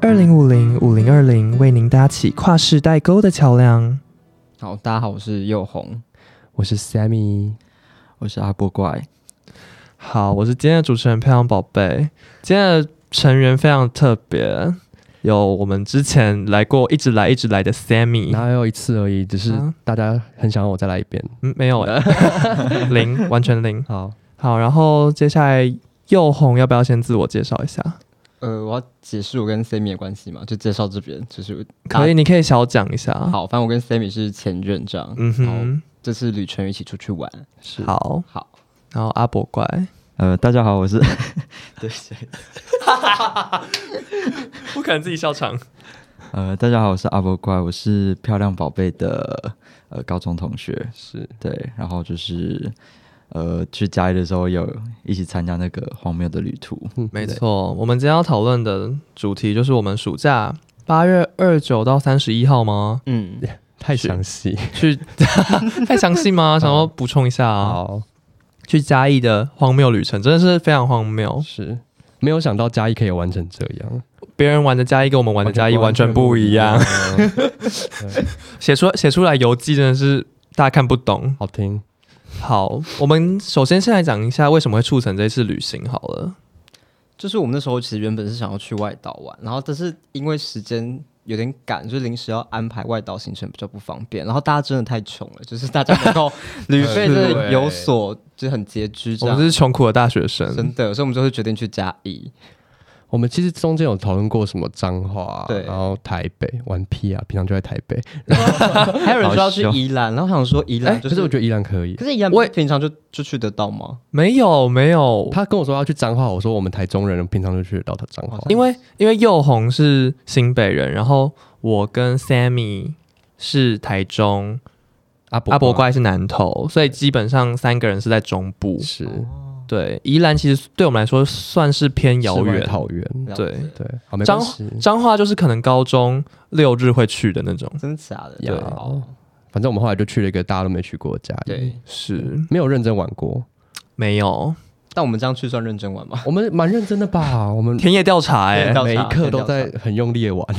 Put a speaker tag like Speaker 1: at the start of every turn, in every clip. Speaker 1: 二零五零五零二零为您搭起跨世代沟的桥梁。
Speaker 2: 好，大家好，我是佑红，
Speaker 3: 我是 Sammy，
Speaker 2: 我是阿波怪。
Speaker 1: 好，我是今天的主持人漂亮宝贝。今天的成员非常特别，有我们之前来过、一直来、一直来的 Sammy，
Speaker 3: 哪有一次而已，只是
Speaker 1: 啊
Speaker 3: 大家很想要我再来一遍。
Speaker 1: 嗯，没 有哎、零，完全零。
Speaker 3: 好，
Speaker 1: 好，然后接下来佑红要不要先自我介绍一下？
Speaker 2: 呃，我要解释我跟 Sammy 的关系嘛，就介绍这边，就是
Speaker 1: 可以，你可以小讲一下。，
Speaker 3: 啊
Speaker 2: 好，反正我跟 Sammy 是前任这样，
Speaker 1: 嗯哼，
Speaker 2: 这次旅程一起出去玩。
Speaker 3: 是
Speaker 1: 好，
Speaker 2: 好，
Speaker 1: 然后阿伯怪，
Speaker 4: 呃，大家好，我是， 对不起，
Speaker 1: 不可能自己笑场。
Speaker 4: 呃，大家好，我是阿伯怪，我是漂亮宝贝的呃高中同学，
Speaker 3: 是
Speaker 4: 对，然后就是呃去嘉义的时候有一起参加那个荒谬的旅途，
Speaker 3: 嗯
Speaker 1: 没错，我们今天要讨论的主题就是我们暑假八月二九到三十一号吗？
Speaker 2: 嗯，
Speaker 3: 太
Speaker 1: 是
Speaker 3: 详细。
Speaker 1: 去 太详细吗？想要补充一下啊，
Speaker 3: 好，
Speaker 1: 去嘉义的荒谬旅程真的是非常荒谬，
Speaker 3: 是没有想到嘉义可以玩成这样，
Speaker 1: 别人玩的嘉义跟我们玩的嘉义完全不一样，
Speaker 3: 嗯。
Speaker 1: 写出写出来游记真的是大家看不懂。
Speaker 3: 好听，
Speaker 1: 好，我们首先先来讲一下为什么会促成这次旅行好了。
Speaker 2: 就是我们那时候其实原本是想要去外岛玩，然后但是因为时间有点赶，就是临时要安排外岛行程比较不方便。然后大家真的太穷了，就是大家能够旅费真的有所就是很拮据这
Speaker 1: 我
Speaker 2: 样
Speaker 1: 们。是穷苦的大学生，
Speaker 2: 真的，所以我们就会决定去嘉义。
Speaker 3: 我们其实中间有讨论过什么彰化，啊
Speaker 2: 对
Speaker 3: 然后台北玩屁啊，平常就在台北。
Speaker 2: 还有人说要去宜兰，然后我想说宜兰
Speaker 3: 哎可
Speaker 2: 就是
Speaker 3: 我
Speaker 2: 得，
Speaker 3: 觉得依然可以
Speaker 2: 可。是宜兰
Speaker 1: 我
Speaker 2: 我
Speaker 1: 也
Speaker 2: 平常就就去得到吗？
Speaker 1: 没有没有，
Speaker 3: 他跟我说要去彰化，我说我们台中人平常就去得到他彰化
Speaker 2: 哇，
Speaker 1: 因为因为佑红是新北人，然后我跟 Sammy 是台中，
Speaker 3: 阿伯
Speaker 1: 阿伯怪是南投，所以基本上三个人是在中部。
Speaker 3: 是
Speaker 2: 哦
Speaker 1: 对，宜兰其实对我们来说算是偏遥
Speaker 3: 世外
Speaker 1: 远。
Speaker 3: 桃园，
Speaker 2: 了
Speaker 1: 对，
Speaker 3: 对，好没
Speaker 1: 彰
Speaker 3: 关系。
Speaker 1: 彰化就是可能高中六日会去的那种。
Speaker 2: 真的假的？
Speaker 3: 呀
Speaker 2: 对好
Speaker 3: 反正我们后来就去了一个大家都没去过的家，
Speaker 2: 对，，
Speaker 1: 是
Speaker 3: 没有认真玩过。
Speaker 1: 没有
Speaker 2: 但我们这样去算认真玩吗？
Speaker 3: 我们蛮认真的吧？我们
Speaker 1: 田野调查哎、
Speaker 2: 田野调
Speaker 3: 每一刻都在很用力的玩，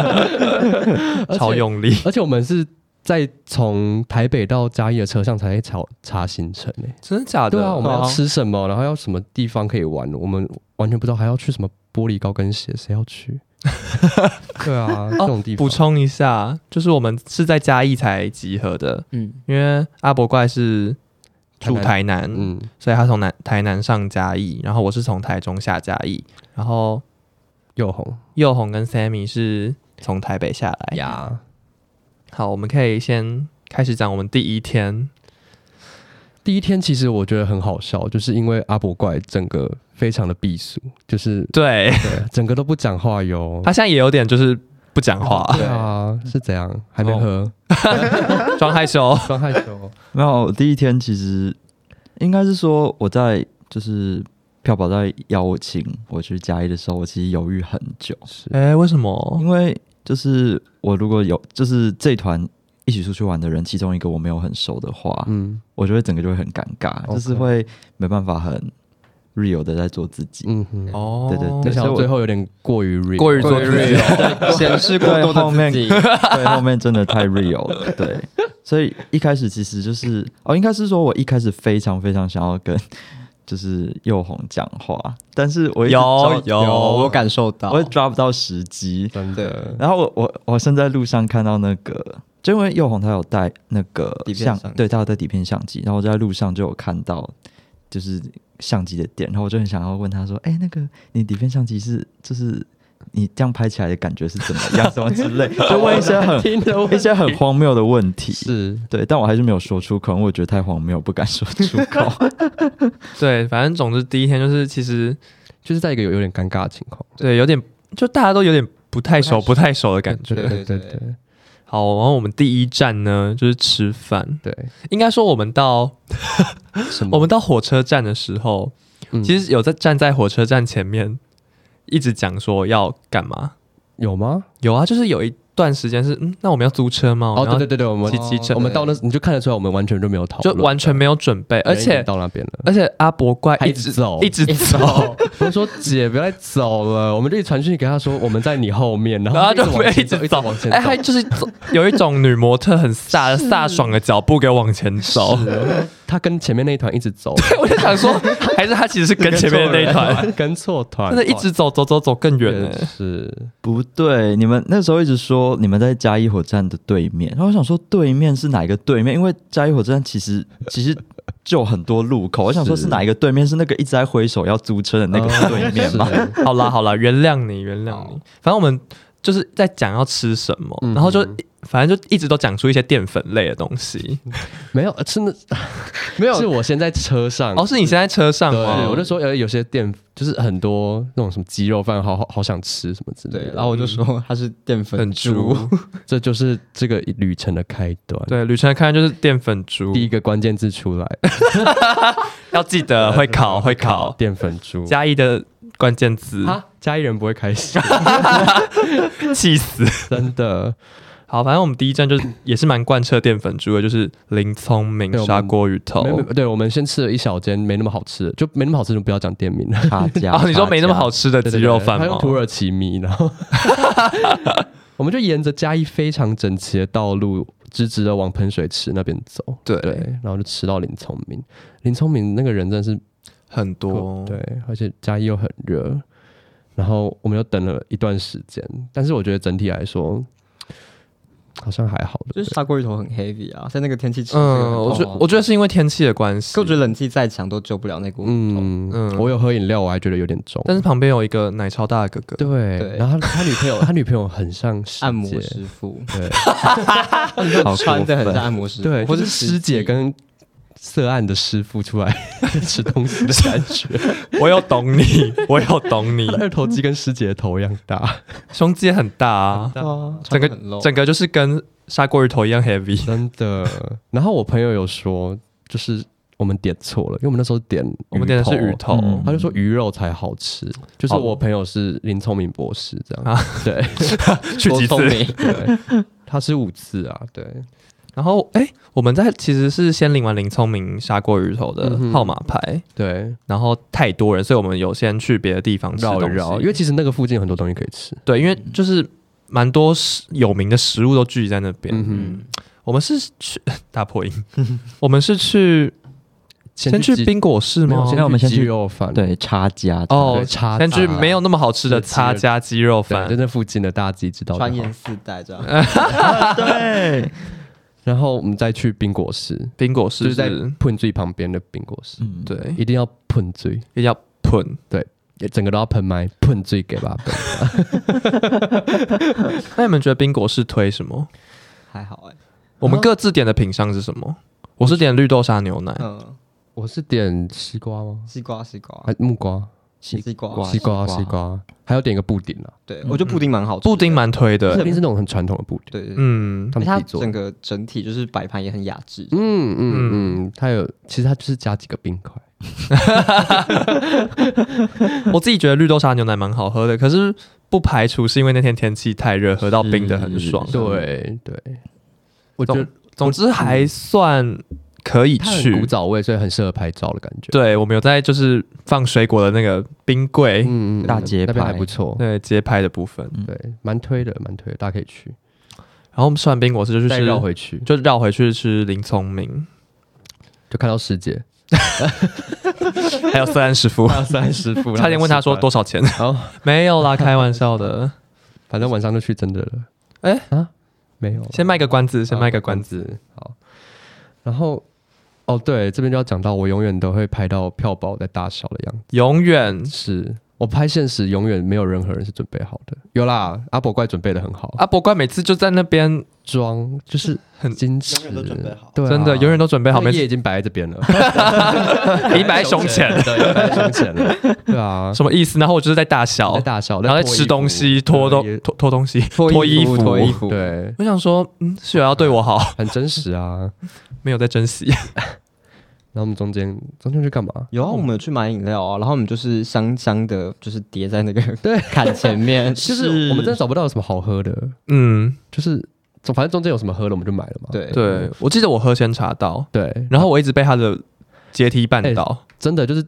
Speaker 3: 而且
Speaker 1: 超。用力，
Speaker 3: 而且我们是在从台北到嘉义的车上才查查行程诶、
Speaker 1: 真的假的？
Speaker 3: 对啊，我们要
Speaker 2: 哦
Speaker 3: 吃什么，然后要什么地方可以玩，我们完全不知道还要去什么玻璃高跟鞋，谁要去？对 啊，这种地方
Speaker 1: 补充一下，就是我们是在嘉义才集合的，
Speaker 2: 嗯，
Speaker 1: 因为阿伯怪是住台南，
Speaker 3: 嗯，
Speaker 1: 所以他从南台南上嘉义，然后我是从台中下嘉义，然后
Speaker 3: 又红
Speaker 1: 佑红跟 Sammy 是从台北下来。
Speaker 3: 哎呀，
Speaker 1: 好，我们可以先开始讲我们第一天。
Speaker 3: 第一天其实我觉得很好笑，就是因为阿伯怪整个非常的避暑，就是
Speaker 1: 对
Speaker 3: 对整个都不讲话哟。
Speaker 1: 他现在也有点就是不讲话，
Speaker 3: 对啊，是怎样？还没喝，
Speaker 1: 装害羞。
Speaker 3: 装害羞。
Speaker 4: 没有，我第一天其实应该是说我在就是票宝在邀我请我去嘉义的时候，我其实犹豫很久，
Speaker 1: 哎、为什
Speaker 2: 哦
Speaker 1: 么？
Speaker 4: 因为就是我如果有就是这团一起出去玩的人，其中一个我没有很熟的话，
Speaker 3: 嗯
Speaker 4: 我觉得整个就会很尴尬，
Speaker 3: OK
Speaker 4: 就是会没办法很 real 的在做自己。
Speaker 3: 嗯哼，
Speaker 1: 哦，
Speaker 4: 对对对
Speaker 3: 没想
Speaker 4: 所以
Speaker 3: 到
Speaker 4: 我
Speaker 3: 最后有点过于 real，
Speaker 1: 过于做自己。
Speaker 4: 哦
Speaker 2: 对显 示过多的自己。
Speaker 4: 对，后面真的太 real 了，对，所以一开始其实就是哦，应该是说我一开始非常非常想要跟就是佑红讲话，但是我一直
Speaker 1: 有
Speaker 4: 抓
Speaker 1: 有，
Speaker 2: 我感受到
Speaker 4: 哦我，也抓不到时机，
Speaker 3: 真的。
Speaker 4: 然后我我我现在路上看到那个，就因为佑红他有带那个
Speaker 2: 底片
Speaker 4: 相，
Speaker 2: 相机
Speaker 4: 对，他有带底片相机，然后我在路上就有看到，就是相机的店，然后我就很想要问他说，哎、那个你底片相机是就是你这样拍起来的感觉是怎么样，什么之类，就问一些很
Speaker 3: 听的
Speaker 4: 一些很荒谬的问题。
Speaker 3: 是
Speaker 4: 对，但我还是没有说出口，因为我觉得太荒谬，不敢说出口。
Speaker 1: 对，反正总之第一天就是其实
Speaker 3: 就是在一个有有点尴尬的情况。
Speaker 1: 对有点就大家都有点不太熟不太熟的感觉。
Speaker 2: 对对
Speaker 3: 对
Speaker 2: 对
Speaker 3: 对
Speaker 1: 好，然后我们第一站呢就是吃饭，
Speaker 3: 对，哦
Speaker 1: 应该说我们到
Speaker 3: 什么？
Speaker 1: 我们到火车站的时候，
Speaker 3: 嗯
Speaker 1: 其实有在站在火车站前面，一直讲说要干嘛，
Speaker 3: 有吗？
Speaker 1: 有啊，就是有一段时间是，嗯，那我们要租车吗？我
Speaker 3: 哦，
Speaker 1: 们要
Speaker 3: 对对对对，我们
Speaker 1: 骑机车
Speaker 3: 我们到那你就看得出来，我们完全就没有讨
Speaker 1: 哎就
Speaker 3: 论，
Speaker 1: 完全没有准备，而
Speaker 3: 人已
Speaker 1: 且
Speaker 3: 经到那边了。
Speaker 1: 而且阿伯怪
Speaker 3: 哎他
Speaker 1: 一
Speaker 3: 一直
Speaker 1: 直
Speaker 3: 走
Speaker 1: 一直走，
Speaker 3: 我说姐，不要再走了，我们就一直传讯给他说我们在你后面，然
Speaker 1: 然后
Speaker 3: 后
Speaker 1: 就
Speaker 3: 往
Speaker 1: 没有
Speaker 3: 前
Speaker 1: 一直
Speaker 3: 一直
Speaker 1: 走
Speaker 3: 往前，
Speaker 1: 哎，还
Speaker 3: 走。
Speaker 1: 就是走有一种女模特很飒飒爽的脚步给我往前走。
Speaker 3: 他跟前面那一团一直走，
Speaker 1: 对，我就想说，还是他其实是 跟前面的那一 团，
Speaker 3: 跟错团，
Speaker 1: 真的一直走走走走更远
Speaker 3: 对
Speaker 1: 欸
Speaker 3: 是
Speaker 4: 不对，你们那时候一直说你们在嘉义火车站的对面，然后我想说对面是哪一个对面？因为嘉义火车站其实其实就很多路口，我想说是哪一个对面？是那个一直在挥手要租车的那个
Speaker 3: 哦
Speaker 4: 对面吗？
Speaker 3: 是
Speaker 1: 好啦好啦，原谅你原谅你，反正我们就是在讲要吃什么，
Speaker 3: 嗯嗯
Speaker 1: 然后就反正就一直都讲出一些淀粉类的东西。
Speaker 3: 没有，真 的没有，是我先在车上
Speaker 1: 哦，是你现在车上
Speaker 3: 对，
Speaker 1: 吗？
Speaker 3: 我就说呃，有些店就是很多那种什么鸡肉饭，好好好想吃什么之类
Speaker 2: 对，
Speaker 3: 的。
Speaker 2: 然后我就说它是淀粉
Speaker 1: 粉猪，
Speaker 3: 这就是这个旅程的开端。，
Speaker 1: 对，旅程的看就是淀粉 猪，
Speaker 3: 第一个关键字出来，
Speaker 1: 要记得会考会考
Speaker 3: 淀粉猪。
Speaker 1: 哦 加一的关键字，
Speaker 3: 啊，嘉义人不会 开心，
Speaker 1: 气死。
Speaker 3: 真的。
Speaker 1: 好，反正我们第一站就是也是蛮贯彻淀粉猪的，就是林聪明
Speaker 3: 对我们
Speaker 1: 砂锅鱼头。
Speaker 3: 没没，对我们先吃了一小间没那么好吃的，就没那么好吃，就不要讲 店名了。
Speaker 4: 差价
Speaker 1: 哦，你说没那么好，吃的
Speaker 3: 对对
Speaker 1: 鸡
Speaker 3: 对
Speaker 1: 肉饭
Speaker 3: 他
Speaker 1: 吗
Speaker 3: 用？土耳其米，然后 我们就沿着嘉义非常整齐的道路，直直的往喷水池那边走。
Speaker 1: 对
Speaker 3: 对，然后就吃到林聪明，林聪明那个人真的是
Speaker 1: 很多。
Speaker 3: 哦对，而且嘉义又很热，然后我们又等了一段时间，但是我觉得整体来说好像还好
Speaker 2: 就
Speaker 3: 对
Speaker 2: 是砂锅鱼头很 heavy 啊，在那个天气吃，
Speaker 1: 嗯，我觉
Speaker 3: 哦
Speaker 1: 我觉得是因为天气的关系
Speaker 2: 可我，啊觉得冷气再强都救不了那股。哦
Speaker 3: 嗯
Speaker 1: 嗯
Speaker 3: 嗯，我有喝饮料，我还觉得有点重。
Speaker 1: 但是旁边有一个奶超大的哥哥，
Speaker 3: 对，
Speaker 2: 对
Speaker 3: 然后他他女朋友，他女朋友很像师
Speaker 2: 按摩
Speaker 3: 姐，
Speaker 2: 师傅
Speaker 3: 对
Speaker 4: 好
Speaker 2: 穿的很像
Speaker 4: 大。
Speaker 2: 按摩 师傅，
Speaker 3: 对，
Speaker 2: 或
Speaker 3: 或
Speaker 2: 者
Speaker 3: 是师姐跟色案的师傅出来 吃东西的感觉，
Speaker 1: 我有懂 你，我有懂你
Speaker 3: 他，的二头肌跟师姐的头一样大，
Speaker 1: 胸肌很大啊，
Speaker 2: 啊，
Speaker 1: 整个
Speaker 2: 穿得很 low
Speaker 1: 整个就是跟砂锅嗯鱼头一样 heavy。
Speaker 3: 真的。然后我朋友有说，就是我们点错了，因为我们那时候点
Speaker 1: 我们点的是鱼头，
Speaker 4: 嗯
Speaker 3: 他就说鱼肉才好吃，就是
Speaker 1: 哦
Speaker 3: 我朋友是林聪明博士这样，
Speaker 1: 啊
Speaker 3: 对
Speaker 1: 去几
Speaker 2: 多聪
Speaker 1: 次？
Speaker 2: 明
Speaker 3: 对，他吃五次啊，对，
Speaker 1: 然后哎，我们在其实是先领完林聪明砂锅鱼头的
Speaker 3: 嗯哼
Speaker 1: 号码牌，
Speaker 3: 对，
Speaker 1: 然后太多人，所以我们有先去别的地方吃
Speaker 3: 绕
Speaker 1: 东
Speaker 3: 一
Speaker 1: 西
Speaker 3: 绕，因为其实那个附近有很多东西可以吃，
Speaker 1: 对，因为就是蛮多食有名的食物都聚集在那边。
Speaker 3: 嗯哼，
Speaker 2: 嗯，
Speaker 1: 我们是去 大破音，我们是去先
Speaker 3: 去
Speaker 1: 去
Speaker 3: 鸡
Speaker 1: 冰果室
Speaker 3: 没有
Speaker 1: 吗？
Speaker 4: 那我们先
Speaker 3: 鸡
Speaker 4: 去
Speaker 3: 肉 饭，
Speaker 4: 对，差价
Speaker 1: 哦
Speaker 3: 对，叉
Speaker 1: 先去
Speaker 3: 大
Speaker 1: 没有那么好吃的
Speaker 3: 是鸡肉
Speaker 1: 叉家鸡肉
Speaker 3: 对，
Speaker 1: 饭
Speaker 3: 就。那附近的大家自己知道就好
Speaker 2: 穿沿四代这样。
Speaker 4: 对，
Speaker 3: 然后我们再去冰果室，
Speaker 1: 冰果
Speaker 3: 就
Speaker 1: 室
Speaker 3: 是在
Speaker 1: 是
Speaker 3: 喷醉旁边的冰果室，
Speaker 4: 嗯，
Speaker 1: 对，
Speaker 3: 一定要喷醉，
Speaker 1: 一定要喷。
Speaker 3: 也整个都要喷麦，喷醉给吧，
Speaker 1: 那你们觉得冰果室推什么？
Speaker 2: 还好哎、
Speaker 1: 我们各自点的品相是什么？我是点绿豆沙牛奶，
Speaker 2: 嗯，
Speaker 3: 我是点西瓜吗？
Speaker 2: 西瓜西瓜，
Speaker 3: 还木瓜，
Speaker 4: 西
Speaker 2: 啊西瓜
Speaker 4: 瓜
Speaker 3: 西瓜，西瓜，还有点一个布丁啊，
Speaker 2: 对我觉得布丁蛮好吃的，
Speaker 1: 布丁蛮推
Speaker 3: 布
Speaker 1: 的。
Speaker 3: 丁是那种很传统的布丁，
Speaker 2: 对对对，
Speaker 1: 嗯，
Speaker 3: 他们
Speaker 2: 它
Speaker 3: 自己做的
Speaker 2: 整。个整体就是摆盘也很雅致，
Speaker 3: 嗯嗯嗯，它有，其实它就是加几个冰块，
Speaker 1: 我自己觉得绿豆沙牛奶蛮好喝的，可是不排除是因为那天天气太热，喝到冰的很爽。
Speaker 3: 哦
Speaker 4: 是
Speaker 3: 对对，我觉
Speaker 1: 总
Speaker 3: 得嗯
Speaker 1: 总之还算可以
Speaker 3: 它很
Speaker 1: 去
Speaker 3: 古。早味，所以很适合拍照的感觉。
Speaker 1: 对，我们有在就是放水果的那个冰柜，
Speaker 3: 嗯，嗯嗯
Speaker 4: 大街
Speaker 3: 那边
Speaker 4: 拍
Speaker 3: 还不错，
Speaker 1: 对街拍的部分。
Speaker 3: 对，蛮推的，蛮推的，大家可以去，
Speaker 1: 然后我们吃完冰果是就是
Speaker 3: 再绕回去
Speaker 1: 就绕回去吃林聪 明，
Speaker 3: 就看到师姐，
Speaker 1: 还有色安师傅，
Speaker 3: 三师 傅
Speaker 1: 差点问他说多，少钱？
Speaker 3: 然后
Speaker 1: 没有啦，开玩笑的。
Speaker 3: 反正晚上就去真的了。
Speaker 1: 哎
Speaker 3: 啊，没有，
Speaker 1: 先卖个关子，先卖个关子。
Speaker 3: 子。好，然后哦，对，这边就要讲到我永远都会拍到票宝在大小的样子。
Speaker 1: 永远
Speaker 3: 是我拍现实，永远没有任何人是准备好的。有啦，阿伯怪准备的很好，
Speaker 1: 阿伯啊怪每次就在那边，
Speaker 3: 装就是很矜持，
Speaker 2: 永远都准备好
Speaker 3: 对啊、
Speaker 1: 真的永远都准备好，
Speaker 3: 那
Speaker 1: 每
Speaker 3: 页
Speaker 1: 次
Speaker 3: 已经摆在 这边了，
Speaker 1: 一摆在胸前，
Speaker 3: 对，摆在胸前了， 对啊，
Speaker 1: 什么意思？然后我就是在大
Speaker 3: 在
Speaker 1: 小，
Speaker 3: 大小，
Speaker 1: 然后在
Speaker 3: 脱衣
Speaker 1: 吃东
Speaker 3: 服
Speaker 1: 西，脱
Speaker 3: 对
Speaker 1: 东
Speaker 3: 也
Speaker 1: 脱脱东西，
Speaker 2: 脱
Speaker 1: 衣服。
Speaker 2: 脱衣服，，
Speaker 3: 对，
Speaker 1: 我想说，嗯，室友要对我好，
Speaker 3: 很真实啊。
Speaker 1: 没有在珍惜。
Speaker 3: 然后我们中间中间去干嘛？
Speaker 2: 有啊，我们有去买饮料啊，然后我们就是香香的，就是叠在那 个坎前面，
Speaker 3: 就是我们真的找不到有什么好喝的，
Speaker 1: 嗯，
Speaker 3: 就是总反正中间有什么喝的我们就买了嘛。
Speaker 2: 对
Speaker 1: 对，我记得我喝先查到，
Speaker 3: 对，
Speaker 1: 然后我一直被他的阶梯绊倒，
Speaker 3: 真的就是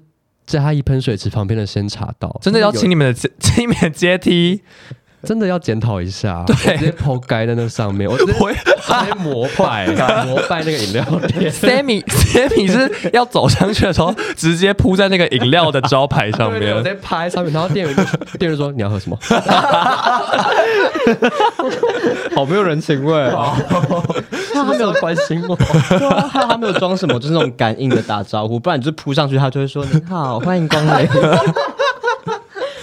Speaker 3: 嘉义喷水池旁边的仙茶道，
Speaker 1: 真的要
Speaker 3: 有
Speaker 1: 请你们的阶， 请你们的阶梯，
Speaker 3: 真的要检讨一下，啊
Speaker 1: 对
Speaker 3: 我直接抛盖在那上 面，我直接
Speaker 1: 我
Speaker 3: 直接膜 拜膜拜那个饮料店，
Speaker 1: Sammy Sammy 是要走上去的时候，直接扑在那个饮料的招牌上
Speaker 3: 对对我直
Speaker 1: 面。
Speaker 3: 接趴在上面，然后店员就店员就说你要喝什么？
Speaker 2: 好没有人情 味。
Speaker 3: 他没有关心我，
Speaker 2: 对啊，他他没有装什么，就是那种感应的打招呼，不然你就扑上去，他就会说您好，欢迎光临。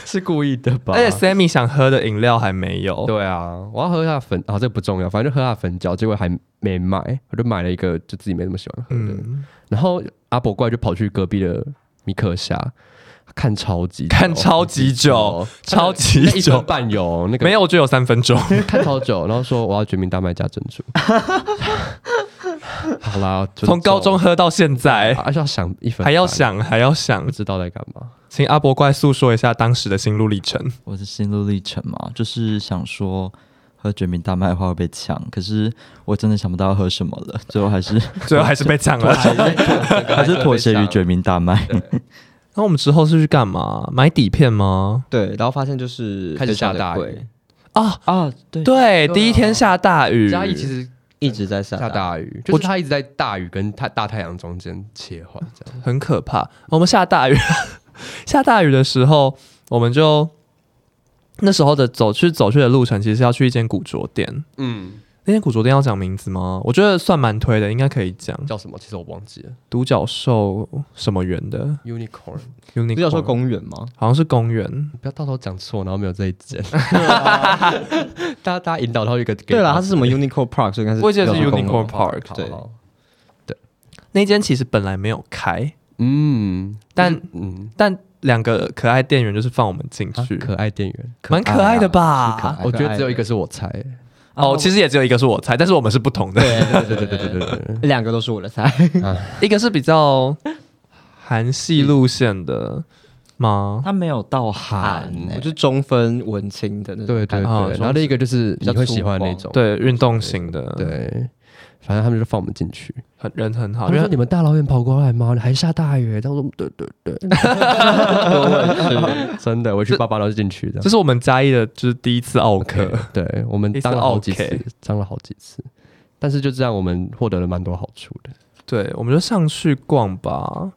Speaker 3: 是故意的吧？
Speaker 1: 而且 Sammy 想喝的饮料还没有，
Speaker 3: 对啊，我要喝下粉啊，这不重要，反正就喝下粉饺，结果还没买，我就买了一个就自己没那么喜欢喝的。
Speaker 1: 嗯，
Speaker 3: 然后阿伯怪就跑去隔壁的米克夏看超级久
Speaker 1: 看超级久，超级
Speaker 3: 那一
Speaker 1: 久
Speaker 3: 分，半有那个
Speaker 1: 没有，我觉得有三分钟。
Speaker 3: 看超久，然后说我要绝命大麦加珍 珠。好啦，就是啊
Speaker 1: 从高中喝到现在，
Speaker 3: 还是要想一分，
Speaker 1: 还要想，还要想
Speaker 3: 不。知道在干嘛。
Speaker 1: 请阿伯怪诉说一下当时的心路历程。
Speaker 4: 我的心路历程嘛，就是想说喝绝命大麦的话会被抢，可是我真的想不到要喝什么了，最后还是
Speaker 1: 最后还是被抢了。
Speaker 4: 还是妥协于绝命大麦。
Speaker 1: 那我们之后是去干嘛？买底片吗？
Speaker 2: 对，然后发现就是
Speaker 3: 开始下
Speaker 2: 非
Speaker 3: 大
Speaker 2: 常
Speaker 3: 雨
Speaker 2: 的贵，
Speaker 1: 啊，
Speaker 4: 啊，
Speaker 1: 对，
Speaker 4: 对，
Speaker 3: 对啊
Speaker 1: 第一天下大雨。
Speaker 3: 嘉义其实
Speaker 2: 一直在下
Speaker 3: 下
Speaker 2: 大雨。
Speaker 3: 大雨，就是他一直在大雨跟太大太阳中间切换，这样
Speaker 1: 很可怕。我们下大雨， 下大雨的时候，我们就那时候的走去走去的路程，其实是要去一间古着店。
Speaker 3: 嗯，
Speaker 1: 那间古着店要讲名字吗？我觉得算蛮推的，应该可以讲。
Speaker 3: 叫什么？其实我忘记了
Speaker 1: 独角兽什么园的
Speaker 3: ，unicorn。
Speaker 1: ？Unicorn,
Speaker 2: 不是要说公园吗？
Speaker 1: 好像是公园。
Speaker 3: 不要到时候讲错，然后没有这一 间。大家大家引导到一个
Speaker 2: 对了，它是什么 Unicorn Park，所以应该是
Speaker 1: 我记得是
Speaker 2: 有公园
Speaker 1: Unicorn Park
Speaker 2: 对，
Speaker 1: 那间其实本来没有开，
Speaker 3: 嗯，
Speaker 1: 但
Speaker 3: 嗯，
Speaker 1: 但两个可爱店员就是放我们进
Speaker 3: 啊
Speaker 1: 去，
Speaker 3: 可爱店员，
Speaker 1: 蛮可爱的吧？
Speaker 2: 可爱
Speaker 3: 我觉得只有一个是我猜。
Speaker 1: 哦，其实也只有一个是我猜，但是我们是不同的。
Speaker 3: 对对对对对对对对。
Speaker 2: 两个都是我的菜。
Speaker 1: 一个是比较韩系路线的吗？
Speaker 4: 它没有到 寒、
Speaker 2: 我
Speaker 4: 欸，
Speaker 2: 就中分文青的那种
Speaker 3: 对
Speaker 2: 感
Speaker 3: 对对，
Speaker 2: 觉。
Speaker 1: 啊
Speaker 3: 然后另一个就是你会喜欢那种，
Speaker 1: 对，运动型的，，
Speaker 3: 嗯对，反正他们就放我们进去。
Speaker 1: 很人很
Speaker 3: 他
Speaker 1: 好，
Speaker 3: 们
Speaker 1: 因
Speaker 3: 说
Speaker 1: 为
Speaker 3: 你们大老远跑过来吗？还下大雨欸，这样说对对 对，真的，我去
Speaker 1: 这
Speaker 3: 爸爸然后就进去的
Speaker 1: 这。是我们嘉义的，就是第一次奥克，
Speaker 3: 对我们
Speaker 1: 一次
Speaker 3: 当了好几
Speaker 1: OK
Speaker 3: 次，当了好几次，但是就这样，我们获得了蛮多好处的。
Speaker 1: 对，我们就上去逛
Speaker 3: 嗯
Speaker 1: 吧，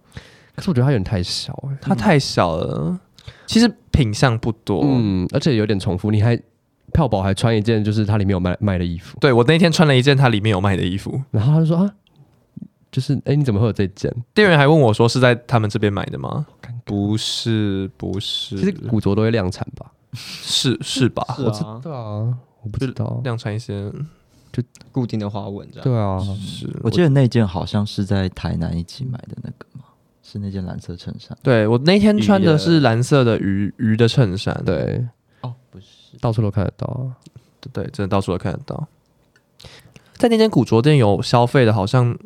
Speaker 3: 可是我觉得它有点太小哎、
Speaker 1: 它太小了，其实品相不多，
Speaker 3: 嗯，而且有点重复。你还票宝还穿一件就是它里面有卖卖的衣服，
Speaker 1: 对我那天穿了一件它里面有卖的衣服，
Speaker 3: 然后他就说啊，就是哎、你怎么会有这件？
Speaker 1: 店员还问我说是在他们这边买的吗？不是，不是，
Speaker 3: 其实古着都会量产吧？
Speaker 1: 是是吧？
Speaker 2: 是
Speaker 3: 我知
Speaker 2: 啊，
Speaker 3: 对啊，我不知道。
Speaker 1: 量产一些
Speaker 2: 固定的花纹这样。
Speaker 3: 对啊，
Speaker 1: 是，
Speaker 4: 我记得那件好像是在台南一起买的那个嘛，是那件蓝色衬衫
Speaker 1: 对我那天穿的
Speaker 2: 鱼的
Speaker 1: 是蓝色的鱼鱼的衬衫，
Speaker 3: 对，
Speaker 4: 哦，不是，
Speaker 3: 到处都看得到啊。
Speaker 1: 对，真的到处都看得到。在那间古着店有消费的，好像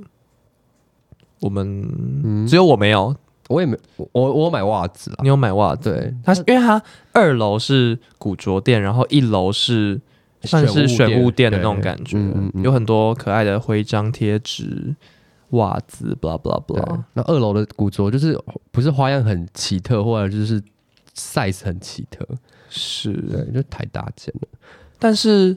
Speaker 1: 我们、
Speaker 3: 嗯
Speaker 1: 只有我没有，
Speaker 3: 我也没，我我我有买袜子啊啦。
Speaker 1: 你有买袜子？
Speaker 3: 对，
Speaker 1: 它因为它二楼是古着店，然后一楼是算是选物店的那种感觉，
Speaker 3: 对嗯嗯嗯
Speaker 1: 有很多可爱的徽章、贴纸、袜子，blah blah
Speaker 3: 对
Speaker 1: blah。，
Speaker 3: 那二楼的古着就是不是花样很奇特，或者就是 size 很奇特，
Speaker 1: 是，
Speaker 3: 对，就太大件了。
Speaker 1: 但是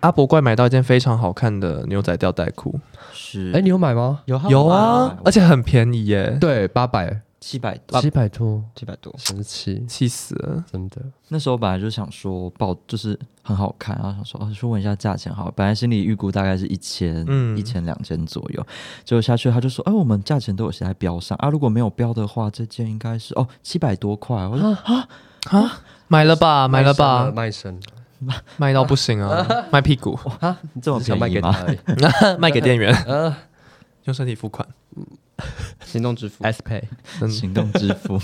Speaker 1: 阿伯怪买到一件非常好看的牛仔吊带裤，
Speaker 4: 是呃
Speaker 3: 哎、你有买吗？
Speaker 2: 有
Speaker 1: 有
Speaker 4: 好
Speaker 1: 啊
Speaker 4: 买，
Speaker 1: 而且很便宜耶，
Speaker 3: 对，八百
Speaker 4: 七百多。
Speaker 3: 七百多，
Speaker 2: 七百多，
Speaker 3: 神奇，
Speaker 1: 气死了。
Speaker 3: 真的。
Speaker 4: 那时候本来就想说报就是很好看，然后想说哦去问一下价钱好了，本来心里预估大概是一千、
Speaker 1: 嗯
Speaker 4: 一千两千左右，结果下去他就说哎、我们价钱都有写在标上啊，如果没有标的话，这件应该是哦七百多块，我说
Speaker 1: 啊，买了吧，买了吧，
Speaker 3: 卖身
Speaker 1: 卖到不行啊，卖屁股，
Speaker 3: 啊，
Speaker 4: 你这么
Speaker 3: 只想卖
Speaker 4: 便
Speaker 3: 给
Speaker 4: 宜
Speaker 3: 他
Speaker 4: 吗？
Speaker 3: 而已
Speaker 1: 卖给店 员，
Speaker 3: 呃
Speaker 1: 用身体付款。
Speaker 2: 行动支付。
Speaker 3: ，S Pay，
Speaker 1: 嗯，
Speaker 4: 行动支付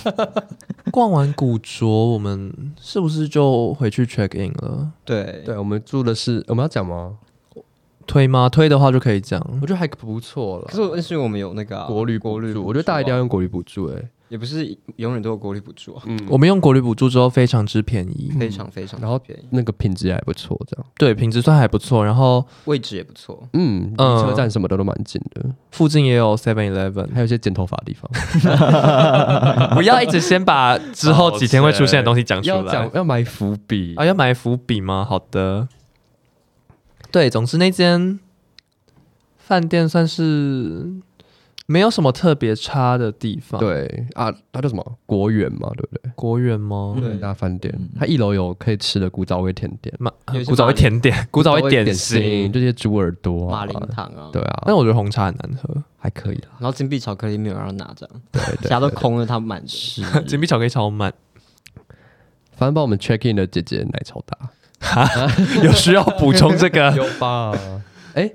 Speaker 1: 逛完古着，我们是不是就回去 check in 了？
Speaker 2: 对
Speaker 3: 嗯对我们住的是我们要讲吗？
Speaker 1: 推吗？推的话就可以讲。
Speaker 3: 我觉得还不错了。
Speaker 2: 可是我认识我们有那个啊、
Speaker 3: 国旅
Speaker 2: 国
Speaker 3: 补
Speaker 2: 旅
Speaker 3: 助，
Speaker 2: 补
Speaker 3: 我觉得大家一定要
Speaker 2: 助啊
Speaker 3: 用国旅补助、欸。哎，
Speaker 2: 也不是永远都有国旅补助啊，
Speaker 3: 嗯，
Speaker 1: 我们用国旅补助之后非常之便宜，
Speaker 2: 非常非常
Speaker 3: 然后
Speaker 2: 便宜，
Speaker 3: 那个品质还不错，这样。
Speaker 1: 对，品质算还不错。然后
Speaker 2: 位置也不错。
Speaker 3: 嗯，离
Speaker 1: 嗯
Speaker 3: 车站什么的都蛮近的，
Speaker 1: 附近也有 Seven Eleven，
Speaker 3: 还有一些剪头发的地方。
Speaker 1: 不要一直先把之后几天会出现的东西 讲出
Speaker 3: 要
Speaker 1: 来
Speaker 3: 讲。要埋伏笔
Speaker 1: 啊，要埋伏笔吗？好的。对，总之那间饭店算是没有什么特别差的地方。，
Speaker 3: 对啊，它叫什么国园嘛，对不对？
Speaker 1: 国远吗？
Speaker 2: 对
Speaker 3: 大饭店
Speaker 4: 嗯，
Speaker 3: 它一楼有可以吃的古早味甜点，
Speaker 1: 马
Speaker 2: 有一些
Speaker 1: 古早味
Speaker 2: 马铃
Speaker 1: 甜点，古早味点
Speaker 3: 心，
Speaker 1: 心。
Speaker 3: 这些猪耳朵
Speaker 2: 马
Speaker 3: 啊
Speaker 2: 林糖啊，
Speaker 3: 对啊，
Speaker 1: 但我觉得红茶很难喝，
Speaker 3: 还可以啦，
Speaker 2: 然后金币巧克力没有让他拿这样，
Speaker 3: 对对
Speaker 2: 其他都
Speaker 3: 对
Speaker 2: 空了，他满着。
Speaker 1: 金币巧克力超满，
Speaker 3: 反正帮我们 check in 的姐姐奶超 大，
Speaker 1: 有需要补充这个？
Speaker 3: 有吧？哎，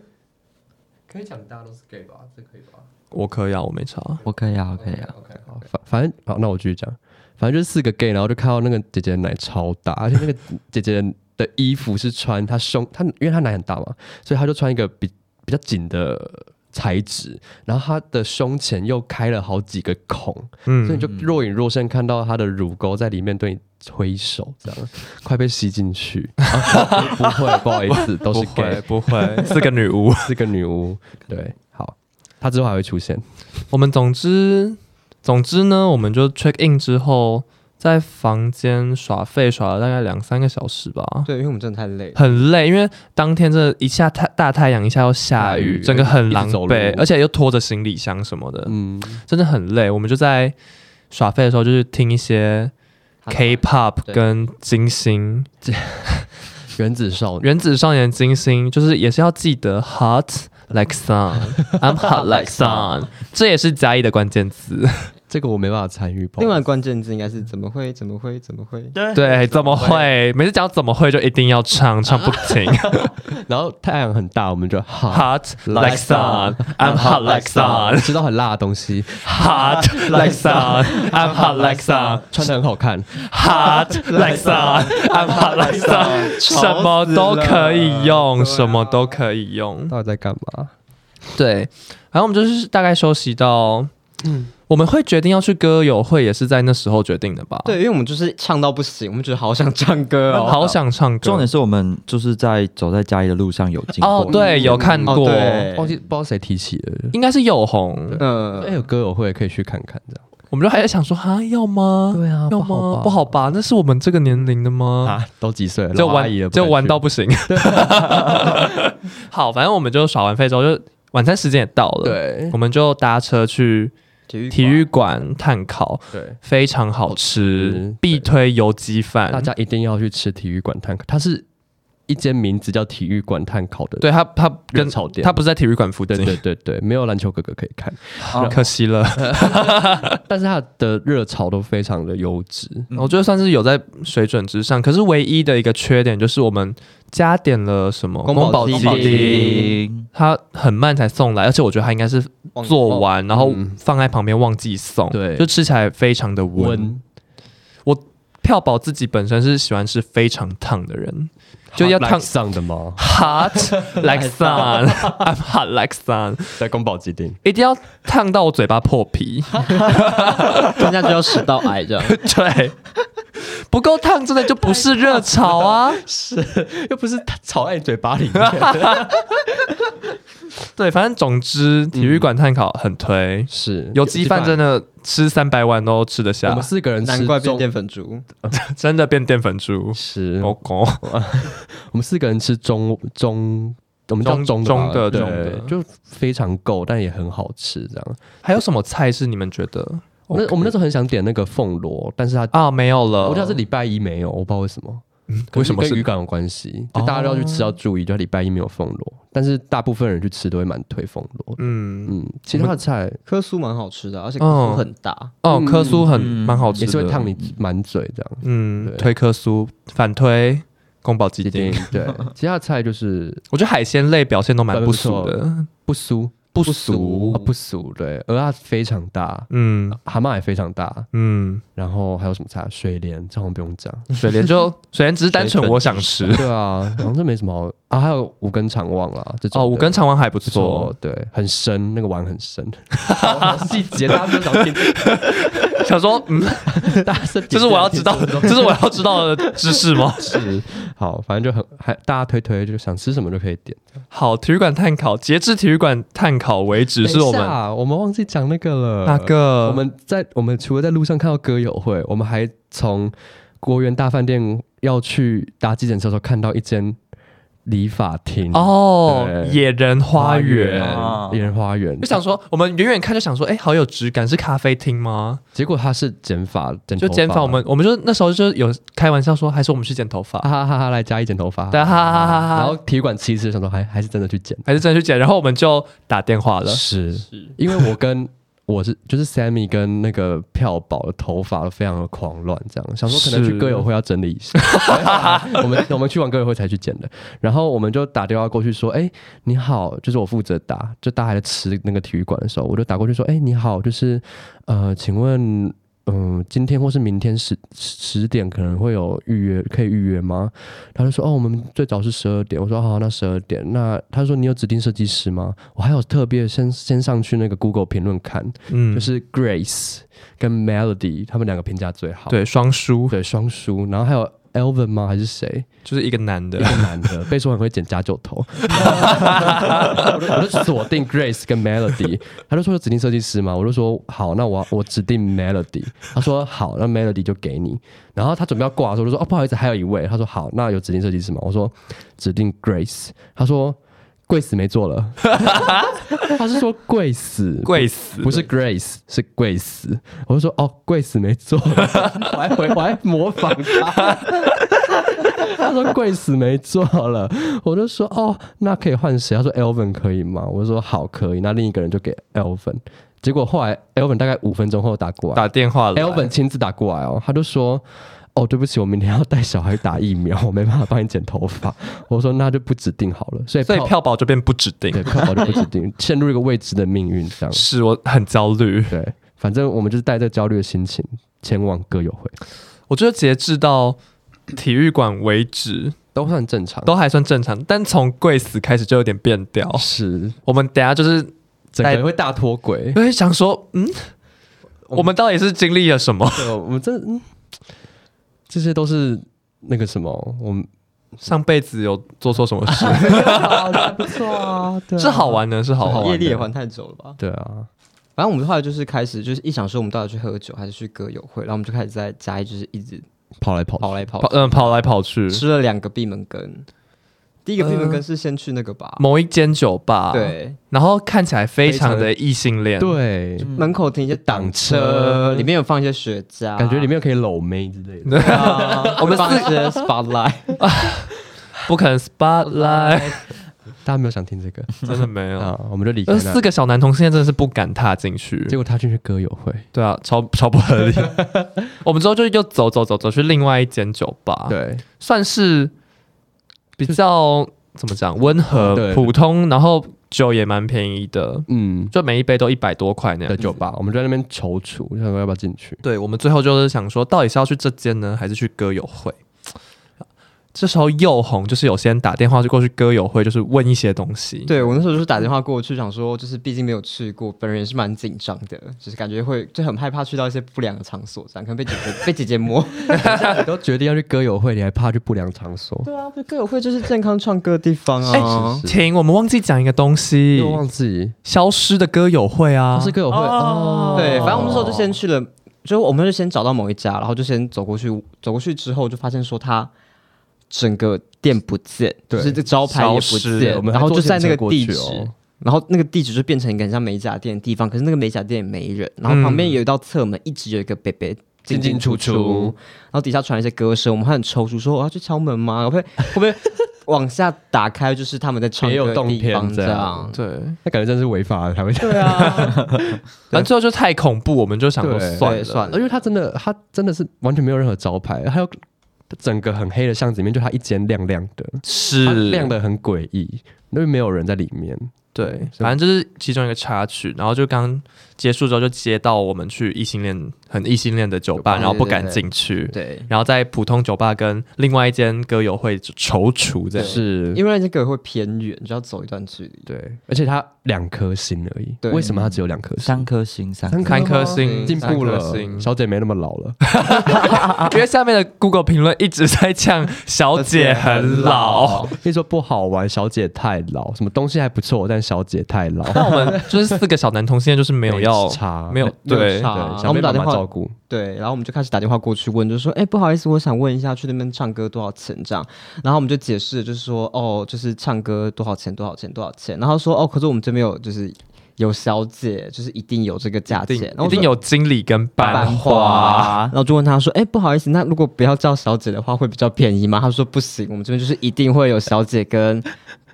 Speaker 3: 可以讲大家都是 gay 吧？这可以吧？
Speaker 1: 我可以啊，我没差。
Speaker 4: 我可以啊，我可以啊。
Speaker 3: OK，好，反反正好，那我继续讲，反正就是四个 gay，然后就看到那个姐姐的奶超大，而且那个姐姐的衣服是穿她胸，她因为她奶很大嘛，所以她就穿一个比比较紧的材质，然后她的胸前又开了好几个孔，所
Speaker 1: 嗯
Speaker 3: 以你，就若隐若现看到她的乳沟在里面对你挥手，这样快被吸进去， 啊不会，不好意思，都
Speaker 1: 不
Speaker 3: 是
Speaker 1: 会
Speaker 3: gay，
Speaker 1: 不会，四个女巫。
Speaker 3: 是个女巫，对，好，她之后还会出现，
Speaker 1: 我们总之总之呢，我们就 check in 之后，在房间耍废耍了大概两三个小时吧，
Speaker 2: 对，因为我们真的太累 了，
Speaker 1: 很累，因为当天真的一下太大太阳，一下又下
Speaker 3: 下
Speaker 1: 雨，
Speaker 3: 雨
Speaker 1: 整个很狼
Speaker 3: 一直走
Speaker 1: 狈，
Speaker 3: 路
Speaker 1: 而且又拖着行李箱什么的，
Speaker 3: 嗯，
Speaker 1: 真的很累。我们就在耍废的时候，就是听一些
Speaker 2: 他的
Speaker 1: K-pop
Speaker 2: 对
Speaker 1: 跟金星。
Speaker 3: 原子少女。
Speaker 1: 原子少年金星就是也是要记得 hot like sun，I'm hot like sun，这也是加一的关键 词。
Speaker 3: 这个我没办法参与。不好意
Speaker 2: 另
Speaker 3: 思
Speaker 2: 外关键字应该是怎么会怎么会怎么会？
Speaker 1: 对，啊怎么会？每次讲怎么会就一定要唱，唱不停。
Speaker 3: 然后太阳很大，我们就 好
Speaker 1: hot like sun，I'm hot like sun。
Speaker 3: 吃到很辣的东西，
Speaker 1: Hot like sun，I'm hot like sun。
Speaker 3: 穿的很好看，
Speaker 1: Hot like sun，I'm hot like sun。什么都可以用，什么都可以用。
Speaker 3: 到底在干嘛？
Speaker 1: 对，然后我们就是大概休息到，我们会决定要去歌友会，也是在那时候决定的吧？
Speaker 2: 对，因为我们就是唱到不行，我们觉得好想唱歌 哦，
Speaker 1: 好想唱歌。
Speaker 4: 重点是我们就是在走在嘉义的路上有经过
Speaker 1: 哦，对，有看
Speaker 2: 哦
Speaker 1: 过，
Speaker 2: 对
Speaker 3: 忘记不知道谁提起的，
Speaker 1: 应该是有红。
Speaker 3: 哎、
Speaker 2: 嗯，
Speaker 3: 有歌友会可以去看看，这样
Speaker 1: 我们就还在想说，哈，要吗？
Speaker 3: 对啊
Speaker 1: 要
Speaker 3: 不好
Speaker 1: 吗？
Speaker 3: 吧
Speaker 1: 不好吧？那是我们这个年龄的吗？
Speaker 3: 啊，都几岁了，
Speaker 1: 就
Speaker 3: 老阿姨了
Speaker 1: 玩
Speaker 3: 不敢
Speaker 1: 就
Speaker 3: 去，
Speaker 1: 玩到不行。 好，反正我们就耍完费之后，就晚餐时间也到了，，
Speaker 3: 对
Speaker 1: 我们就搭车去
Speaker 2: 体育
Speaker 1: 体育馆炭烤，
Speaker 3: 对，
Speaker 1: 非常好
Speaker 3: 好
Speaker 1: 吃
Speaker 3: 吃，
Speaker 1: 必推油鸡饭。
Speaker 3: 大家一定要去吃体育馆炭烤，它是一间名字叫体育馆炭烤的
Speaker 1: 对他，他跟
Speaker 3: 热炒店，
Speaker 1: 他不是在体育馆附
Speaker 3: 对
Speaker 1: 近，
Speaker 3: 对对对，没有篮球哥哥可以看，
Speaker 4: 哦
Speaker 1: 可惜了。
Speaker 3: 但是它的热炒都非常的优质，
Speaker 4: 嗯
Speaker 1: 我觉得算是有在水准之上，可是唯一的一个缺点就是我们加点了什么
Speaker 2: 宫保
Speaker 1: 鸡
Speaker 2: 鸡丁
Speaker 4: 丁
Speaker 1: 它很慢才送来，而且我觉得它应该是做
Speaker 2: 完
Speaker 1: 完然后
Speaker 3: 嗯
Speaker 1: 放在旁边忘记送，
Speaker 3: 对
Speaker 1: 就吃起来非常的温。
Speaker 3: 温
Speaker 1: 票宝自己本身是喜欢吃非常烫的人，就要烫
Speaker 3: 上的 吗？
Speaker 1: hot like sun，I'm hot like sun，
Speaker 3: 在宫保鸡丁。
Speaker 1: 一定要烫到我嘴巴破 皮。
Speaker 2: 人家就要食道癌这样。
Speaker 1: 对，不够烫真的就不是热潮 啊。
Speaker 3: 又 不是吵在你嘴巴里面。
Speaker 1: 对，反正总之体育馆碳烤很推，
Speaker 3: 是
Speaker 1: 有鸡饭啊真
Speaker 3: 的，
Speaker 1: 的吃三百碗都吃得
Speaker 3: 我
Speaker 1: 下
Speaker 3: 们，四个人
Speaker 2: 难
Speaker 3: 吃
Speaker 2: 怪变
Speaker 3: 中
Speaker 2: 淀粉猪，
Speaker 1: 真的变淀粉猪。
Speaker 3: 是，
Speaker 1: 狗狗，
Speaker 3: 我们四个人吃中中。我们叫
Speaker 1: 中
Speaker 3: 中
Speaker 1: 中的
Speaker 3: 的吧
Speaker 1: 中的
Speaker 3: 对，就非常够，但也很好吃。这样，
Speaker 1: 还有什么菜是你们觉得？
Speaker 3: 我那我们那时候很想点那个凤螺，但是它
Speaker 1: 啊没有了，
Speaker 3: 我知道是礼拜一没有，我不知道为什么，
Speaker 1: 为什么
Speaker 3: 可能跟
Speaker 1: 是
Speaker 3: 渔港有关系？就大家都要去吃，要注意，就礼拜一没有凤螺，但是大部分人去吃都会蛮推凤螺。
Speaker 1: 嗯
Speaker 3: 嗯，其他的菜
Speaker 2: 科苏蛮好吃的，而且科苏很大，
Speaker 1: 哦，
Speaker 3: 嗯
Speaker 1: 科苏很
Speaker 4: 嗯
Speaker 1: 蛮好吃
Speaker 3: 也
Speaker 1: 的，
Speaker 3: 是会烫你满嘴这样。
Speaker 1: 嗯，
Speaker 3: 对
Speaker 1: 推科苏反推宫保鸡
Speaker 3: 一定
Speaker 1: 丁，
Speaker 3: 对， 其他的菜就是
Speaker 1: 我觉得海鲜类表现都蛮不俗
Speaker 3: 蛮
Speaker 1: 的，
Speaker 3: 不俗，
Speaker 1: 不
Speaker 3: 俗，哦不俗，对，鹅啊非常大，
Speaker 1: 嗯
Speaker 3: 蛤蟆也非常大，
Speaker 1: 嗯，
Speaker 3: 然后还有什么菜？水莲，这好像不用讲。
Speaker 1: 水莲就水莲只是单纯我想吃，
Speaker 3: 对啊，好像这没什么好啊，还有五根长网啦，啊这种
Speaker 1: 哦，
Speaker 3: 的
Speaker 1: 五根长网还不
Speaker 3: 不错
Speaker 1: 错，，
Speaker 3: 对，很深，那个碗很深， 好细节大家都想听，
Speaker 1: 想 说，嗯，
Speaker 3: 大家是
Speaker 1: 这是我要知道，这是我要知道的知识吗？
Speaker 3: 是好，反正就很还大家推推，就想吃什么就可以点。
Speaker 1: 好，体育馆探考，截至体育馆探考为止，是我
Speaker 3: 等一
Speaker 1: 们
Speaker 3: 下我们忘记讲那个了，
Speaker 1: 哪个？
Speaker 3: 我们在我们除了在路上看到歌友会，我们还从国园大饭店要去搭计程车的时候，看到一间理发厅
Speaker 1: 哦
Speaker 3: 对，
Speaker 1: 野人花园。
Speaker 4: 啊
Speaker 3: 野人花园
Speaker 1: 就。想说，我们远远看就想说，哎、好有质感，是咖啡厅吗？
Speaker 3: 结果他是剪发，剪
Speaker 1: 就剪
Speaker 3: 头
Speaker 1: 发，我们我们就那时候就有开玩笑说，还是我们去剪头发，
Speaker 3: 哈哈哈哈来加一剪头发，
Speaker 1: 对，哈啊哈哈哈哈。
Speaker 3: 啊然后体育馆其实想说还还是真的去剪
Speaker 1: 还是真的去剪，然后我们就打电话了。
Speaker 3: 是因为我跟我是就是 Sammy 跟那个票宝的头发都非常的狂乱，这样想说可能
Speaker 1: 是
Speaker 3: 去歌友会要整理一下，我们我们去完歌友会才去剪的，然后我们就打电话过去说，哎、你好，就是我负责打，就大家还在吃那个体育馆的时候，我就打过去说，哎、你好，就是呃，请问。嗯，今天或是明天十十十点可能会有预约，可以预约吗？他就说哦，我们最早是十二点。我说哦好，那十二点。那他说你有指定设计师吗？我还有特别先先上去那个 Google 评论看，
Speaker 1: 嗯，
Speaker 3: 就是 Grace 跟 Melody 他们两个评价最好，
Speaker 1: 对双输，
Speaker 3: 对双输，然后还有 Elvin 吗？还是谁？
Speaker 1: 就是一个男的
Speaker 3: 一个。男的，被说很会剪假酒头，我就我就锁定 Grace 跟 Melody，他就说有指定设计师嘛，我就说好，那我我指定 Melody，他说好，那 Melody 就给你，然后他准备要挂的时候，我就说哦不好意思，还有一位，他说好，那有指定设计师吗？我说指定 Grace，他说贵死没做 了，他是说 贵死
Speaker 1: 贵死，
Speaker 3: 不是 Grace，是 Grace。我就说哦，Grace 没 做，我还回我还模仿他。他说 Grace 没做了，我就说哦，那可以换谁？他说 Elvin 可以吗？我就说好，可以。那另一个人就给 Elvin。结果后来 Elvin 大概五分钟后打过来，
Speaker 1: 打电话了。
Speaker 3: Elvin 亲自打过来哦，他就说：“哦，对不起，我明天要带小孩打疫苗，我没办法帮你剪头发。”我说：“那就不指定好了。”所以
Speaker 1: 所以票宝这边不指定
Speaker 3: 对，票哦宝就不指定，陷入一个未知的命运这样。
Speaker 1: 是我很焦虑。
Speaker 3: 对，反正我们就是带着焦虑的心情前往歌友会，
Speaker 1: 我觉得截至到体育馆为止
Speaker 3: 都算正常。
Speaker 1: 都还算正常，但从贵死开始就有点变调。
Speaker 3: 是，
Speaker 1: 我们等一下就是
Speaker 3: 整个
Speaker 1: 带
Speaker 3: 人会大脱轨。
Speaker 1: 因为想说，嗯，
Speaker 3: 我
Speaker 1: 我们到底是经历了什么？
Speaker 3: 对，我们真的嗯这些都是那个什么，我们
Speaker 1: 上辈子有做错什么 事？
Speaker 3: 不错啊，对
Speaker 1: 是好玩的，是好玩
Speaker 2: 业
Speaker 1: 的。
Speaker 2: 力也还太久了吧？
Speaker 3: 对啊，
Speaker 2: 反正我们后来就是开始，就是一想说我们到底去喝酒还是去歌友会，然后我们就开始在家里就是一直
Speaker 3: 跑来跑去，
Speaker 2: 跑来跑
Speaker 1: 跑
Speaker 2: 去，
Speaker 1: 嗯跑来跑去，
Speaker 2: 吃了两个闭门羹。第一个闭门羹是先去那个吧，
Speaker 1: 某一间酒吧，，
Speaker 2: 啊对，
Speaker 1: 然后看起来非常
Speaker 3: 非常
Speaker 1: 的异性恋，
Speaker 3: 对，
Speaker 2: 门口停一些嗯挡车，里面有放一些雪茄，
Speaker 3: 感觉里面可以搂妹之类的。
Speaker 2: 对啊 我们放一些 spotlight，
Speaker 1: 不可能 spotlight，
Speaker 3: 大家没有想听这个
Speaker 1: 真的没有。
Speaker 3: 啊，我们就离开
Speaker 1: 那
Speaker 3: 那
Speaker 1: 四。个小男童现在真的是不敢踏进去
Speaker 3: 结，果他进去歌友会，
Speaker 1: 对啊，超超不合理。我们之后就又走走走走去另外一间酒吧，，
Speaker 3: 对，
Speaker 1: 算是比较怎么讲温和
Speaker 3: 对
Speaker 1: 普通，然后酒也蛮便宜的，
Speaker 3: 嗯，
Speaker 1: 就每一杯都一百多块那
Speaker 3: 的
Speaker 1: 样。
Speaker 3: 酒吧，我们就在那边踌躇，想说要不要进去。
Speaker 1: 对，我们最后就是想说，到底是要去这间呢，还是去歌友会？这时候又红，就是有些人打电话就过去歌友会，就是问一些东西。
Speaker 2: 对我那时候就是打电话过去，想说就是毕竟没有去过，本人也是蛮紧张的，就是感觉会就很害怕去到一些不良的场所，这样可能被姐姐被姐姐摸。
Speaker 3: 啊你都决定要去歌友会，你还怕去不良场所？
Speaker 2: 对啊，歌友会就是健康唱歌的地方
Speaker 1: 哎、
Speaker 2: 啊。
Speaker 1: 停，我们忘记讲一个东西
Speaker 3: 又，忘记
Speaker 1: 消失的歌友会啊，
Speaker 3: 不是歌友会哦，
Speaker 2: 对，反正我们那时候就先去了，就我们就先找到某一家，然后就先走过去，走过去之后就发现说他整个店不见，就
Speaker 3: 对
Speaker 2: 是这招牌也不
Speaker 1: 消失
Speaker 2: 见
Speaker 3: 对，我们还
Speaker 2: 然后就
Speaker 3: 坐
Speaker 2: 在
Speaker 3: 电
Speaker 2: 那
Speaker 3: 车
Speaker 2: 个
Speaker 3: 过
Speaker 2: 地
Speaker 3: 去
Speaker 2: 址。
Speaker 3: 哦
Speaker 2: 然后那个地址就变成一个很像美甲店的地方，可是那个美甲店也没人，然
Speaker 3: 嗯
Speaker 2: 后旁边有一道侧门，一直有一个北北
Speaker 3: 进进出出
Speaker 2: 然后底下传来一些歌声，我们还很踌躇，说我要去敲门吗？会不会会不会往下打开就是他们在唱
Speaker 3: 也有
Speaker 2: 歌的
Speaker 3: 动
Speaker 2: 地方
Speaker 3: 片这
Speaker 2: 这
Speaker 3: 样
Speaker 2: 样？
Speaker 1: 对，
Speaker 3: 那感觉真是违法的才会这样。
Speaker 2: 对啊，
Speaker 1: 反正最后就太恐怖，我们就想说
Speaker 3: 对
Speaker 1: 算了
Speaker 2: 对算了
Speaker 3: 而且他真的，他真的是完全没有任何招牌，还有整个很黑的巷子里面，就他一间亮亮的，它
Speaker 1: 是
Speaker 3: 亮的很诡异，因为没有人在里面。
Speaker 1: 对，反正就是其中一个插曲。然后就刚结束之后，就接到我们去异性恋很异性恋的酒吧，
Speaker 2: 酒吧
Speaker 1: 然后不敢
Speaker 2: 对对对
Speaker 1: 进去，
Speaker 2: 对，
Speaker 1: 然后在普通酒吧跟另外一间歌友会踌躇这样。
Speaker 3: 是，
Speaker 2: 因为那个会偏远，就要走一段距离。
Speaker 3: 对，而且它两颗星而已，
Speaker 2: 对
Speaker 3: 为什么它只有两颗
Speaker 4: 三
Speaker 3: 星？
Speaker 4: 颗星，三
Speaker 3: 三
Speaker 1: 三颗
Speaker 3: 吗
Speaker 1: 星
Speaker 3: 进步
Speaker 1: 三颗
Speaker 3: 了，
Speaker 1: 星
Speaker 3: 小姐没那么老了。
Speaker 1: 因为下面的 Google 评论一直在呛小姐很老，
Speaker 3: 可以说不好玩，小姐太老，什么东西还不错，但小姐太老，
Speaker 1: 那我们就是四个小男同，现在就是没有要
Speaker 3: 差，
Speaker 1: 没有
Speaker 2: 没有
Speaker 1: 对
Speaker 2: 差
Speaker 3: 对，
Speaker 2: 然后
Speaker 3: 想
Speaker 2: 我们
Speaker 3: 被
Speaker 2: 打
Speaker 3: 妈
Speaker 2: 电
Speaker 3: 妈
Speaker 2: 话
Speaker 3: 照顾，
Speaker 2: 对，然后我们就开始打电话过去问，就说：“哎、不好意思，我想问一下，去那边唱歌多少钱？”这样，然后我们就解释，就是说：“哦，就是唱歌多少钱，多少钱，多少钱。”然后说：“哦，可是我们这边有，就是有小姐，就是一定有这个价
Speaker 1: 一
Speaker 2: 钱
Speaker 1: 定，
Speaker 2: 然后
Speaker 1: 一
Speaker 2: 我说
Speaker 1: 定有经理跟班
Speaker 2: 班
Speaker 1: 花，
Speaker 2: 花。”然后就问他说：“哎、不好意思，那如果不要叫小姐的话，会比较便宜吗？”他说：“不行，我们这边就是一定会有小姐跟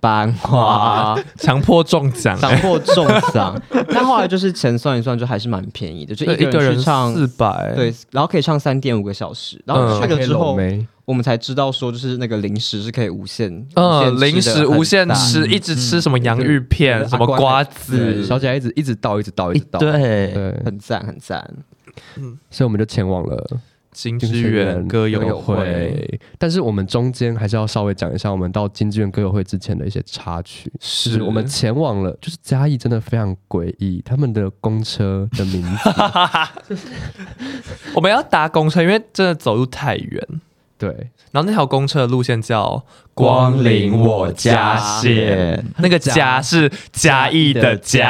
Speaker 2: 班花。”
Speaker 1: 强迫中奖，
Speaker 2: 强迫中奖， 但后来就是钱算一算，就还是蛮便宜的，就
Speaker 1: 对
Speaker 2: 一
Speaker 1: 一
Speaker 2: 个
Speaker 1: 个
Speaker 2: 人
Speaker 1: 人
Speaker 2: 去唱
Speaker 1: 四百，
Speaker 2: 对，，然后可以唱三点五个小时，然后
Speaker 1: 嗯
Speaker 2: 去了之后，
Speaker 3: 没
Speaker 2: 我们才知道说，就是那个零食是可以无限，
Speaker 1: 嗯，
Speaker 2: 无限
Speaker 1: 零
Speaker 2: 吃的
Speaker 1: 食
Speaker 2: 很
Speaker 1: 无限
Speaker 2: 大
Speaker 1: 吃，一直吃什么洋芋片，
Speaker 2: 对
Speaker 1: 什么
Speaker 2: 阿瓜
Speaker 1: 瓜
Speaker 3: 对
Speaker 1: 子，
Speaker 3: 小姐一直一直倒，一直倒，一直倒，
Speaker 4: 对，
Speaker 3: 对，
Speaker 2: 很赞很赞，
Speaker 3: 所以我们就前往了
Speaker 1: 金
Speaker 3: 金
Speaker 1: 之
Speaker 3: 之
Speaker 1: 源
Speaker 3: 源
Speaker 1: 歌
Speaker 2: 歌
Speaker 1: 友
Speaker 2: 友
Speaker 1: 会
Speaker 2: 会。
Speaker 3: 对，但是我们中间还是要稍微讲一下我们到金志愿歌友会之前的一些插曲。就是
Speaker 1: 是
Speaker 3: 我们前往了，就是嘉义真的非常诡异，他们的公车的名 字，
Speaker 1: 我们要搭公车，因为真的走路太远。
Speaker 3: 对，
Speaker 1: 然后那条公车的路线叫
Speaker 4: 光临我
Speaker 1: 家
Speaker 4: 线，
Speaker 1: 那个家是嘉义的家，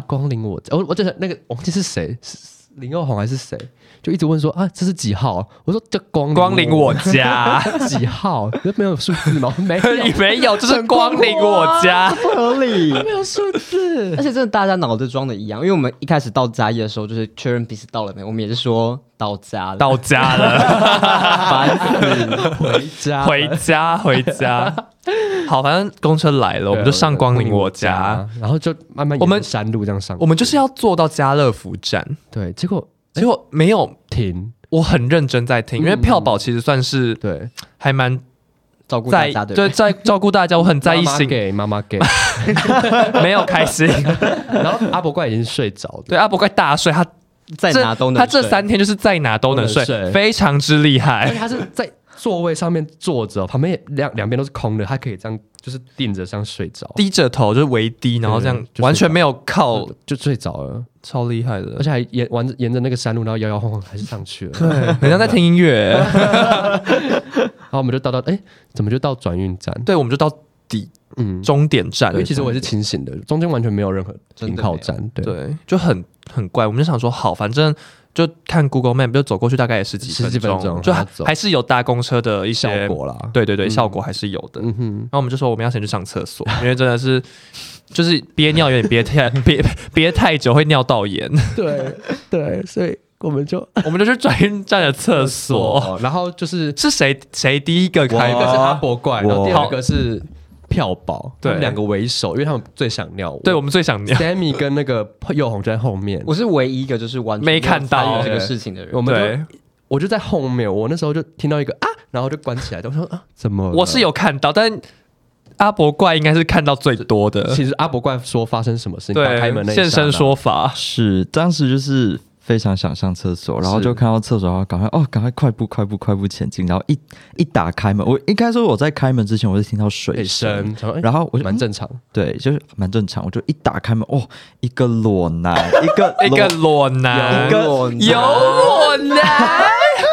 Speaker 4: 家
Speaker 3: 光临我家，哦我我记得那个我忘记是谁，是是林佑宏还是谁，就一直问说啊这是几号？我说这光
Speaker 1: 光临我
Speaker 3: 家
Speaker 1: 家。
Speaker 3: 几号？这没有数字吗？没有，
Speaker 1: 没有，就是光临我家。
Speaker 2: 不合 理。
Speaker 3: 没有数字
Speaker 2: 而。且真的大家脑子装的一样，因为我们一开始到家业的时候，就是确认彼此到了没，我们也是说到家了，
Speaker 1: 到 家了，
Speaker 2: 烦死，
Speaker 3: 回家
Speaker 1: 回家，回家。好，反正公车来了，我们就上光临我家。，
Speaker 3: 然后就慢慢
Speaker 1: 我们
Speaker 3: 沿着山路这样上，
Speaker 1: 我们就是要坐到家乐福站，
Speaker 3: 对，结果
Speaker 1: 结果没有。
Speaker 3: 停，
Speaker 1: 我很认真在听，因为票宝其实算是
Speaker 3: 对，
Speaker 1: 还蛮
Speaker 2: 照顾大
Speaker 1: 在
Speaker 2: 家的
Speaker 1: 对
Speaker 2: 人，
Speaker 1: 在 照顾大家，我很在意
Speaker 3: 妈妈
Speaker 1: 心，
Speaker 3: 给妈妈给，
Speaker 1: 没有开 心。
Speaker 3: 然后阿伯怪已经睡着了，
Speaker 1: 对阿伯快大睡，他
Speaker 2: 在
Speaker 1: 这
Speaker 2: 哪都能
Speaker 1: 他这
Speaker 2: 睡
Speaker 1: 三天就是在哪都能睡，
Speaker 3: 都能睡
Speaker 1: 非常之厉
Speaker 3: 而
Speaker 1: 害。
Speaker 3: 且他是在座位上面坐着，哦旁边也两两边都是空的，他可以这样就是定着这样睡着，
Speaker 1: 低着头就是微低，然后这样
Speaker 3: 对就是
Speaker 1: 完全没有靠，
Speaker 3: 就睡着了，
Speaker 1: 超厉害的
Speaker 3: 而。且还沿沿沿着那个山路，然后摇摇晃晃还是上去了，
Speaker 1: 对，很像在听音乐。
Speaker 3: 然后我们就到到哎，怎么就到转运站？
Speaker 1: 对，我们就到底
Speaker 3: 嗯，
Speaker 1: 终点站
Speaker 3: 因
Speaker 1: 了。
Speaker 3: 为其实我也是清醒的，中间完全没有任何
Speaker 2: 真的
Speaker 3: 停靠站，对。
Speaker 1: 对，就很很怪。我们就想说，好，反正就看 Google Map 就走过去，大概也十几
Speaker 3: 十几分钟
Speaker 1: 就
Speaker 3: 然
Speaker 1: 还
Speaker 3: 后走
Speaker 1: 还是有搭公车的一
Speaker 3: 效
Speaker 1: 些。
Speaker 3: 果啦，
Speaker 1: 对对对，
Speaker 3: 嗯
Speaker 1: 效果还是有的。
Speaker 3: 嗯哼，
Speaker 1: 然后我们就说我们要先去上厕所，因为真的是就是憋尿有点憋太 憋憋太久会尿道炎，
Speaker 3: 对对，所以我们就
Speaker 1: 我们就去转运站的厕所。，
Speaker 3: 然后就是
Speaker 1: 是谁谁第一个开
Speaker 3: 一个是
Speaker 1: 门？
Speaker 3: 阿伯怪，然后
Speaker 4: 我
Speaker 3: 第二个是票宝，
Speaker 1: 对
Speaker 3: 他们两个为首，因为他们最想尿。
Speaker 1: 对我们最想尿，
Speaker 3: Sammy 跟那个佑红就在后面，
Speaker 2: 我是唯一一个就是完全
Speaker 1: 没看到
Speaker 2: 参与这个事情的人
Speaker 3: 我，们
Speaker 1: 对
Speaker 3: 就我就在后面，我那时候就听到一个啊，然后就关起来，我说啊，怎么了？
Speaker 1: 我是有看到，但阿伯怪应该是看到最多的。
Speaker 3: 其实阿伯怪说发生什么事情，打开门
Speaker 1: 对，
Speaker 3: 那一刹
Speaker 1: 现
Speaker 3: 那
Speaker 1: 身，说法，
Speaker 4: 是当时就是非常想上厕所，然后
Speaker 3: 是
Speaker 4: 就看到厕所，然后赶快哦，赶快快步快步快步前进，然后一一打开门，我应该说我在开门之前我就听到水
Speaker 3: 对
Speaker 4: 声，
Speaker 3: 声，然后
Speaker 4: 然后我就
Speaker 3: 哎蛮
Speaker 4: 嗯
Speaker 3: 正常，
Speaker 4: 对，就是蛮正常，我就一打开门，哦，一个裸男，一个
Speaker 1: 一个裸
Speaker 4: 裸
Speaker 1: 男，
Speaker 2: 有
Speaker 1: 有裸男，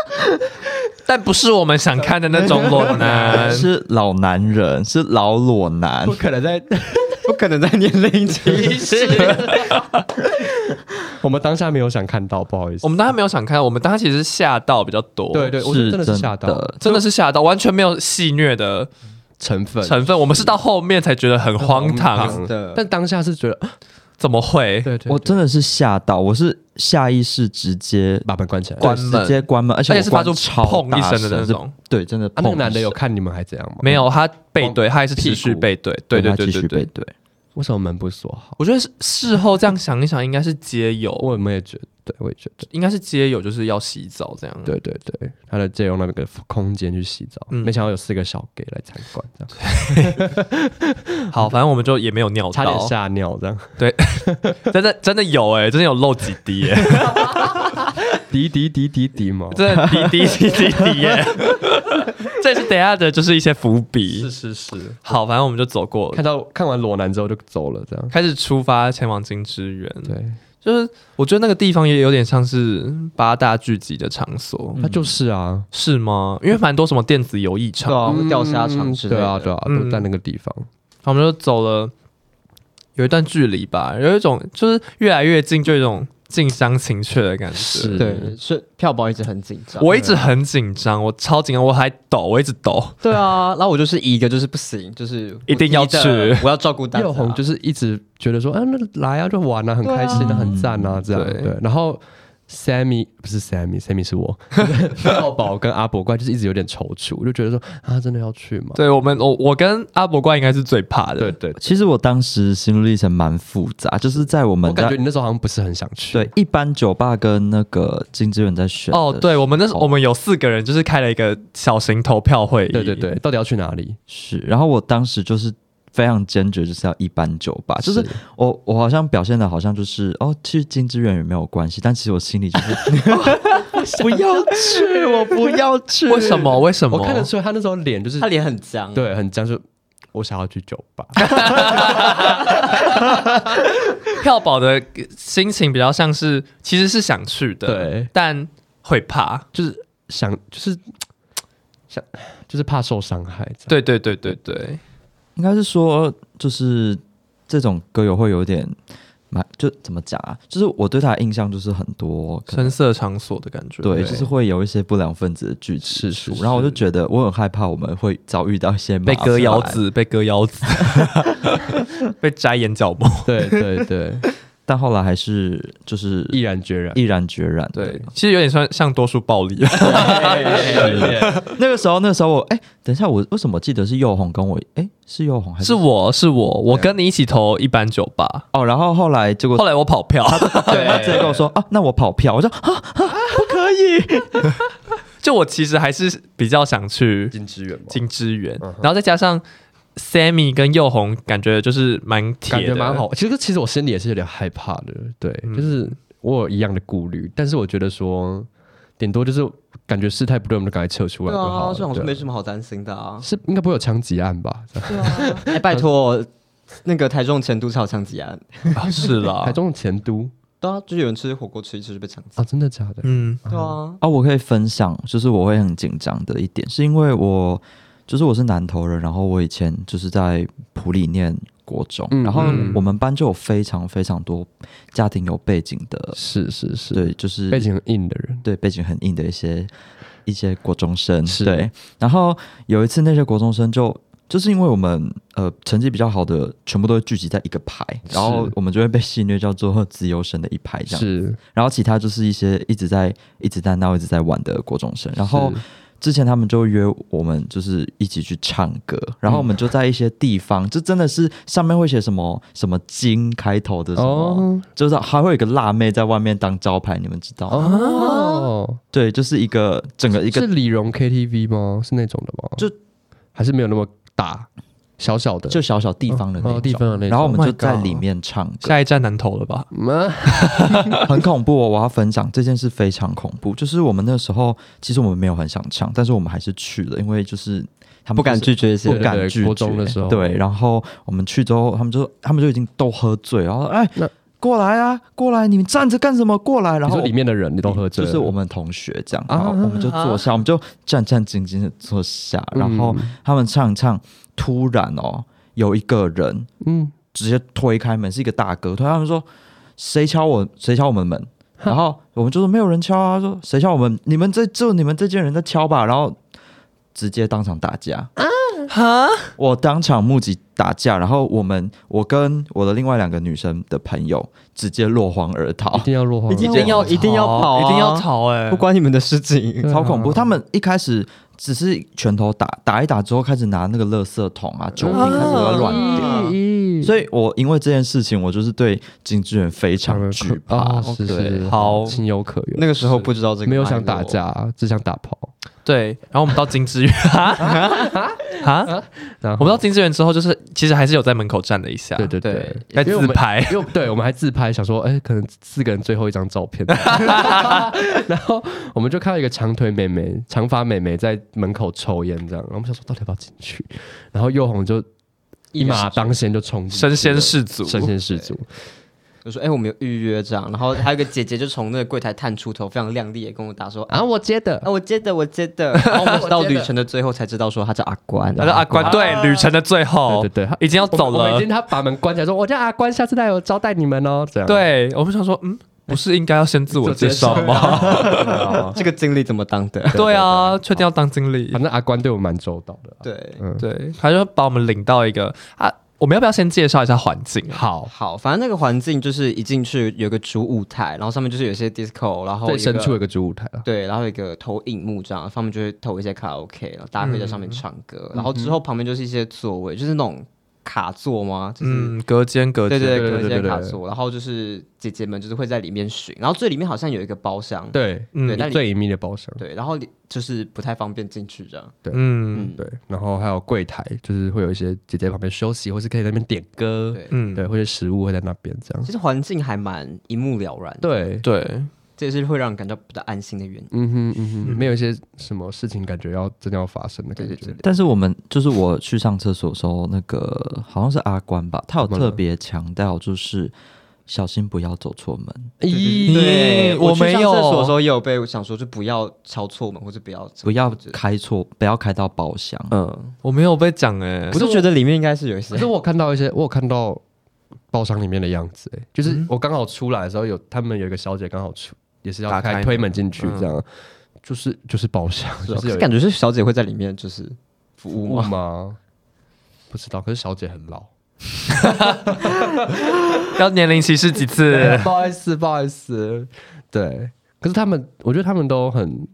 Speaker 1: 但不是我们想看的那种裸 男。
Speaker 4: 是老男人，是老裸男
Speaker 3: 不，可能在
Speaker 2: 不可能在年龄歧视。
Speaker 3: 我们当下没有想看到，不好意思
Speaker 1: 我，们当时没有想看，我们当时其实吓到比较多，
Speaker 3: 对，对，我觉得
Speaker 4: 是
Speaker 3: 真的是吓到
Speaker 4: 的
Speaker 1: 真的是吓到，完全没有戏虐的
Speaker 3: 成分，
Speaker 1: 成分。我们是到后面才觉得很荒唐，
Speaker 2: 真的
Speaker 3: 但当下是觉得啊
Speaker 1: 怎么会？
Speaker 3: 对对，
Speaker 4: 我真的是吓到，我是下意识直接
Speaker 3: 把门关起来。啊
Speaker 1: 关门
Speaker 4: 对直接关门，而且
Speaker 1: 而
Speaker 4: 我
Speaker 1: 且是发
Speaker 4: 关
Speaker 1: 出
Speaker 4: 超
Speaker 1: 砰
Speaker 4: 大
Speaker 1: 一声的那
Speaker 4: 是
Speaker 1: 种。
Speaker 4: 对，真的
Speaker 3: 啊，
Speaker 4: 砰一声。
Speaker 3: 那个男的有看你们还怎样吗？
Speaker 1: 没，有，他背对，他还是哦持续
Speaker 4: 屁股
Speaker 1: 背对，对对
Speaker 4: 他
Speaker 1: 对
Speaker 4: 继
Speaker 1: 对
Speaker 4: 续
Speaker 1: 对
Speaker 4: 背。对，
Speaker 3: 为什么门不锁好？
Speaker 1: 我觉得是事后这样想一想，应该是街友，
Speaker 3: 我们也觉得，对，我也觉得，
Speaker 1: 应该是街友，就是要洗澡这样。
Speaker 3: 对对对，他的借用那个空间去洗澡，
Speaker 1: 嗯
Speaker 3: 没想到有四个小 gay 来参观，这样
Speaker 1: 好，反正我们就也没有尿
Speaker 3: 差点
Speaker 1: 到，
Speaker 3: 吓尿这样。
Speaker 1: 欸 真的真的有哎、真的有漏几滴哎、
Speaker 3: 滴滴滴滴滴嘛，
Speaker 1: 这滴滴滴滴滴 耶，这是等一下的，就是一些伏笔
Speaker 3: 是。是是。
Speaker 1: 好，反正我们就走过了
Speaker 3: 看到看完裸男之后就走了，这样
Speaker 1: 开始出发前往金之源。
Speaker 3: 对，
Speaker 1: 就是我觉得那个地方也有点像是八大聚集的场所，
Speaker 3: 他就是啊，
Speaker 1: 是吗？因为蛮多什么电子游艺
Speaker 2: 对
Speaker 1: 场，
Speaker 2: 啊，或钓虾场之类
Speaker 3: 对
Speaker 2: 的。
Speaker 3: 啊对啊，
Speaker 1: 嗯
Speaker 3: 都在那个地方。
Speaker 1: 然后我们就走了有一段距离吧，有一种就是越来越近，就有一种近乡情怯的感觉。
Speaker 3: 是啊
Speaker 2: 对，是票宝一直很紧张。
Speaker 1: 我一直很紧张，我超紧张，我还抖，我一直抖。
Speaker 2: 对啊，然后我就是一个就是不行，就是
Speaker 1: 一定要去
Speaker 2: 我逼的，我要照顾大家。
Speaker 3: 佑红就是一直觉得说，啊，那来啊，就玩啊，很开心
Speaker 4: 对
Speaker 3: 啊，
Speaker 4: 啊
Speaker 3: 很赞啊，这样
Speaker 1: 对
Speaker 3: 对。然后 Sammy 不是 Sammy，Sammy 是我， 浩宝跟阿伯怪就是一直有点踌躇，我就觉得说，啊，真的要去吗？
Speaker 1: 对我们，我我跟阿伯怪应该是最怕的。
Speaker 3: 对对，
Speaker 4: 其实我当时心路历程蛮复杂，就是在我
Speaker 3: 我
Speaker 4: 们
Speaker 3: 感觉
Speaker 4: 在
Speaker 3: 你那时候好像不是很想去，
Speaker 4: 对一般酒吧跟那个金之源在选
Speaker 1: 哦，
Speaker 4: 的
Speaker 1: 对，我们那时候
Speaker 4: 哦
Speaker 1: 我们有四个人，就是开了一个小型投票会议。
Speaker 3: 对对对，到底要去哪里？
Speaker 4: 是，然后我当时就是非常坚决，就是要一般酒吧，啊就是我我好像表现的好像就是哦，去金之源也没有关系，但其实我心里就是不要去，我不要去，
Speaker 1: 为什？么？为什么？
Speaker 3: 我看得出来他那时候脸就是
Speaker 2: 他脸很僵，，
Speaker 3: 对很僵，就我想要去酒吧，
Speaker 1: 票宝的呃心情比较像是，其实是想去的，
Speaker 3: 对，
Speaker 1: 但会怕。
Speaker 3: 就是想就是想就是怕受伤害，这样
Speaker 1: 对对对对对，
Speaker 4: 应该是说就是这种歌友会有点。蛮就怎么讲啊？就是我对他的印象就是很多可能
Speaker 1: 深色场所的感觉。
Speaker 4: 对，就是会有一些不良分子的聚
Speaker 3: 是
Speaker 4: 集
Speaker 3: 是
Speaker 4: 处，
Speaker 3: 是
Speaker 4: 然后我就觉得我很害怕我们会遭遇到一些
Speaker 1: 被
Speaker 4: 麻
Speaker 1: 割腰
Speaker 4: 烦，
Speaker 1: 子，被割腰 子，被摘眼角膜。
Speaker 3: 对对对，
Speaker 4: 但后来还是就是
Speaker 3: 毅然决然。
Speaker 4: 毅然决然。
Speaker 1: 对，其实有点像像多数暴力。
Speaker 4: 那个时候，那个时候我哎、等一下，我为什么记得是佑红跟我哎、是佑红还是
Speaker 1: 是我是我，我跟你一起投一般酒吧，
Speaker 4: 哦？然后后来结果
Speaker 1: 后来我跑票，
Speaker 4: 对他直接跟我说啊，那我跑票，我说啊
Speaker 1: 就我其实还是比较想去
Speaker 3: 金之源嘛，
Speaker 1: 金之源，然后再加上 Sammy 跟佑红，感觉就是蛮铁
Speaker 3: 感
Speaker 1: 的，
Speaker 3: 觉蛮。好。其实其实我心里也是有点害怕的，对，
Speaker 1: 嗯
Speaker 3: 就是我有一样的顾虑，但是我觉得说，顶多就是感觉事态不对，我们就赶快撤出来
Speaker 2: 对
Speaker 3: 就好
Speaker 2: 啊，
Speaker 3: 了。
Speaker 2: 这种是
Speaker 3: 对
Speaker 2: 没什么好担心的啊。
Speaker 3: 是应该不会有枪击案吧？
Speaker 2: 哎，拜托，那个台中前都超枪击案，
Speaker 1: 啊是啦
Speaker 3: 台，中的前都
Speaker 2: 对啊，就是有人吃火锅吃一吃就被抢走。
Speaker 3: 啊，真的假的？
Speaker 1: 嗯，
Speaker 2: 对啊，
Speaker 4: 啊，我可以分享，就是我会很紧张的一点，是因为我就是我是南投人，然后我以前就是在普里念国中，
Speaker 3: 嗯
Speaker 4: 然后
Speaker 1: 嗯
Speaker 4: 我们班就有非常非常多家庭有背景的，
Speaker 3: 是是是，
Speaker 4: 对，就是
Speaker 3: 背景很硬的人，
Speaker 4: 对背景很硬的一些一些国中生，
Speaker 3: 是
Speaker 4: 对。然后有一次那些国中生就就是因为我们呃成绩比较好的全部都会聚集在一个排，
Speaker 3: 是
Speaker 4: 然后我们就会被戏虐叫做自由生的一排这样。
Speaker 3: 是，
Speaker 4: 然后其他就是一些一直在一直在闹一直在玩的国中生，然后
Speaker 3: 是
Speaker 4: 之前他们就约我们，就是一起去唱歌，然后我们就在一些地方，就真的是上面会写什么什么金开头的什么，
Speaker 3: 哦
Speaker 4: 就是还会有一个辣妹在外面当招牌，你们知道吗？
Speaker 3: 哦，
Speaker 4: 对，就是一个整啊个一
Speaker 3: 是
Speaker 4: 个
Speaker 3: 李荣 KTV 吗？是那种的吗？
Speaker 4: 就
Speaker 3: 还是没有那么大，小小的，
Speaker 4: 就小小地方的那
Speaker 3: 哦
Speaker 4: 种，
Speaker 3: 哦地方的那种
Speaker 4: 然后我们
Speaker 1: Oh my
Speaker 4: 就在
Speaker 1: God
Speaker 4: 里面唱歌，
Speaker 1: 下一站南投了吧？
Speaker 3: 嗯
Speaker 4: 很恐怖、哦。我要分享这件事非常恐怖，就是我们那时候其实我们没有很想唱，但是我们还是去了，因为就是他们
Speaker 2: 不敢
Speaker 4: 就是
Speaker 2: 拒绝一些
Speaker 4: 不
Speaker 3: 对
Speaker 4: 敢
Speaker 3: 对
Speaker 4: 拒绝。
Speaker 3: 国中的时候
Speaker 4: 对，然后我们去之后，他们就他们就已经都喝醉，然后哎
Speaker 3: 那，
Speaker 4: 过来啊，过来，你们站着干什么？过来，然
Speaker 3: 你
Speaker 4: 后
Speaker 3: 说里面的人你
Speaker 4: 你
Speaker 3: 都喝醉
Speaker 4: 就
Speaker 3: 了，
Speaker 4: 是我们同学这样，然后
Speaker 3: 啊
Speaker 4: 我们就坐下，我们就战战兢兢的坐下，
Speaker 3: 嗯
Speaker 4: 然后他们唱一唱，突然哦，有一个人
Speaker 3: 嗯，
Speaker 4: 直接推开门，是一个大哥，推开门说：“谁敲我？谁敲我们门？”然后我们就说：“没有人敲啊。”他说：“谁敲我们？你们这就你们这些人在敲吧。”然后直接当场打架啊！我当场目击打架，然后我们我跟我的另外两个女生的朋友直接落荒而逃
Speaker 3: 一，定要落荒而
Speaker 2: 一
Speaker 3: 逃，
Speaker 2: 定
Speaker 1: 哦
Speaker 2: 要一定要跑啊
Speaker 1: 一定要逃哎
Speaker 2: 不！关你们的事情。
Speaker 3: 对啊
Speaker 4: 超恐怖。他们一开始只是拳头打打一打之后，开始拿那个垃圾桶啊、酒瓶开始
Speaker 1: 啊
Speaker 4: 乱丢。
Speaker 3: 咦
Speaker 4: 所以我因为这件事情，我就是对金志远非常惧怕。
Speaker 3: 哦是
Speaker 4: 对
Speaker 3: 是
Speaker 1: 好
Speaker 3: 情有可原。
Speaker 2: 那个时候不知道这个脉络，
Speaker 3: 没有想打架，只想打炮。
Speaker 1: 对，然后我们到金枝园 啊，
Speaker 3: 然
Speaker 1: 我
Speaker 3: 后
Speaker 1: 们到金枝园之后，就是其实还是有在门口站了一下，
Speaker 3: 对对对
Speaker 2: 对，
Speaker 1: 该
Speaker 3: 因为我
Speaker 1: 自
Speaker 3: 们
Speaker 1: 拍，
Speaker 3: 因为对，我们还自拍，想说，哎、可能四个人最后一张照片， 然后我们就看到一个长腿妹妹、长发妹妹在门口抽烟，这样，然后我们想说，到底要不要进去？然后佑红就一马当先就冲进去了，
Speaker 1: 身先士卒，
Speaker 3: 身先士卒，
Speaker 2: 就说哎、我们有预约这样，然后还有一个姐姐就从那个柜台探出头，非常靓丽的跟我打说啊
Speaker 3: 然后我接的，
Speaker 2: 啊，我接的我接的，然后我们直到旅程的最后才知道说他叫阿关，
Speaker 1: 他说阿关，对，旅程的最后，
Speaker 3: 对对对他
Speaker 1: 已经要
Speaker 3: 啊我
Speaker 1: 哦走
Speaker 3: 们我们已
Speaker 1: 了
Speaker 3: 经，他把门关起来，说，我叫阿关，下次带我招待你们哦，这样，
Speaker 1: 对，我们想说，嗯，不是应该要先自我介绍吗？
Speaker 2: 这个经历怎么当的？
Speaker 1: 对啊，确定要当经理
Speaker 3: 反，正阿关对我蛮周到的啊、
Speaker 2: 对，
Speaker 1: 对，他就把我们领到一个啊，我们要不要先介绍一下环境？啊好，
Speaker 2: 好，反正那个环境就是一进去有个主舞台，然后上面就是有一些 disco，然后
Speaker 3: 最
Speaker 2: 有一个
Speaker 3: 深处有个主舞台啊，
Speaker 2: 对，然后有一个投影幕这样，上面就会投一些卡拉 OK，然后大家可以在上面唱歌，然后之后旁边就是一些座位，就是那种卡座吗？就是、
Speaker 1: 嗯，隔间隔
Speaker 2: 对
Speaker 1: 间，
Speaker 2: 对对，
Speaker 3: 对对
Speaker 2: 隔间
Speaker 3: 对
Speaker 2: 卡
Speaker 3: 对
Speaker 2: 座，然后就是姐姐们就是会在里面巡，然后最里面好像有一个包厢，
Speaker 3: 对，
Speaker 1: 嗯
Speaker 2: 对，那里
Speaker 3: 最隐秘的包厢，
Speaker 2: 对，然后里就是不太方便进去这样，
Speaker 1: 嗯
Speaker 3: 对，然后还有柜台，就是会有一些姐姐在旁边休息，或是可以在那边点歌，
Speaker 2: 对，
Speaker 1: 嗯，
Speaker 3: 对，或者食物会在那边这样。
Speaker 2: 其实环境还蛮一目了然，，
Speaker 3: 对，
Speaker 1: 对，
Speaker 2: 这也是会让人感到比较安心的原因。
Speaker 3: 嗯哼嗯哼，没有一些什么事情感觉要真的要发生的感
Speaker 2: 对对
Speaker 3: 觉
Speaker 2: 对。
Speaker 4: 但是我们就是我去上厕所的时候，那个好像是阿关吧，他有
Speaker 3: 怎么了
Speaker 4: 特别强调就是小心不要走错门，
Speaker 3: 咦，
Speaker 2: 对，
Speaker 1: 嗯我
Speaker 2: 去
Speaker 1: 没
Speaker 2: 上
Speaker 1: 有
Speaker 2: 厕所的时候也有被想说，就不要敲错门或者不要
Speaker 4: 不要
Speaker 2: 这样子
Speaker 4: 开错，不要开到包厢。
Speaker 2: 嗯，
Speaker 1: 我没有被讲哎
Speaker 2: 我，是觉得里面应该是有一些
Speaker 3: 可是我看到一些，我有看到包厢里面的样子、欸，就是我刚好出来的时候有，他们有一个小姐刚好出，也是
Speaker 1: 打
Speaker 3: 要
Speaker 1: 开
Speaker 3: 开推门进去这样，就是就是包厢，
Speaker 2: 是
Speaker 3: 就
Speaker 2: 啊
Speaker 3: 是哦
Speaker 2: 可
Speaker 3: 有
Speaker 2: 是
Speaker 3: 一
Speaker 2: 感觉是小姐会在里面就是服
Speaker 3: 服
Speaker 2: 务
Speaker 3: 务
Speaker 2: 嘛，
Speaker 3: 吗？ 不知道，可是小姐很老。
Speaker 1: 要年龄歧视几次？
Speaker 3: 不好意思，不好意思。对，可是他们，我觉得他们都很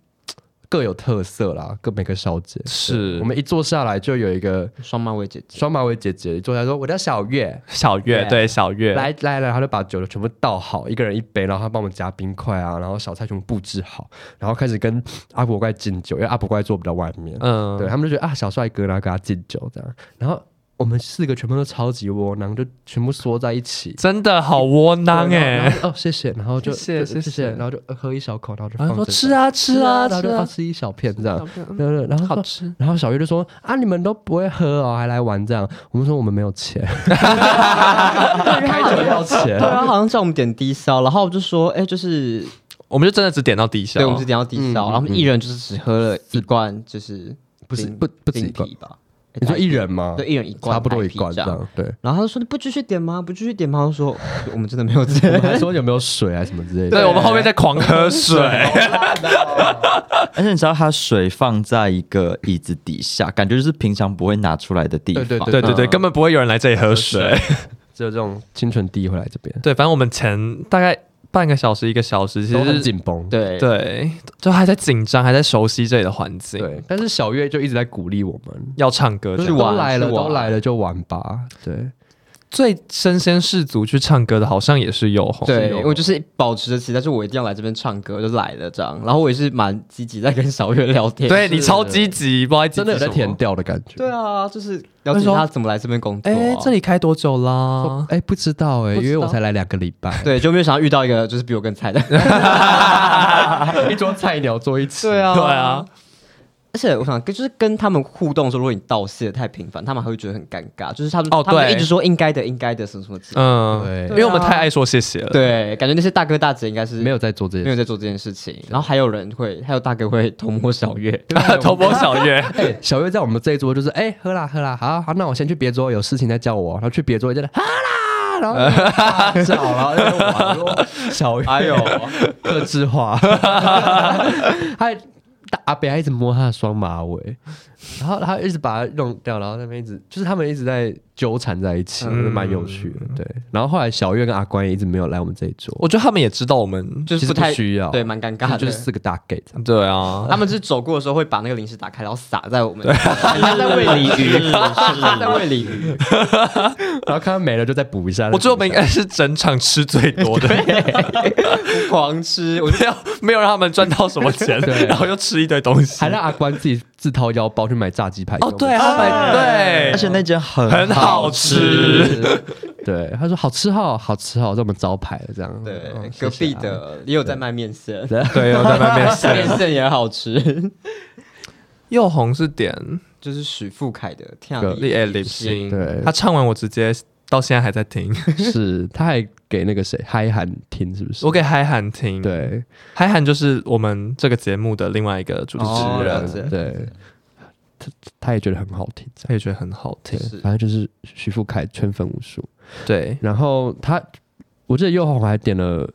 Speaker 3: 各有特色啦，各每个小姐。
Speaker 1: 是
Speaker 3: 我们一坐下来就有一个
Speaker 2: 双马尾姐姐。
Speaker 3: 双马尾姐姐一坐下来说：“我叫小月，
Speaker 1: 小月，
Speaker 3: 对
Speaker 1: 对小月，
Speaker 3: 来来来。”她就把酒全部倒好，一个人一杯，然后她帮我们夹冰块啊，然后小菜全部布置好，然后开始跟阿伯怪敬酒，因为阿伯怪坐比较外面，
Speaker 1: 嗯，
Speaker 3: 对他们就觉得啊小帅哥，然后给他敬酒这样，然后。我们四个全部都超级窝囊，就全部缩在一起，
Speaker 1: 真的好窝囊
Speaker 3: 对然
Speaker 1: 哎。
Speaker 3: 后然后就哦，谢谢，然后就
Speaker 1: 谢谢
Speaker 3: 就
Speaker 1: 谢
Speaker 3: 谢
Speaker 1: 谢
Speaker 3: 谢，然后就呃喝一小口，然后就
Speaker 1: 然后
Speaker 3: 放
Speaker 1: 说
Speaker 3: 着
Speaker 1: 吃啊吃啊
Speaker 3: 然后
Speaker 1: 吃
Speaker 3: 就
Speaker 1: 啊
Speaker 3: 啊，吃一小片这样，
Speaker 1: 吃啊
Speaker 3: 对对，然后
Speaker 1: 好
Speaker 3: 说
Speaker 1: 吃，
Speaker 3: 然后小月就说啊，你们都不会喝哦，还来玩这样，我们说我们没有 钱，开酒要钱
Speaker 2: 对，啊，好像叫我们点低烧，然后我就说，哎，就是
Speaker 1: 我们就真的只点到低消，
Speaker 2: 对，我们是点到低烧，
Speaker 3: 嗯
Speaker 2: 然后我们一人就是只喝了一罐，就是
Speaker 3: 不是
Speaker 2: 冰
Speaker 3: 不不止
Speaker 2: 冰
Speaker 3: 一罐
Speaker 2: 啤，吧？
Speaker 3: 你说一人吗？
Speaker 2: 对，一人一罐，
Speaker 3: 差不多一罐这
Speaker 2: 这样。
Speaker 3: 样， 对。
Speaker 2: 然后他就说：“你不继续点吗？不继续点吗？”我说：“我们真的没有钱
Speaker 3: 我。 们还说有没有水啊什么之类的，
Speaker 1: 对我们后面在狂喝水，
Speaker 4: 而且你知道，它水放在一个椅子底下，感觉就是平常不会拿出来的地方。
Speaker 3: 对对
Speaker 1: 对对对，根本不会有人来这里喝水。
Speaker 3: 只有这种清纯弟会来这边，
Speaker 1: 对，反正我们前大概半个小时一个小时，其
Speaker 3: 都很
Speaker 1: 实是
Speaker 3: 紧绷”，
Speaker 2: 对，
Speaker 1: 对，就还在紧张，还在熟悉这里的环境。
Speaker 3: 对。但是小月就一直在鼓励我们，
Speaker 1: 要唱歌这样，
Speaker 3: 就是
Speaker 2: 玩
Speaker 3: 都来了
Speaker 2: 去玩
Speaker 3: 都来了就玩吧，对。
Speaker 1: 最身先士卒去唱歌的，好像也是佑红。
Speaker 3: 哦是
Speaker 2: 对，
Speaker 3: 有
Speaker 2: 我就是保持着期待，就我一定要来这边唱歌，我就来了这样。然后我也是蛮积极在跟小月聊天。
Speaker 1: 对你超积极，不知道在积极
Speaker 3: 真的有在
Speaker 1: 什么
Speaker 3: 填。调的感觉。
Speaker 2: 对啊，就是了解他怎么来这边工作啊。
Speaker 1: 哎，这里开多久啦哦
Speaker 3: 说，？哎、不知道哎、
Speaker 2: 不知道
Speaker 3: 因为我才来两个礼拜，
Speaker 2: 对，就没有想到遇到一个就是比我更 菜的。
Speaker 3: 一桌菜鸟坐一起，
Speaker 2: 对啊，
Speaker 1: 对啊，
Speaker 2: 而且我想跟就是跟他们互动的时候，如果你道谢得太频繁，他们还会觉得很尴尬。就是他们
Speaker 1: 哦
Speaker 2: 他们
Speaker 1: 对
Speaker 2: 一直说应该的，应该的什么什么之类的。
Speaker 1: 嗯，
Speaker 3: 对
Speaker 1: 因为我们太爱说谢谢了。
Speaker 2: 对，感觉那些大哥大姐应该是
Speaker 3: 没有在做这
Speaker 2: 没
Speaker 3: 些
Speaker 2: 有
Speaker 3: 事。
Speaker 2: 在做这件事情。然后还有人会，还有大哥会偷摸小月。
Speaker 1: 头摸小月，
Speaker 3: 哎、小月在我们这一桌就是，哎、喝啦喝啦，好好，那我先去别桌，有事情再叫我。然后去别桌，真的喝啦，然后大叫，然后在那边玩我说小月
Speaker 2: 哎呦，
Speaker 3: 克制化，还大阿北还一直摸他的双马尾，然后他一直把它弄掉，然后那边一直就是他们一直在纠缠在一起，
Speaker 1: 嗯
Speaker 3: 就蛮有趣的。对，然后后来小月跟阿关也一直没有来我们这一桌，
Speaker 1: 我觉得他们也知道我们。
Speaker 2: 就是
Speaker 3: 其实
Speaker 2: 不太
Speaker 3: 不需要
Speaker 2: 对，蛮尴
Speaker 3: 就
Speaker 2: 尬的。
Speaker 3: 就是四个大 gay 这样。
Speaker 1: 对啊，
Speaker 2: 他们是走过的时候会把那个零食打开，然后撒在我们， 他在喂鲤鱼，他 在喂鲤鱼。
Speaker 3: 然后看他没了就再补一下。
Speaker 1: 我觉得我们应
Speaker 3: 没
Speaker 1: 该是整场吃最多的，
Speaker 2: 狂吃，我
Speaker 1: 没有没有让他们赚到什么钱，
Speaker 3: 对
Speaker 1: 然后又吃一堆的东 西，
Speaker 3: 还让阿关自己自掏腰包去买炸鸡排
Speaker 1: 哦，对，他买
Speaker 2: 哎
Speaker 1: 对，
Speaker 4: 而且那间很
Speaker 1: 很好吃，
Speaker 3: 对，他说好吃好好吃好，这我们招牌了这样。
Speaker 2: 对
Speaker 3: 嗯，谢
Speaker 2: 隔
Speaker 3: 谢
Speaker 2: 壁
Speaker 3: 啊
Speaker 2: 的也有在卖面线，
Speaker 1: 对，哦我在外面吃。
Speaker 2: 面线也好吃，
Speaker 1: 又红是点
Speaker 2: 就是许富凯的《天
Speaker 3: 格
Speaker 2: 涯
Speaker 1: 力爱
Speaker 2: 旅
Speaker 1: 零星，
Speaker 3: 对
Speaker 1: 他唱完我直接到现在还在听，
Speaker 3: 是，他还给那个谁嗨韩听，是不是？
Speaker 1: 我给海涵听，，
Speaker 3: 对
Speaker 1: 海涵就是我们这个节目的另外一个主
Speaker 2: 哦
Speaker 1: 持
Speaker 2: 了
Speaker 1: 人，
Speaker 2: 解
Speaker 3: 啊对，他他也觉得很好听，这样
Speaker 1: 他也觉得很好听，
Speaker 2: 是
Speaker 3: 对，反正就是徐富凯圈粉无数。
Speaker 1: 对，
Speaker 3: 然后他，我记得佑红还点了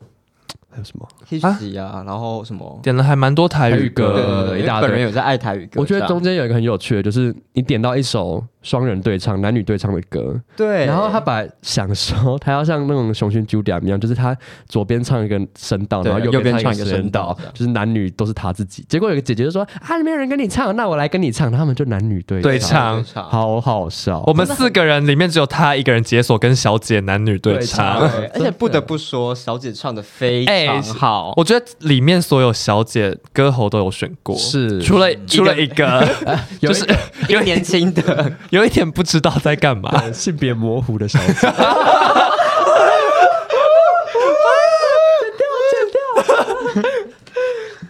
Speaker 3: 还有什么？
Speaker 2: 一起啊，然后什么？
Speaker 1: 点了还蛮多台语
Speaker 3: 台语
Speaker 1: 歌
Speaker 3: 歌，
Speaker 2: 对对对
Speaker 3: 一大
Speaker 2: 因为
Speaker 3: 堆
Speaker 2: 本人有在爱台语歌，
Speaker 3: 我觉得
Speaker 2: 这样
Speaker 3: 中间有一个很有趣的，就是你点到一首双人对唱、男女对唱的歌，
Speaker 2: 对，
Speaker 3: 然后他把享受，他要像那种雄心 Julia 一样，就是他左边唱一个声道，
Speaker 2: 对
Speaker 3: 然后
Speaker 2: 右边
Speaker 3: 边
Speaker 2: 唱
Speaker 3: 一
Speaker 2: 一个
Speaker 3: 声
Speaker 2: 声道
Speaker 3: 道，就是男女都是他自己。结果有个姐姐就说啊，没有人跟你唱，那我来跟你唱，他们就男女对
Speaker 1: 对
Speaker 3: 唱，
Speaker 1: 唱
Speaker 2: 非常
Speaker 3: 好好笑。
Speaker 1: 我们四个人里面只有他一个人解锁跟小姐男女对唱。
Speaker 2: 对而且不得不说，小姐唱的非
Speaker 3: 哎
Speaker 2: 常好。
Speaker 1: 我觉得里面所有小姐歌喉都有选过，
Speaker 3: 是嗯
Speaker 1: 除了除了一个， 就是
Speaker 2: 因为年轻的，
Speaker 1: 有一点不知道在干嘛。
Speaker 3: 呃性别模糊的小姐，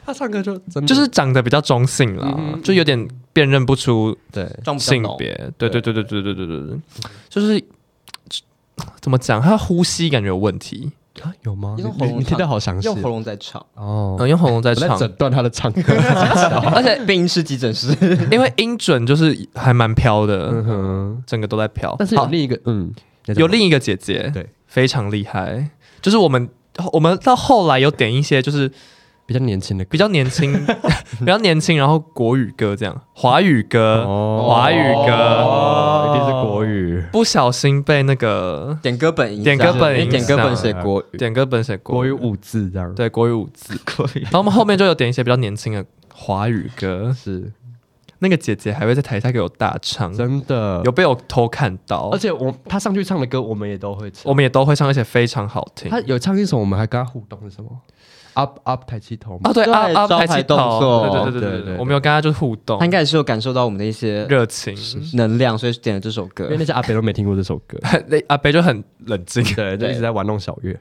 Speaker 3: 他唱歌就真的
Speaker 1: 就是长得比较中性啦，
Speaker 3: 嗯
Speaker 1: 就有点辨认不出
Speaker 3: 对
Speaker 2: 装不
Speaker 1: 性
Speaker 2: 懂
Speaker 1: 别。对对对对对对对对对，就是怎么讲，他呼吸感觉有问题，
Speaker 3: 啊有吗？
Speaker 2: 用
Speaker 3: 你
Speaker 2: 喉
Speaker 3: 你
Speaker 2: 咙
Speaker 3: 听到
Speaker 2: 唱
Speaker 3: 好详细
Speaker 2: 用喉咙在唱，
Speaker 3: 哦。
Speaker 1: 嗯，用喉咙在
Speaker 3: 我在
Speaker 1: 唱，
Speaker 3: 诊断他的唱歌，
Speaker 2: 而且病因是急诊 室，
Speaker 1: 因为音准就是还蛮飘的，
Speaker 3: 嗯哼，
Speaker 1: 整个都在飘。
Speaker 3: 但是有
Speaker 1: 好
Speaker 3: 另一个，嗯，
Speaker 1: 有另一个姐姐，
Speaker 3: 对，
Speaker 1: 非常厉害，就是我们我们到后来有点一些就是
Speaker 3: 比较年轻的歌
Speaker 1: 比较年轻，比较年轻，然后国语歌这样，华语歌，
Speaker 3: 哦
Speaker 1: 华语歌，
Speaker 3: 哦，一定是国语，
Speaker 1: 不小心被那个
Speaker 2: 点歌本影响，
Speaker 1: 点歌本影响
Speaker 2: 因为点歌本写国语，
Speaker 1: 点歌本写
Speaker 3: 啊国语五字这样。，
Speaker 1: 对国语五字，
Speaker 4: 可以
Speaker 1: 然后我们后面就有点一些比较年轻的华语歌，
Speaker 3: 是
Speaker 1: 那个姐姐还会在台下给我大唱，
Speaker 3: 真的
Speaker 1: 有。被我偷看到
Speaker 3: 嗯而，且我他上去唱的歌，我们也都会唱。
Speaker 1: 我们也都会唱，而且非常好听
Speaker 3: 他。有唱一首，我们还跟他互动是什么？Up Up 抬起头吗
Speaker 1: 啊，？对啊
Speaker 2: 对
Speaker 1: 啊，
Speaker 2: 招牌
Speaker 1: 抬起
Speaker 2: 动
Speaker 1: 头
Speaker 2: 作
Speaker 1: 对对对
Speaker 3: 对
Speaker 1: 对
Speaker 3: 对
Speaker 1: 对，
Speaker 3: 对
Speaker 1: 我们有跟她就是互动
Speaker 2: 他应，该也是有感受到我们的一些
Speaker 1: 热情。，
Speaker 2: 能量，所以点了这首歌
Speaker 3: 啊因为。那些阿北都没听过这首歌
Speaker 1: 那阿北就很冷静。
Speaker 3: 对，就一直在玩弄小月。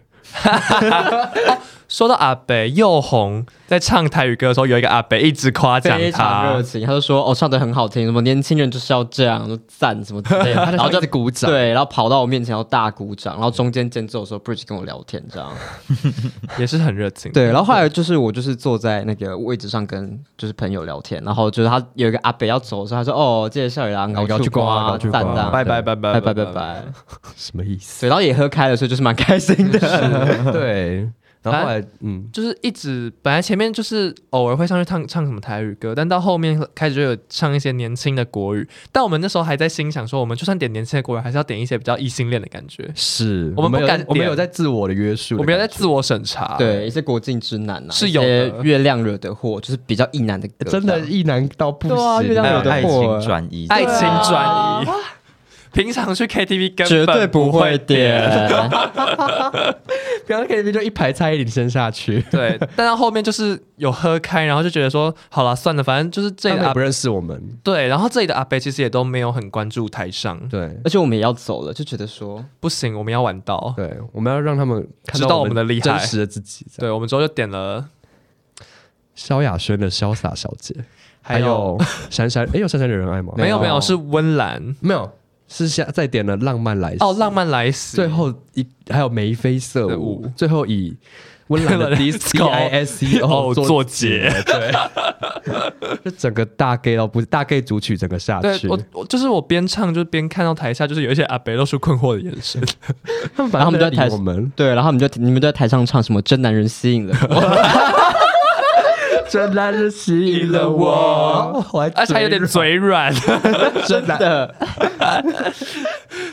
Speaker 1: 说到阿北，又红在唱台语歌的时候，有一个阿北一直夸奖
Speaker 2: 非常热
Speaker 1: 他，
Speaker 2: 情，他就说：“哦，唱的很好听，什么年轻人就是要这样，就赞什么之 类的。”然后就
Speaker 3: 一直鼓掌
Speaker 2: 对，然后跑到我面前要大鼓掌，然后中间间奏的时候，Bridge 跟我聊天这样。
Speaker 1: 也是很热情。
Speaker 2: 对，然后后来就是我就是坐在那个位置上跟就是朋友聊天，然后就是他有一个阿北要走的时候，他说：“哦，这下雨啦，搞
Speaker 3: 搞去刮搞去
Speaker 2: 赞
Speaker 3: 刮
Speaker 2: 赞，
Speaker 1: 拜拜拜
Speaker 2: 拜
Speaker 1: 拜
Speaker 2: 拜拜拜。
Speaker 3: 什么意”思？
Speaker 2: 对，然后也喝开了，所以就是蛮开心的。
Speaker 3: 对，然后后来嗯，
Speaker 1: 就是一直本来前面就是偶尔会上去唱唱什么台语歌，但到后面开始就有唱一些年轻的国语。但我们那时候还在心想说，我们就算点年轻的国语，还是要点一些比较异性恋的感觉。
Speaker 3: 是
Speaker 1: 我们不
Speaker 3: 有
Speaker 1: 敢
Speaker 3: 在我们
Speaker 1: 点
Speaker 3: 有在自我的约束的感觉，
Speaker 1: 我们要在自我审查。
Speaker 2: 对，一些国境之南呐、
Speaker 1: 啊是
Speaker 2: 一
Speaker 1: 有
Speaker 2: 些
Speaker 1: 的
Speaker 2: 月亮惹的祸，就是比较意难的歌，
Speaker 3: 哎真的
Speaker 2: 这样
Speaker 3: 意难到不
Speaker 2: 对啊月
Speaker 3: 行
Speaker 2: 亮
Speaker 3: 哎
Speaker 2: 有的
Speaker 4: 爱
Speaker 2: 货
Speaker 4: 情转移，
Speaker 1: 爱情转移。平常去 KTV 根本
Speaker 2: 绝对不会点。
Speaker 3: 平常 KTV 就一排蔡依林升下去，
Speaker 1: 对，但到后面就是有喝开，然后就觉得说，好了，算了，反正就是这啊里
Speaker 3: 他们
Speaker 1: 的
Speaker 3: 也
Speaker 1: 阿
Speaker 3: 不认识我们，
Speaker 1: 对，然后这里的阿伯其实也都没有很关注台上，
Speaker 3: 对
Speaker 2: 而且我们也要走了，就觉得说
Speaker 1: 不行，我们要玩到。
Speaker 3: 对，我们要让他们看
Speaker 1: 知道我们的厉害
Speaker 3: 真实的自己。这样
Speaker 1: 对，我们之后就点了，
Speaker 3: 萧亚轩的《潇洒小姐》，
Speaker 1: 还有
Speaker 3: 有珊珊，哎，有珊珊惹人爱吗？
Speaker 1: 没有没
Speaker 2: 没
Speaker 1: 有
Speaker 2: 有
Speaker 1: 是温岚
Speaker 3: 没有，是下再点了《浪漫来袭》
Speaker 1: 哦，浪漫来袭，
Speaker 3: 最后一还有眉飞色
Speaker 1: 对
Speaker 3: 舞
Speaker 1: 舞，
Speaker 3: 最后以温 岚的 D
Speaker 1: Disco
Speaker 3: I S E
Speaker 1: 哦作结，
Speaker 3: 对， 就整个大 gay 到不大 gay 主曲整个下
Speaker 1: 对
Speaker 3: 去，
Speaker 1: 我我就是我边唱就是边看到台下就是有一些阿伯露出困惑的眼神，
Speaker 3: 他们
Speaker 2: 然后他们就在
Speaker 3: 理
Speaker 2: 台
Speaker 3: 我们
Speaker 2: 对，然后你们就你们就在台上唱什么“真男人吸引了我
Speaker 3: 真男人吸
Speaker 1: 引了我，
Speaker 3: 哦我还
Speaker 1: 而且还有点嘴软，
Speaker 3: 真”，的。
Speaker 2: 的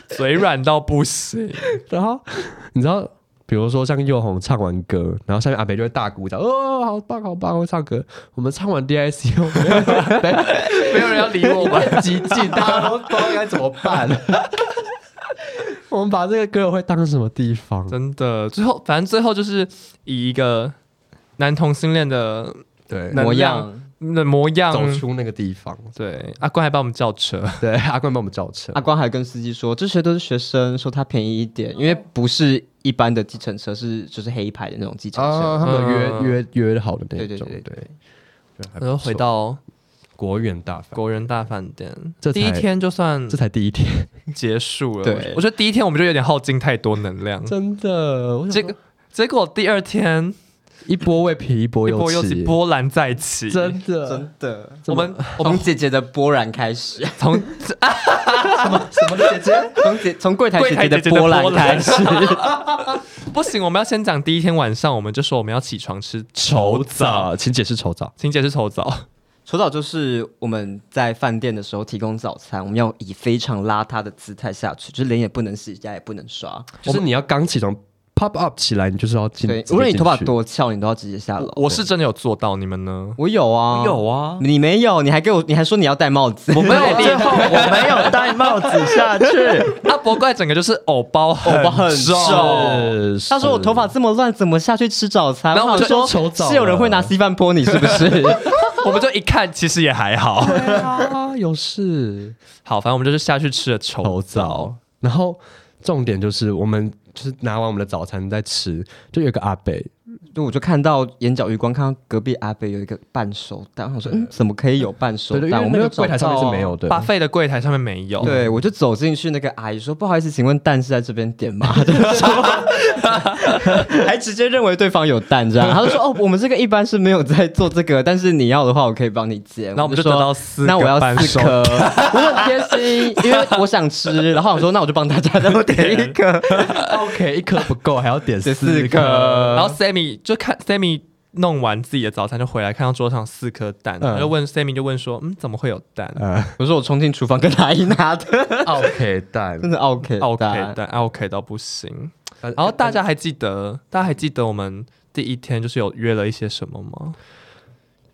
Speaker 1: 嘴软到不行，
Speaker 3: 然后 你知道，比如说像佑红唱完歌，然后下面阿北就会大鼓掌，哦，好棒好棒，会唱歌。我们唱完 D I C，我们
Speaker 1: 没有人要理我们，
Speaker 3: 极尽，大家都不 知道该怎么办。 我们把这个歌会当成什么地方？
Speaker 1: 真的，最后反正最后就是以一个男同性恋的
Speaker 3: 对
Speaker 1: 能
Speaker 2: 模
Speaker 1: 量
Speaker 2: 样，
Speaker 1: 的模样。
Speaker 3: 走出那个地方。
Speaker 1: 对，阿关还帮我们叫车，
Speaker 3: 对，阿冠帮我们叫车
Speaker 2: 阿。光还跟司机说，这些都是学生，说他便宜一点，因为不是一般的计程车，是就是黑牌的那种计程车。
Speaker 3: 啊，他们有
Speaker 1: 嗯
Speaker 3: 约约约好的那
Speaker 2: 对对
Speaker 3: 种，
Speaker 2: 对对
Speaker 3: 对。
Speaker 1: 然后回到
Speaker 3: 国远大饭，
Speaker 1: 国人大饭店，
Speaker 3: 这
Speaker 1: 第一
Speaker 3: 才
Speaker 1: 天就算
Speaker 3: 这才第一天，
Speaker 1: 结束了。
Speaker 2: 对
Speaker 1: 我觉我觉得第一天我们就有点耗尽太多能量，
Speaker 3: 真的，我想
Speaker 1: 结果结果第二天
Speaker 3: 一波未平一波
Speaker 1: 一波
Speaker 3: 又
Speaker 1: 又
Speaker 3: 起
Speaker 1: 起，，波澜再起，
Speaker 3: 真的，
Speaker 2: 真哦的，
Speaker 1: 我们我
Speaker 2: 从
Speaker 1: 们
Speaker 2: 姐姐的波澜开始，
Speaker 1: 从
Speaker 2: 什么姐姐？ 从姐从柜台
Speaker 1: 柜台
Speaker 2: 姐
Speaker 1: 姐姐的
Speaker 2: 的波
Speaker 1: 波
Speaker 2: 澜
Speaker 1: 澜
Speaker 2: 开始。
Speaker 1: 不行，我们要先讲第一天晚上，我们就说我们要起床吃
Speaker 3: 丑，早，请解释丑早。
Speaker 1: 请姐是丑早，
Speaker 2: 除早就是我们在饭店的时候提供早餐，我们要以非常邋遢的姿态下去，就是脸也不能洗，牙也不能刷。
Speaker 3: 就是你要刚起床，pop up 起来，你就是要进。
Speaker 2: 对，
Speaker 3: 直接
Speaker 2: 无论你头发
Speaker 3: 进去，
Speaker 2: 多翘，你都要直接下楼。
Speaker 1: 我是真的有做到，你们呢？
Speaker 2: 我有啊，
Speaker 4: 有啊，
Speaker 2: 你没有，你还给我，你还说你要戴帽子，我
Speaker 4: 没有，最后我没有戴帽子下 去。
Speaker 1: 阿伯怪整个就是偶包，偶
Speaker 2: 包很重
Speaker 3: 是
Speaker 2: 他说我头发这么乱，怎么下去吃早餐？
Speaker 1: 然后我
Speaker 2: 想
Speaker 1: 就
Speaker 2: 说
Speaker 3: 愁早了
Speaker 2: 是有人会拿稀饭泼你是不 是？
Speaker 1: 我们就一看，其实也还好。
Speaker 3: 啊，有事
Speaker 1: 好，反正我们就是下去吃了丑
Speaker 3: 头
Speaker 1: 早
Speaker 3: 早，，然后重点就是我们就是拿完我们的早餐再吃，就有个阿北，
Speaker 2: 就我就看到眼角余光，看到隔壁阿北有一个半熟蛋，我想说嗯，怎么可以有半熟
Speaker 3: 对对，因
Speaker 2: 蛋？
Speaker 3: 为
Speaker 2: 我
Speaker 3: 那
Speaker 2: 没有
Speaker 3: 个
Speaker 2: 找
Speaker 3: 柜台上面是
Speaker 2: 到啊
Speaker 3: 没哦有的，
Speaker 1: 巴菲的柜台上面没有。
Speaker 2: 对，我就走进去，那个阿姨说：“不好意思，请问蛋是在这边点吗？” 还直接认为对方有蛋，这样，他就说：“哦，我们这个一般是没有在做这个，但是你要的话，我可以帮你煎。”
Speaker 1: 然后我们就
Speaker 2: 说
Speaker 1: 得到四
Speaker 2: 那我要
Speaker 1: 个半
Speaker 2: 四
Speaker 1: 熟
Speaker 2: 颗，我很贴心，因为我想吃。然后我说：“那我就帮大家都点一颗，
Speaker 3: OK，一颗不够，还要点
Speaker 2: 点
Speaker 3: 四
Speaker 2: 四
Speaker 3: 颗。
Speaker 2: 颗。”
Speaker 1: 然后 Sammy 就看 Sammy 弄完自己的早餐就回来，看到桌上四颗蛋，
Speaker 3: 嗯
Speaker 1: 他就问 Sammy 就问说：“嗯，怎么会有蛋
Speaker 3: 呃
Speaker 2: 我说：“我冲进厨房跟阿姨拿的，
Speaker 3: 啊，OK 蛋
Speaker 2: 真的 OK
Speaker 1: ？”OK
Speaker 2: 蛋
Speaker 1: 蛋啊 OK 到不行。
Speaker 3: 然
Speaker 1: 然后大家还记得，大家还记得我们第一天就是有约了一些什么吗？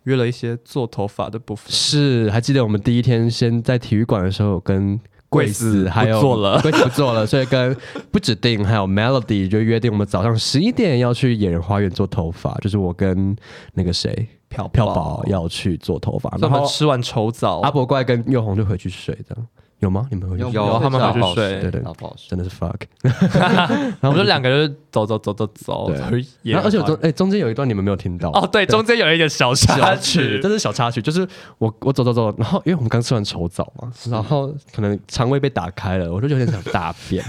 Speaker 1: 约了一些做头发的部分，
Speaker 3: 是还记得我们第一天先在体育馆的时候有跟。
Speaker 1: 贵
Speaker 3: 贵
Speaker 1: 子
Speaker 3: 子还
Speaker 1: 不
Speaker 3: 有
Speaker 1: 做了
Speaker 3: 贵子不做了，所以跟不指定还有 Melody 就约定我们早上十一点要去野人花园做头发，就是我跟那个谁
Speaker 1: 漂
Speaker 3: 票宝要去做头发，
Speaker 1: 所以我
Speaker 3: 然
Speaker 1: 们
Speaker 3: 后啊
Speaker 1: 吃完丑早，
Speaker 3: 阿伯怪跟佑红就回去睡，这样有吗？你们回去睡
Speaker 1: 有他们回去睡
Speaker 3: 对对
Speaker 2: 好不好吃？
Speaker 3: 真的是 fuck，
Speaker 1: 我们就两个人就走走走走走，
Speaker 3: 对
Speaker 1: 回野人
Speaker 3: 然后而且我
Speaker 1: 花
Speaker 3: 中
Speaker 1: 园
Speaker 3: 哎、中间有一段你们没有听到
Speaker 1: 哦，对，中间有一点小插
Speaker 3: 小
Speaker 1: 曲
Speaker 3: 曲，， 这是小插曲，就是我我走走走，然后因为我们刚吃完丑枣嘛，然后可能肠胃被打开了，我就有点想大 便。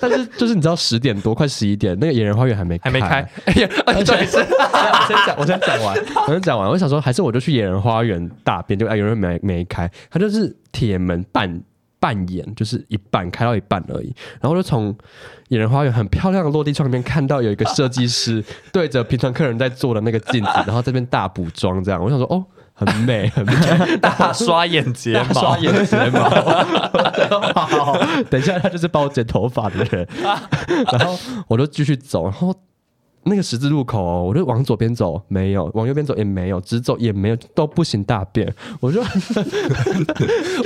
Speaker 3: 但是就是你知道十点多快十一点，那个野人花园还没
Speaker 1: 还没 开，哎呀，哎对是
Speaker 3: 我先讲，我先讲完， 我先讲完。我想说，还是我就去野人花园大便，就哎，有人没没开，他就是铁门半半掩，就是一半开到一半而已。然后就从野人花园很漂亮的落地窗里面看到有一个设计师 对着平常客人在做的那个镜子，然后这边大补妆这样。我想说，哦，很美， 很美，
Speaker 1: 大刷眼 睫毛，
Speaker 3: 刷眼睫毛。好，等一下，他就是帮我剪头发的人。 然后我就继续走，然后那个十字路口、哦，我就往左边走，没有；往右边走也没有，直走也没有，都不行大便。我就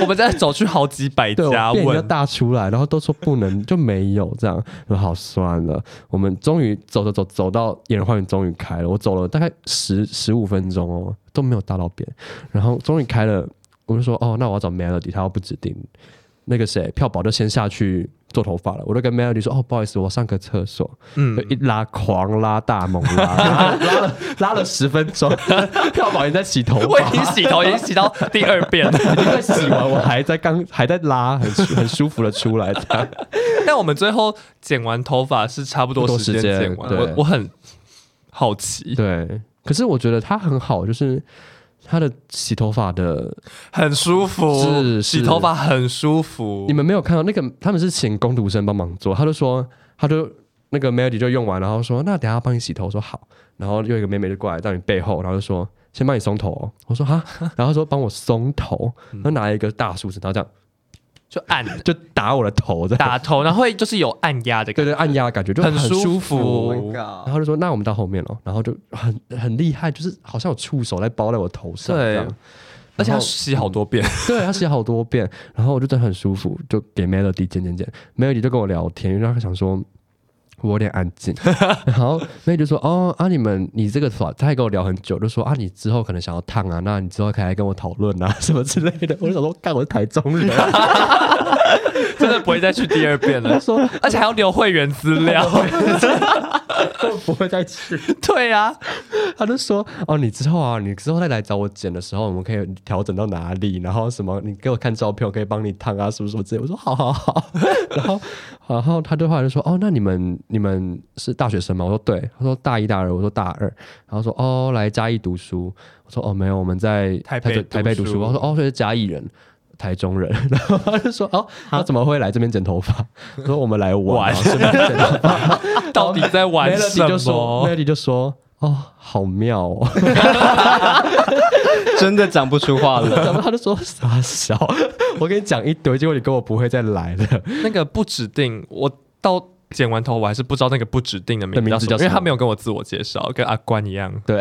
Speaker 1: 我们在走去好几百
Speaker 3: 对
Speaker 1: 家
Speaker 3: 我便要
Speaker 1: 问，
Speaker 3: 大出来，然后都说不能，就没有这样，我好算了。我们终于走走走走到野人花园，终于开了。我走了大概十十五分钟哦，都没有大到便，然后终于开了。我就说哦，那我要找 Melody，他要不指定，那个谁票宝就先下去做头发了。我就跟 Melody 说哦，不好意思，我上个厕所。
Speaker 1: 嗯
Speaker 3: 就，一拉狂拉大猛拉，拉拉了 拉了十分钟， 票宝也在洗头
Speaker 1: 我已
Speaker 3: 发，
Speaker 1: 经洗头，已经洗到第二遍了。
Speaker 3: 已经在洗完，我还在刚还在拉，很舒很舒服的出来这样。
Speaker 1: 但我们最后剪完头发是差不多时间剪完，
Speaker 3: 差不多时间
Speaker 1: 我
Speaker 3: 对
Speaker 1: 我很好奇，
Speaker 3: 对，可是我觉得他很好，就是他的洗头发的，
Speaker 1: 很舒服，
Speaker 3: 是
Speaker 1: 洗
Speaker 3: 是
Speaker 1: 头发很舒服。
Speaker 3: 你们没有看到那个他们是请工读生帮忙做，他就说他就。那个 Melody 就用完，然后说：“那等一下帮你洗头。”我说：“好。”然后又有一个妹妹就过来到你背后，然后就说：“先帮你松头哦。”我说：“哈。” 然后说：“帮我松头。”
Speaker 1: 嗯
Speaker 3: 然后拿一个大梳子，然后这样
Speaker 1: 就按
Speaker 3: 就打我的头，这样
Speaker 1: 打头，然后会就是有按压的感
Speaker 3: 对
Speaker 1: 觉，
Speaker 3: 对，按压的感觉就
Speaker 1: 很舒
Speaker 3: 舒
Speaker 1: 服
Speaker 2: Oh my god
Speaker 3: 然后就说：“那我们到后面了。”然后就很很厉害，就是好像有触手在包在我头上
Speaker 1: 对
Speaker 3: 这样。
Speaker 1: 而且他
Speaker 3: 然后
Speaker 1: 洗好多遍，
Speaker 3: 对，他写好多遍，然后我就真的很舒服，就给 Melody 剪剪剪。Melody 就跟我聊天，因为他想说，我有点安静。然后妹就说：“哦啊，你们你这个耍，他还跟我聊很久，就说啊，你之后可能想要烫啊，那你之后可以来跟我讨论啊，什么之类的。”我就想说，干，我是台中人，
Speaker 1: 真的不会再去第二遍了。说，而且还要留会员资料。
Speaker 3: 不会再去。
Speaker 1: 对啊，
Speaker 3: 他就说：“哦，你之后啊，你之后再来找我剪的时候，我们可以调整到哪里，然后什么，你给我看照片，我可以帮你烫啊，什么什么之类。”我说：“好好好。” 然后，然后他对话就说：“哦，那你们你们是大学生吗？”我说：“对。”他说：“大一、大二。”我说：“大二。”然后说：“哦，来嘉义读书。”我说：“哦，没有，我们在
Speaker 1: 台
Speaker 3: 他
Speaker 1: 北
Speaker 3: 就台北
Speaker 1: 读
Speaker 3: 读
Speaker 1: 书
Speaker 3: 书。”我说：“哦，所以是嘉义人。”台中人， 然后他就说：“哦，他怎么会来这边剪头发？” 我说：“我们来玩
Speaker 1: 玩
Speaker 3: 啊，顺便剪头发。”
Speaker 1: 到底在玩什
Speaker 3: Melody 就说
Speaker 1: 么？
Speaker 3: ，Melody 就说，哦，好妙哦，
Speaker 2: 真的讲不出话 了。
Speaker 3: 然后他就说傻小，我跟你讲一堆，结果你跟我不会再来了。
Speaker 1: 那个不指定，我到剪完头我还是不知道那个不指定的名字
Speaker 3: 的名字叫
Speaker 1: 什么因为
Speaker 3: 什么
Speaker 1: 他没有跟我自我介绍，跟阿关一样，
Speaker 3: 对，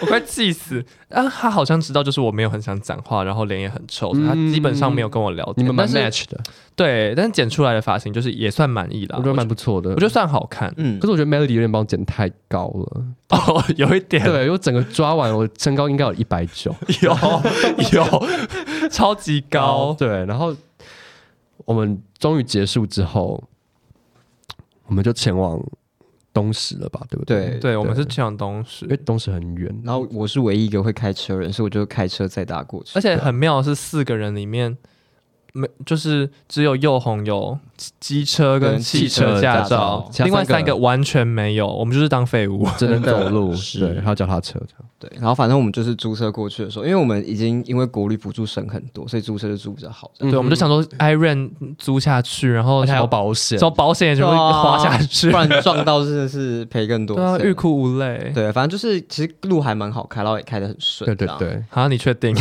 Speaker 1: 我快气死。啊，他好像知道，就是我没有很想讲话，然后脸也很臭，
Speaker 3: 嗯
Speaker 1: 他基本上没有跟我聊天。
Speaker 3: 你们蛮
Speaker 1: 但是
Speaker 3: match 的，
Speaker 1: 对，但是剪出来的发型就是也算满意啦，
Speaker 3: 我觉得蛮不错的。
Speaker 1: 我觉得算好看。
Speaker 2: 嗯
Speaker 3: 可，是我觉得 Melody 有点帮我剪太高了，
Speaker 1: 哦，有一点
Speaker 3: 对我整个抓完，我身高应该有一百 九
Speaker 1: 有有超级高，
Speaker 3: 对，然后我们终于结束之后，我们就前往东石了吧，对不对？
Speaker 2: 对
Speaker 1: 对我们是去往东石
Speaker 3: 因为，东石很远，
Speaker 2: 然后我是唯一一个会开车的人，所以我就开车载大家过去。
Speaker 1: 而且很妙的是，四个人里面没就是只有佑红有机机车跟
Speaker 2: 跟
Speaker 1: 汽
Speaker 2: 汽
Speaker 1: 车
Speaker 2: 车
Speaker 1: 驾
Speaker 2: 驾
Speaker 1: 照
Speaker 2: 照，
Speaker 3: 其他
Speaker 1: 另外三
Speaker 3: 三个
Speaker 1: 个完全没有，我们就是当废物。
Speaker 3: 只能走路，
Speaker 2: 是
Speaker 3: 对，还有脚踏车这样。
Speaker 2: 对，然后反正我们就是租车过去的时候，因为我们已经因为国旅补助省很多，所以租车就租比较好的。
Speaker 1: 对，我们就想说，Iron 租下去，然后
Speaker 3: 嗯而且嗯还有
Speaker 1: 什么
Speaker 3: 保险，
Speaker 1: 什么保险也全部
Speaker 2: 对啊
Speaker 1: 花下去
Speaker 2: 不，然撞到真的是赔更 多
Speaker 1: 对啊，
Speaker 2: 钱
Speaker 1: 欲哭无泪。
Speaker 2: 对，反正就是其实路还蛮好开，然后也开得很顺。
Speaker 3: 对对
Speaker 2: 这样，
Speaker 3: 对，
Speaker 1: 啊，你确定？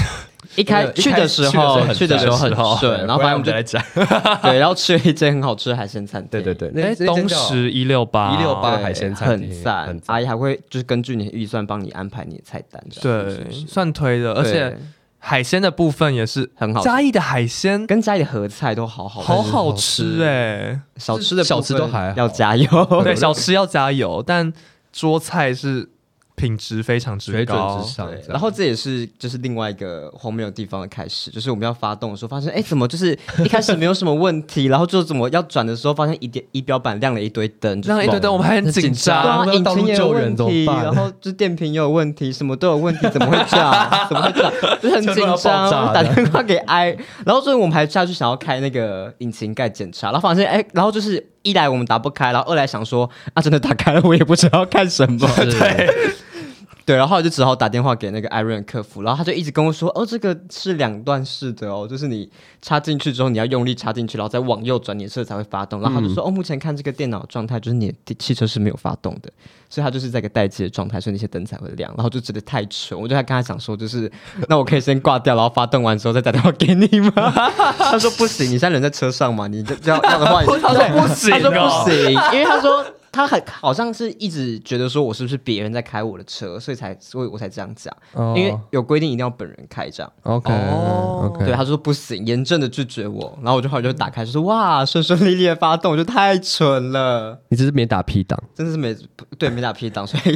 Speaker 2: 一开去的时候去的时候很顺，然后反正我们就
Speaker 3: 讲，
Speaker 2: 对，啊然后吃了一间很好吃的海鲜餐厅。
Speaker 3: 对对对，
Speaker 1: 哎，东石一六八
Speaker 3: 168
Speaker 2: 啊对
Speaker 3: 海鲜餐厅
Speaker 2: 很赞
Speaker 3: 很，赞
Speaker 2: 阿姨还会就是根据你的预算帮你安排你的菜单这样子。
Speaker 1: 对，算推的，而且
Speaker 2: 对
Speaker 1: 海鲜的部分也是
Speaker 2: 很好吃
Speaker 1: 嘉义的海鲜
Speaker 2: 跟家里的合菜都好好吃，
Speaker 1: 好好
Speaker 3: 好
Speaker 1: 吃
Speaker 3: 吃
Speaker 1: 哎，
Speaker 2: 小吃的
Speaker 3: 小吃
Speaker 2: 部分
Speaker 3: 都还好
Speaker 2: 要加油。
Speaker 1: 对，小吃要加油，但桌菜是品质非常之
Speaker 3: 水哦准
Speaker 1: 高
Speaker 3: 之。上
Speaker 2: 对，，
Speaker 3: 然
Speaker 2: 然
Speaker 3: 后
Speaker 2: 后这也是就是另外一个荒谬的地方的开始，就是我们要发动的时候，发现哎，怎么就是一开始没有什么问题，然后就怎么要转的时候，发现仪点仪表板亮了一堆灯，就是
Speaker 1: 让一堆哎灯，我们还很紧
Speaker 2: 对
Speaker 1: 张。
Speaker 2: 啊，
Speaker 3: 那
Speaker 2: 引
Speaker 3: 道路
Speaker 2: 擎也有
Speaker 3: 救援
Speaker 2: 问
Speaker 3: 怎么
Speaker 2: 题，
Speaker 3: 办
Speaker 2: 然后就电瓶也有问题，什么都有问题，怎么会这样？怎么会 这样？就是很紧
Speaker 3: 全部要爆炸
Speaker 2: 张，打电话给 I，然后所以我们还下去想要开那个引擎盖检查，然后发现哎，然后就是一来我们打不开，然后二来想说啊，真的打开了，我也不知道干 什么，对。 对，然后我就只好打电话给那个 Iron 客服，然后他就一直跟我说，哦，这个是两段式的哦，就是你插进去之后，你要用力插进去，然后再往右转，你的车才会发动。然后他就说，哦，目前看这个电脑状态，就是你的汽车是没有发动的，所以它就是在一个待机的状态，所以那些灯才会亮。然后就觉得太蠢，我就还跟他讲说，就是那我可以先挂掉，然后发动完之后再打电话给你吗？他说不行，你现在人在车上嘛，你这这样这样的话，你
Speaker 1: 他说不行
Speaker 2: 他说
Speaker 1: 哦
Speaker 2: 不行，因为他说他很好像是一直觉得说我是不是别人在开我的车，所以才所以我才这样讲，
Speaker 3: 哦
Speaker 2: 因为有规定一定要本人开这样。
Speaker 3: OK
Speaker 1: 哦
Speaker 3: OK，
Speaker 2: 对，他说不行，严正的拒绝我。然后我就后来就打开，就说哇，顺顺利利的发动，我就太蠢了，
Speaker 3: 你只是没打 P 档，
Speaker 2: 真的是没对没打 P 档，所以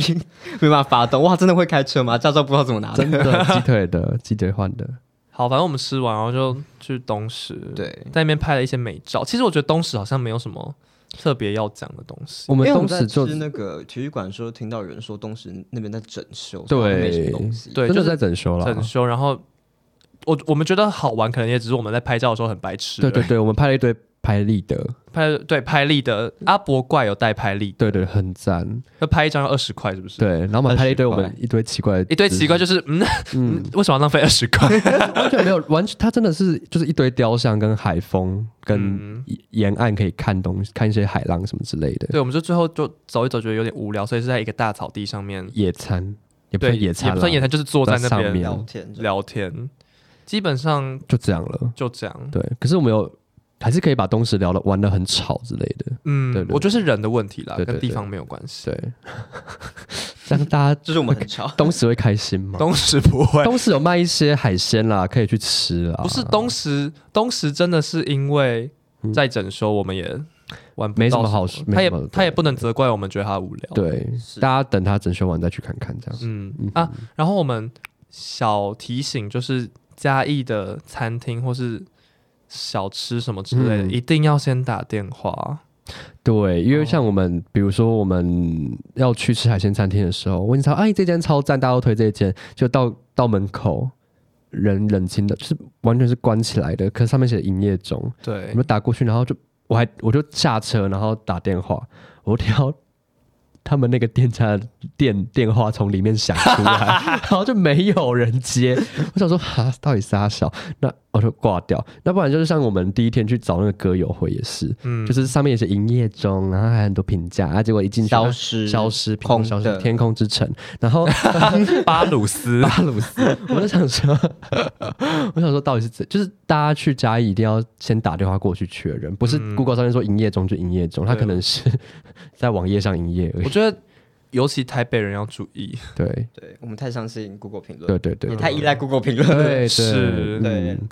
Speaker 2: 没办法发动。哇，真的会开车吗？驾照不知道怎么拿
Speaker 3: 真
Speaker 2: 的。
Speaker 3: 的 鸡腿的鸡腿换的，
Speaker 1: 好，反正我们吃完，然后就去东石，，
Speaker 2: 对，
Speaker 1: 在那边拍了一些美照。其实我觉得东石好像没有什么特别要讲的东西。
Speaker 3: 我
Speaker 2: 因
Speaker 3: 们
Speaker 2: 为我
Speaker 3: 东
Speaker 2: 们在
Speaker 3: 石就
Speaker 2: 吃那个体育馆的时候，听到有人说东石那边在整修，
Speaker 3: 对
Speaker 2: 所以好像没什么东西。
Speaker 1: 对，
Speaker 3: 真
Speaker 1: 就
Speaker 3: 的
Speaker 1: 是
Speaker 3: 在整修了，啊
Speaker 1: 整修，然后我我们觉得好玩，可能也只是我们在拍照的时候很白痴而
Speaker 3: 对
Speaker 1: 已。
Speaker 3: 对对，我们拍了一堆拍立得，
Speaker 1: 拍对拍立的阿伯怪有带拍立，
Speaker 3: 对对，很赞，
Speaker 1: 要拍一张要二十块，是不是？，
Speaker 3: 对，然后我们拍了一堆
Speaker 4: 20
Speaker 3: 我
Speaker 4: 块
Speaker 3: 们一堆奇怪的
Speaker 1: 一堆奇怪，就是嗯，嗯为什么要浪费二十 块？
Speaker 3: 完全没有，完全它真的是就是一堆雕像跟海风跟
Speaker 1: 嗯
Speaker 3: 沿岸可以看东西，看一些海浪什么之类的，
Speaker 1: 对，我们就最后就走一走，觉得有点无聊，所以是在一个大草地上面，
Speaker 3: 野餐也不
Speaker 1: 对，
Speaker 3: 算野餐
Speaker 1: 也
Speaker 3: 啦，
Speaker 1: 不算野餐，就是坐在那
Speaker 3: 在上
Speaker 1: 边
Speaker 3: 面
Speaker 2: 聊天这样
Speaker 1: 聊天，基本上
Speaker 3: 就这样了。
Speaker 1: 就这样。
Speaker 3: 对，可是我们有还是可以把东西聊的玩的很吵之类的。
Speaker 1: 嗯，
Speaker 3: 对对
Speaker 1: 我觉得是人的问题啦，
Speaker 3: 对对
Speaker 1: 跟地
Speaker 3: 对
Speaker 1: 方没有关系。
Speaker 3: 对， 这样大家
Speaker 2: 就是我们很吵。
Speaker 3: 东石会开心吗？
Speaker 1: 东石不会，
Speaker 3: 东石有卖一些海鲜啦，可以去吃啦。
Speaker 1: 不是东石，东石真的是因为在整修，我们也玩不到
Speaker 3: 嗯没什么好没什么
Speaker 1: 他也
Speaker 3: 好
Speaker 1: 他也不能责怪我们觉得他无聊。，
Speaker 3: 对，大家等他整修完再去看看，这样。
Speaker 1: 嗯啊，然后我们小提醒就是嘉义的餐厅或是小吃什么之类的，
Speaker 3: 嗯
Speaker 1: 一定要先打电话。
Speaker 3: 对，因为
Speaker 1: 哦
Speaker 3: 像我们，比如说我们要去吃海鲜餐厅的时候，问他，哎，这间超赞，大家都推这间，就到到门口，人冷清的，就是完全是关起来的，可是上面写营业中，
Speaker 1: 对
Speaker 3: 我，们打过去，然后就我还我就下车，然后打电话，我听到他们那个店家的电电话从里面响出来， 然后就没有人接。我想说，哈，到底啥小？那我就挂掉。那不然就是像我们第一天去找那个歌友会也是，
Speaker 1: 嗯
Speaker 3: 就是上面也是营业中，然后还很多评价，啊，结果一进去
Speaker 2: 消失
Speaker 3: 消失，屏幕
Speaker 2: 空
Speaker 3: 消失，
Speaker 2: 的
Speaker 3: 天空之城，然后。
Speaker 1: 巴鲁 斯，
Speaker 3: 巴鲁斯， 我在想说，我想说到底是怎，就是大家去嘉义一定要先打电话过去确认，不是
Speaker 1: 嗯
Speaker 3: Google 上面说营业中就营业中，他
Speaker 1: 对
Speaker 3: 可能是 在网页上营业而
Speaker 1: 我
Speaker 3: 已。
Speaker 1: 觉得尤其台北人要注意。
Speaker 3: 对
Speaker 2: 对，我们太相信 Google 评论，
Speaker 3: 对对对
Speaker 2: 也
Speaker 3: 对
Speaker 2: 太依赖 Google 评论了。
Speaker 3: 对，
Speaker 1: 是
Speaker 2: 对
Speaker 3: 嗯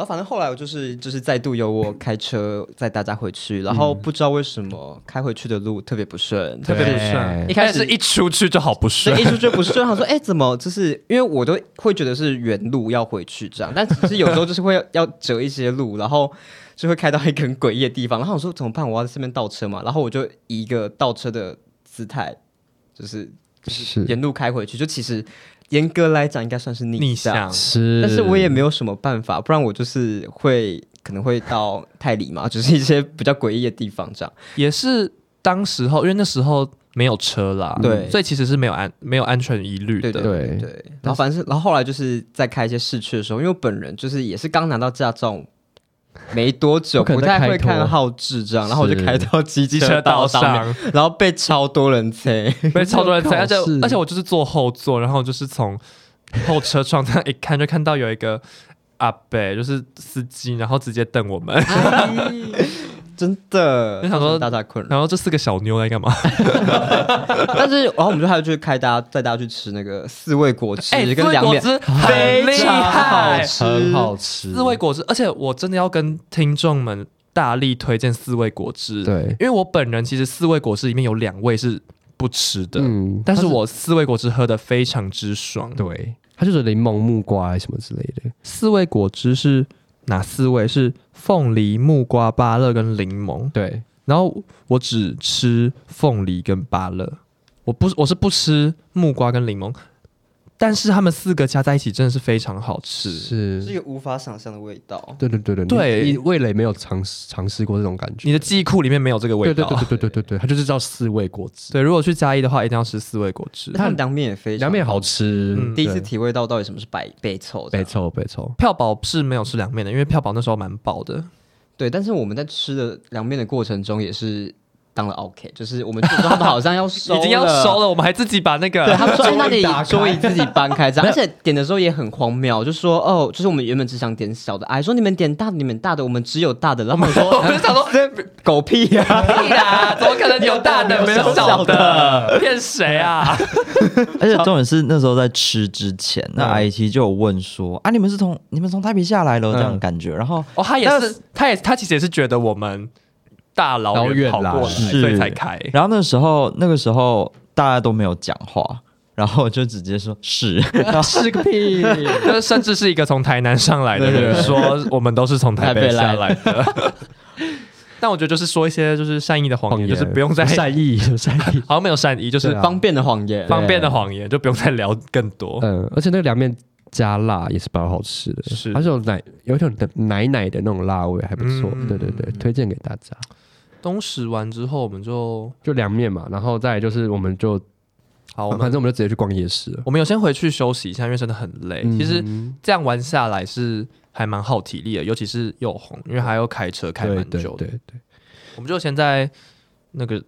Speaker 2: 然后反正后来我就是就是再度有我开车载大家回去，然后不知道为什么开回去的路特别不顺，
Speaker 1: 特别不顺，
Speaker 2: 一开始
Speaker 1: 但是一出去就好不
Speaker 2: 所
Speaker 1: 顺
Speaker 2: 以。一出就不顺，他说：“哎、怎么？就是因为我都会觉得是原路要回去这样，但只是有时候就是会要折一些路，然后就会开到一个很诡异的地方。然后我说怎么办？我要在这边倒车嘛。然后我就以一个倒车的姿态，就是
Speaker 3: 是
Speaker 2: 沿路开回去。就其实严格来讲，应该算是
Speaker 1: 逆
Speaker 2: 逆
Speaker 1: 向
Speaker 2: 向，
Speaker 3: 是，
Speaker 2: 但是我也没有什么办法，不然我就是会可能会到泰里嘛，就是一些比较诡异的地方这样。
Speaker 1: 也是当时候，因为那时候没有车啦，
Speaker 2: 对
Speaker 1: 所以其实是没有安没有安全疑虑
Speaker 2: 对
Speaker 1: 的。
Speaker 2: 对
Speaker 3: 对
Speaker 2: 对对然后反正是，然后后来就是在开一些市区的时候，因为我本人就是也是刚拿到驾照没多久，
Speaker 3: 不可能
Speaker 2: 不
Speaker 3: 再
Speaker 2: 太
Speaker 3: 开
Speaker 2: 会看
Speaker 3: 脱
Speaker 2: 号志这样，然后我就是开到机
Speaker 1: 机车道
Speaker 2: 道 面，
Speaker 1: 上
Speaker 2: 然后被超多人催。
Speaker 1: 被超多人踩，而且
Speaker 3: 考试
Speaker 1: 而且我就是坐后座，然后就是从后车窗这样一看，就看到有一个阿伯，就是司机，然后直接瞪我们，
Speaker 2: 真的，
Speaker 1: 就想说
Speaker 2: 造成大大困扰。
Speaker 1: 然后这四个小妞在干嘛？
Speaker 2: 但是，然后我们就还有去开大家带大家去吃那个四味果 汁
Speaker 1: 哎，
Speaker 2: 跟凉面，
Speaker 1: 四味果汁很
Speaker 2: 非
Speaker 1: 厉
Speaker 2: 常好
Speaker 1: 害，
Speaker 2: 吃，
Speaker 3: 很好吃，
Speaker 1: 四味果汁，而且我真的要跟听众们大力推荐四味果汁，
Speaker 3: 对，
Speaker 1: 因为我本人其实四味果汁里面有两味是不吃的，
Speaker 3: 嗯，
Speaker 1: 但是我四味果汁喝的非常之爽。
Speaker 3: 对，它就是柠檬木瓜还是什么之类的，
Speaker 1: 四味果汁是哪四味？是凤梨、木瓜、芭乐跟柠檬。
Speaker 3: 对，
Speaker 1: 然后我只吃凤梨跟芭乐，我不我是不吃木瓜跟柠檬，但是它们四个加在一起真的是非常好吃。
Speaker 3: 是
Speaker 2: 是一个无法想象的味道。
Speaker 3: 对对对对，你
Speaker 1: 对
Speaker 3: 你味蕾没有尝试尝试过这种感觉，
Speaker 1: 你的记忆库里面没有这个味
Speaker 3: 对
Speaker 1: 道。
Speaker 3: 对对对对对对对，它就是叫四味果汁，
Speaker 1: 对如果去嘉义的话，一定要吃四味果汁。
Speaker 2: 它凉面也非常，
Speaker 3: 凉面好吃，
Speaker 1: 嗯
Speaker 2: 第一次
Speaker 3: 对
Speaker 2: 体会到到底什么是白白臭这
Speaker 3: 没
Speaker 2: 样。
Speaker 3: 错没错，
Speaker 1: 票宝是没有吃凉面的，因为票宝那时候蛮饱的。
Speaker 2: 对，但是我们在吃的凉面的过程中也是当了 OK，就是我们知道他们好像要收，
Speaker 1: 已经要收。了，我们还自己把那个
Speaker 2: 对 他们说哎那
Speaker 3: 桌椅打
Speaker 2: 你
Speaker 3: 开
Speaker 2: 桌椅自己搬开这样，而且点的时候也很荒谬，就说哦，就是我们原本只想点小的，哎，说你们点大的，你们大的，我们只有大的，然后我 说
Speaker 1: 我就想说，
Speaker 2: 狗屁啊呀、
Speaker 1: 屁啦，啊怎么可能有大的没有小的？骗谁啊？
Speaker 4: 而且重点是那时候在吃之前，那阿姨其实就有问说啊，你们是从你们从台北下来了这样的感觉，然后
Speaker 1: 哦，他也是，他也他其实也是觉得我们大老远跑过
Speaker 3: 老远
Speaker 1: 来，
Speaker 3: 啦
Speaker 1: 所以才开。
Speaker 4: 然后那时候那个时候大家都没有讲话，然后我就直接说 是，
Speaker 3: 是个屁！
Speaker 1: 就是甚至是一个从台南上来的人说，我们都是从台北下来的。 但我觉得就是说一些就是善意的谎言，就是不用再
Speaker 3: 善意，有善意。
Speaker 1: 好像没有善意，就是
Speaker 3: 对啊
Speaker 2: 方便的谎言，
Speaker 1: 方便的谎言，就不用再聊更多。
Speaker 3: 嗯，而且那个凉面加辣也是蛮好吃的，
Speaker 1: 是
Speaker 3: 它是有奶，有一种奶奶的那种辣味，还不错。
Speaker 1: 嗯
Speaker 3: 对对对，推荐给大家。
Speaker 1: 东石完之后，我们就
Speaker 3: 就凉面嘛，然后再来就是我们就
Speaker 1: 好，我
Speaker 3: 反
Speaker 1: 们
Speaker 3: 正我们就直接去逛夜市了。
Speaker 1: 我们有先回去休息一下，因为真的很累。其实
Speaker 3: 嗯
Speaker 1: 这样玩下来是还蛮耗体力的，尤其是又红，因为还要开车开蛮
Speaker 3: 对
Speaker 1: 久的
Speaker 3: 对。对对，
Speaker 1: 我们就先在那个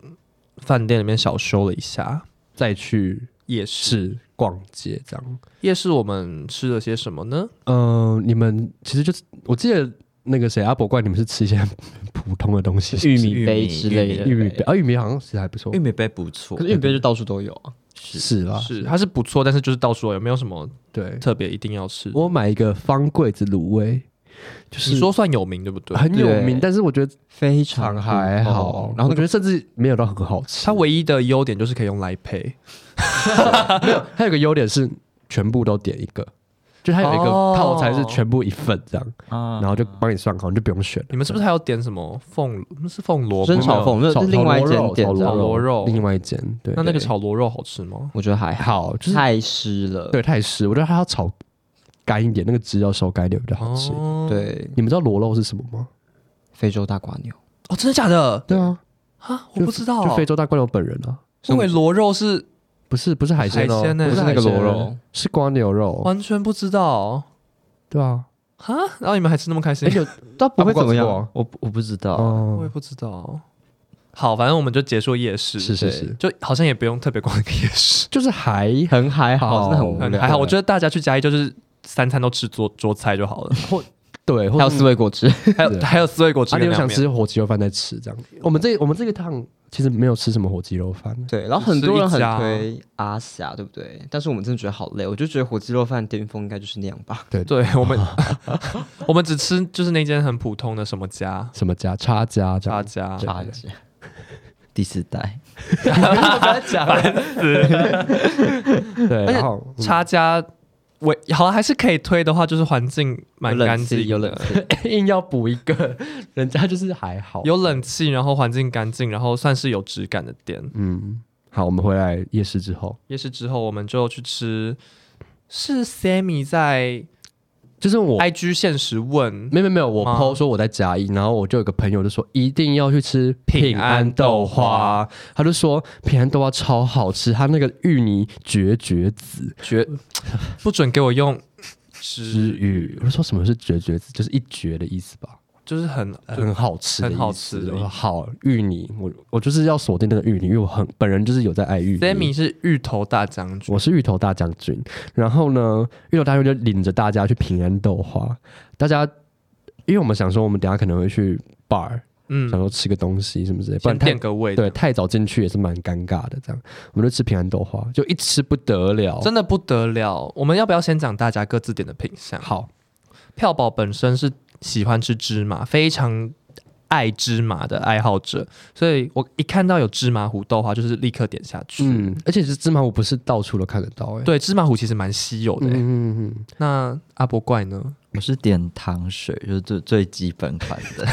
Speaker 1: 饭店里面小休了一下。
Speaker 3: 再去
Speaker 1: 夜市，
Speaker 3: 是逛街这样。
Speaker 1: 夜市我们吃了些什么呢？
Speaker 3: 嗯、你们其实就是我记得那个谁阿伯怪你们是吃一些很普通的东西，
Speaker 2: 玉
Speaker 3: 是
Speaker 2: 米杯之类的，
Speaker 3: 玉米杯，啊，玉米好像其实还不错
Speaker 4: 玉，米杯不错
Speaker 2: 可是，玉米杯就到处都有啊，
Speaker 3: 是啦，
Speaker 1: 是它是不错，但是就是到处有没有什么
Speaker 3: 对，
Speaker 1: 特别一定要吃的？
Speaker 3: 我买一个方柜子卤味，哦就是啊
Speaker 1: 你说算有名对不对？
Speaker 3: 很有名，
Speaker 2: 对
Speaker 3: 但是我觉得
Speaker 2: 非
Speaker 3: 常啊
Speaker 2: 常
Speaker 3: 还
Speaker 2: 酷
Speaker 3: 好
Speaker 2: 哦，
Speaker 3: 然后我觉得甚至没有到很好吃。
Speaker 1: 它唯一的优点就是可以用来配，
Speaker 3: 它有个优点是全部都点一个，就它有一个
Speaker 1: 哦
Speaker 3: 套餐是全部一份这样，
Speaker 4: 啊
Speaker 3: 然后就帮你算好，你就不用选。
Speaker 1: 你们是不是还要点什么凤？那是凤螺
Speaker 2: 生
Speaker 1: 吗
Speaker 2: 炒凤，这
Speaker 3: 炒
Speaker 2: 是另外一
Speaker 3: 炒
Speaker 2: 间
Speaker 3: 螺肉
Speaker 2: 店
Speaker 3: 炒
Speaker 2: 这样，
Speaker 1: 螺肉
Speaker 3: 另外一间，对，
Speaker 1: 那那个
Speaker 3: 对
Speaker 1: 炒螺肉好吃吗？
Speaker 2: 我觉得还好，
Speaker 3: 好就是
Speaker 2: 太湿了。
Speaker 3: 对太湿，我觉得它要炒干一点，那个汁要收干一点比较好吃。
Speaker 1: 哦，
Speaker 2: 对，
Speaker 3: 你们知道螺肉是什么吗？
Speaker 2: 非洲大瓜牛，
Speaker 1: 哦，真的假的
Speaker 3: 对啊，
Speaker 1: 啊？我
Speaker 3: 就
Speaker 1: 不知道，
Speaker 3: 就非洲大瓜牛本人啊，
Speaker 1: 因为螺肉是
Speaker 3: 不是不是海鲜哦
Speaker 1: 海，鲜欸
Speaker 2: 不
Speaker 3: 不是
Speaker 2: 是那个
Speaker 3: 海鲜
Speaker 2: 螺肉，
Speaker 3: 是瓜牛肉，
Speaker 1: 完全不知道
Speaker 3: 对啊，
Speaker 1: 哈， 然后你们还吃那么开心
Speaker 3: 而，且
Speaker 2: 但啊不会怎么样。
Speaker 3: 哦
Speaker 4: 我不我不知道，
Speaker 1: 我也
Speaker 3: 哦，
Speaker 1: 不知道。好，反正我们就结束夜市，
Speaker 3: 是是
Speaker 2: 对
Speaker 3: 是，
Speaker 1: 就好像也不用特别逛一个夜 市，
Speaker 3: 就是还
Speaker 2: 很还好，真
Speaker 3: 好
Speaker 2: 哦的很无
Speaker 1: 嗯
Speaker 2: 聊。
Speaker 1: 还好。我觉得大家去嘉义就是三餐都吃桌桌菜就 好了，
Speaker 3: 对，或
Speaker 2: 还有
Speaker 3: 是
Speaker 2: 四味果汁，
Speaker 1: 还有还有四味果汁
Speaker 3: 啊，
Speaker 1: 跟
Speaker 3: 你有
Speaker 1: 凉
Speaker 3: 想
Speaker 1: 面。
Speaker 3: 吃火鸡肉饭再吃这样。我们这我们这个趟其实没有吃什么火鸡肉饭，
Speaker 2: 对，然后很多人
Speaker 1: 只
Speaker 2: 很
Speaker 1: 是一家
Speaker 2: 推阿霞，对不对？但是我们真的觉得好累，我就觉得火鸡肉饭巅峰应该就是那样 吧。
Speaker 1: 对我 们， 我们只吃就是那间很普通的什么家
Speaker 3: 什么家叉家这
Speaker 1: 大
Speaker 3: 样。
Speaker 1: 家，
Speaker 2: 差劲，
Speaker 4: 第四代
Speaker 1: 而
Speaker 3: 对，
Speaker 1: 且
Speaker 3: 然后
Speaker 1: 差家，我好像还是可以推的话，就是环境蛮
Speaker 2: 有
Speaker 1: 干
Speaker 2: 冷气
Speaker 1: 净，
Speaker 2: 有冷气，
Speaker 3: 硬要补一个，人家就是还好。
Speaker 1: 有冷气，然后环境干净，然后算是有质感的店。
Speaker 3: 嗯，好，我们回来夜市之后，
Speaker 1: 夜市之后，我们就去吃，是 Sammy 在
Speaker 3: 就是我
Speaker 1: IG 现实问
Speaker 3: 没有没有没有，我
Speaker 1: 吗
Speaker 3: PO 说我在甲一，然后我就有个朋友就说一定要去吃
Speaker 1: 平
Speaker 3: 平
Speaker 1: 安
Speaker 3: 安
Speaker 1: 豆
Speaker 3: 豆
Speaker 1: 花
Speaker 3: 花，他就说平安豆花超好吃，它那个芋泥绝绝子
Speaker 1: 绝不准给我用
Speaker 3: 之
Speaker 1: 汁，
Speaker 3: 语，我就说什么是绝绝子，就是一绝的意思吧。
Speaker 1: 就是很
Speaker 3: 很好吃的意
Speaker 1: 很
Speaker 3: 思，
Speaker 1: 好吃的意思
Speaker 3: 我说好芋泥，我我就是要锁定那个芋泥，因为我很本人就是有在爱芋泥。
Speaker 1: Sammy 是芋头大将军
Speaker 3: 我，是芋头大将军，然后呢，芋头大将军就领着大家去平安豆花，大家因为我们想说我们等一下可能会去 bar，、想
Speaker 1: 嗯，
Speaker 3: 说吃个东西什么之类，不
Speaker 1: 先
Speaker 3: 然太
Speaker 1: 垫个位，
Speaker 3: 对，太早进去也是蛮尴尬的。这样，我们就吃平安豆花，就一吃不得了，
Speaker 1: 真的不得了。我们要不要先讲大家各自点的品相？
Speaker 3: 好，
Speaker 1: 票宝本身是喜欢吃芝麻，非常爱芝麻的爱好者，所以我一看到有芝麻糊豆花，就是立刻点下去。
Speaker 3: 嗯，而且是芝麻糊，不是到处都看得到、欸，
Speaker 1: 对，芝麻糊其实蛮稀有的、
Speaker 3: 嗯，
Speaker 1: 欸
Speaker 3: 嗯嗯嗯，
Speaker 1: 那阿伯怪呢？
Speaker 4: 我是点糖水，就是最最基本款的，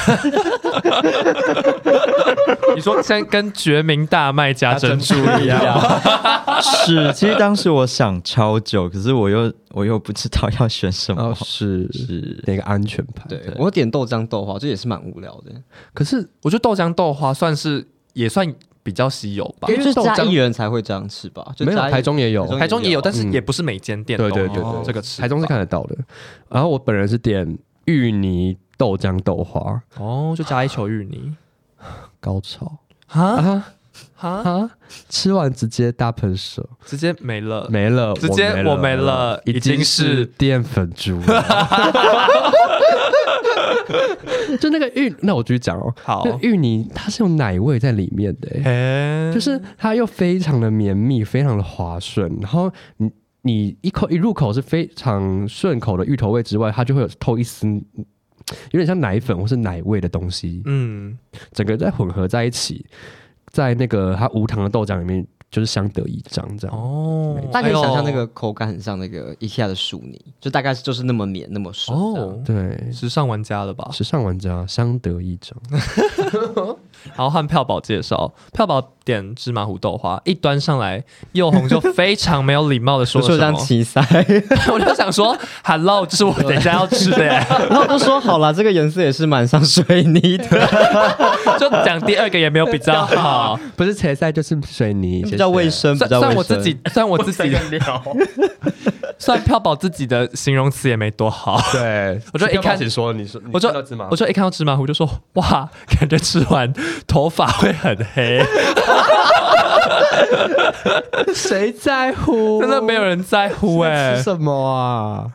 Speaker 1: 你说像跟绝命大卖加珍珠一样，
Speaker 4: 样。 是，其实当时我想超久，可是我又我又不知道要选
Speaker 1: 嗯
Speaker 4: 什么。
Speaker 3: 哦是
Speaker 4: 是
Speaker 3: 点一个安全牌，
Speaker 2: 对我点豆浆豆花，这也是蛮无聊的。
Speaker 3: 可是
Speaker 1: 我觉得豆浆豆花算是也算比较稀有吧
Speaker 2: 因。为就是
Speaker 3: 豆
Speaker 2: 嘉
Speaker 3: 浆
Speaker 2: 义人才会这样吃吧？就
Speaker 3: 没有
Speaker 2: 嘉义
Speaker 3: 台中也有，
Speaker 1: 台中也有，但是
Speaker 3: 嗯
Speaker 1: 也不是每间店都
Speaker 3: 对对
Speaker 1: 有
Speaker 3: 对对
Speaker 1: 这个吃法。
Speaker 3: 台中是看得到的。然后我本人是点芋泥豆浆豆花，
Speaker 1: 哦，就加一球芋泥
Speaker 3: 高潮
Speaker 1: 啊
Speaker 3: 啊
Speaker 1: 啊，
Speaker 3: 啊！吃完直接大喷射，
Speaker 1: 直接没了。
Speaker 3: 没了，
Speaker 1: 直接
Speaker 3: 我
Speaker 1: 我没了已
Speaker 3: 已
Speaker 1: 经
Speaker 3: 经
Speaker 1: 是
Speaker 3: 是淀粉猪 了。就那个芋，那我继续讲哦。
Speaker 1: 好，
Speaker 3: 那芋泥它是有奶味在里面的、欸，
Speaker 1: 哎
Speaker 3: 就是它又非常的绵密，非常的滑顺，然后你。你一口一入口是非常顺口的芋头味之外，它就会有透一丝，有点像奶粉或是奶味的东西，
Speaker 1: 嗯，
Speaker 3: 整个再混合在一起，在那个它无糖的豆浆里面，就是相得益彰这样。
Speaker 1: 哦，
Speaker 2: 大家可
Speaker 1: 哎
Speaker 2: 以
Speaker 1: 呦
Speaker 2: 想象那个口感很像那个 IKEA 的薯泥，就大概就是那么绵那么顺。哦，
Speaker 1: 哦，
Speaker 3: 对，
Speaker 1: 时尚玩家了吧？
Speaker 3: 时尚玩家相得益彰，
Speaker 1: 然后和票宝介绍，票宝点芝麻糊豆花，一端上来，佑红就非常没有礼貌的说
Speaker 2: 就
Speaker 1: 了
Speaker 2: 说
Speaker 1: 什
Speaker 2: 像
Speaker 1: 么，
Speaker 2: 奇塞，
Speaker 1: 我就想说，Hello，这是 我等一下要吃的耶，
Speaker 2: 然后我就说好啦，这个颜色也是蛮像水泥的，
Speaker 1: 就讲第二个也没有比 较好，
Speaker 3: 不是切菜就是水泥，
Speaker 2: 比较卫生，比
Speaker 1: 算
Speaker 2: 较
Speaker 1: 算
Speaker 2: 卫生。
Speaker 1: 我 自己，算我自己， 算票宝自己的形容词也没多好。
Speaker 3: 谢谢。对，
Speaker 1: 我就一看
Speaker 3: 你说，你说，
Speaker 1: 我就
Speaker 3: 知道
Speaker 1: 我就一看到芝麻糊就说，哇， 感觉吃完头发会很 黑，
Speaker 3: 谁在乎？
Speaker 1: 真的没有人在乎哎、
Speaker 3: 吃什么啊？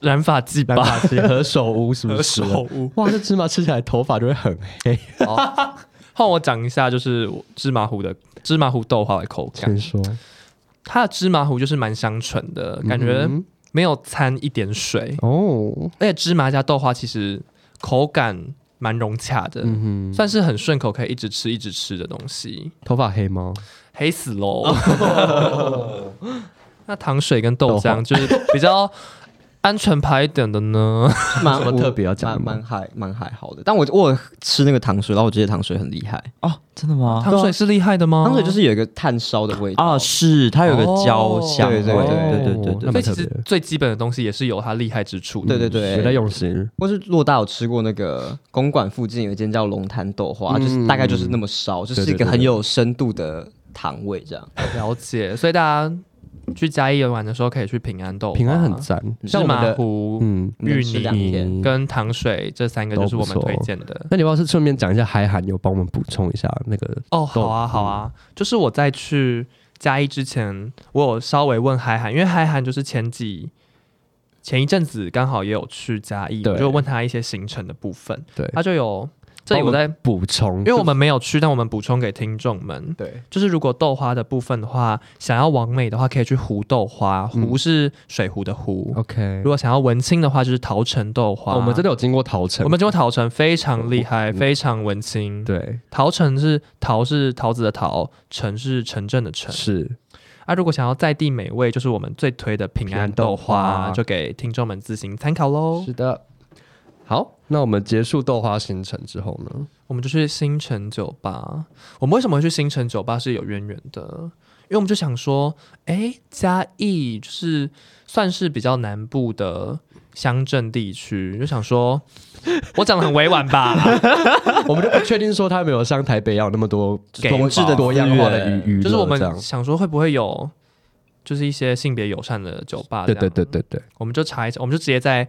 Speaker 1: 染发剂
Speaker 3: 染
Speaker 1: 吧，
Speaker 3: 发剂、何首乌是不是？
Speaker 1: 何首乌
Speaker 3: 哇，这芝麻吃起来头发就会很 黑。
Speaker 1: 换我讲一下，就是我芝麻糊的芝麻糊豆花的口感
Speaker 3: 先。说，
Speaker 1: 它的芝麻糊就是蛮香醇的感觉，
Speaker 3: 嗯
Speaker 1: 没有掺一点水，
Speaker 3: 哦，
Speaker 1: 而且芝麻加豆花其实口感蛮融洽的，
Speaker 3: 嗯哼，
Speaker 1: 算是很顺口，可以一直吃一直吃的东西。
Speaker 3: 头发黑吗？
Speaker 1: 黑死喽！那糖水跟豆
Speaker 3: 豆
Speaker 1: 浆就是比较安全牌一点的呢。
Speaker 2: 蛮
Speaker 3: 什么特别要讲的吗
Speaker 2: 蛮蛮还蛮还好的。但我我有吃那个糖水，然后我觉得糖水很厉害，
Speaker 4: 哦，真的吗？
Speaker 1: 糖水是厉害的吗？
Speaker 2: 糖水就。是有一个炭烧的味道
Speaker 4: 啊，是它有个焦香味，
Speaker 2: 对
Speaker 4: 对
Speaker 2: 对对
Speaker 4: 对对对
Speaker 3: 那
Speaker 1: 所以
Speaker 3: 蛮
Speaker 1: 其
Speaker 3: 特别
Speaker 1: 实
Speaker 3: 的
Speaker 1: 最基本的东西也是有它厉害之处的。
Speaker 2: 对对对
Speaker 3: 有在用心。
Speaker 2: 或是洛大有吃过那个公馆附近有一间叫龙潭豆花，
Speaker 3: 嗯
Speaker 2: 就是大概就是那么烧，就是一
Speaker 3: 对对
Speaker 2: 个
Speaker 3: 对
Speaker 2: 很有深度的糖味这样。
Speaker 1: 了解。所以大家去嘉义玩的时候，可以去平安豆花
Speaker 3: 平安很赞，
Speaker 1: 芝
Speaker 2: 像我们
Speaker 1: 麻
Speaker 2: 的
Speaker 1: 糊、
Speaker 3: 嗯。
Speaker 1: 芋
Speaker 2: 能吃两天
Speaker 1: 泥跟糖水这三个就是我们推荐的。
Speaker 3: 那你要不要是顺便讲一下海涵，有帮我们补充一下那个
Speaker 1: 哦，好
Speaker 3: 嗯
Speaker 1: 啊，好啊，就是我在去嘉义之前，我有稍微问海涵，因为海涵就是前几前一阵子刚好也有去嘉义，
Speaker 3: 对
Speaker 1: 我就问他一些行程的部分，
Speaker 3: 对
Speaker 1: 他就有这里我
Speaker 3: 帮我
Speaker 1: 在，
Speaker 3: 补充？
Speaker 1: 因为我们没有去，但我们补充给听众们，
Speaker 2: 对，
Speaker 1: 就是如果豆花的部分的话，想要完美的话，可以去湖豆花，湖是水壶的湖。
Speaker 3: 嗯 OK，
Speaker 1: 如果想要文青的话，就是桃城豆花。
Speaker 3: 哦我们真的有经过桃城，哦嗯
Speaker 1: 我们经过桃城，非常厉害，非常文青。
Speaker 3: 对
Speaker 1: 桃城是桃是桃子的桃，城是城镇的城。
Speaker 3: 是
Speaker 1: 啊，如果想要在地美味，就是我们最推的平安豆
Speaker 3: 平安
Speaker 1: 花，
Speaker 3: 豆花
Speaker 1: 就给听众们自行参考喽。
Speaker 3: 是的。好，那我们结束豆花行程之后呢？
Speaker 1: 我们就去新城酒吧。我们为什么会去新城酒吧是有渊源的，因为我们就想说，哎，嘉义就是算是比较南部的乡镇地区，就想 说，我讲的很委婉吧，
Speaker 3: 我们就不确定说它有没有像台北一样有那么多
Speaker 1: 给
Speaker 3: 多
Speaker 2: 制的
Speaker 3: 多样化的
Speaker 2: 资源
Speaker 3: 娱娱乐
Speaker 1: 就是我
Speaker 3: 这样
Speaker 1: 们想说会不会有，就是一些性别友善的酒吧，
Speaker 3: 对对对，对对，
Speaker 1: 我们就查一下，我们就直接在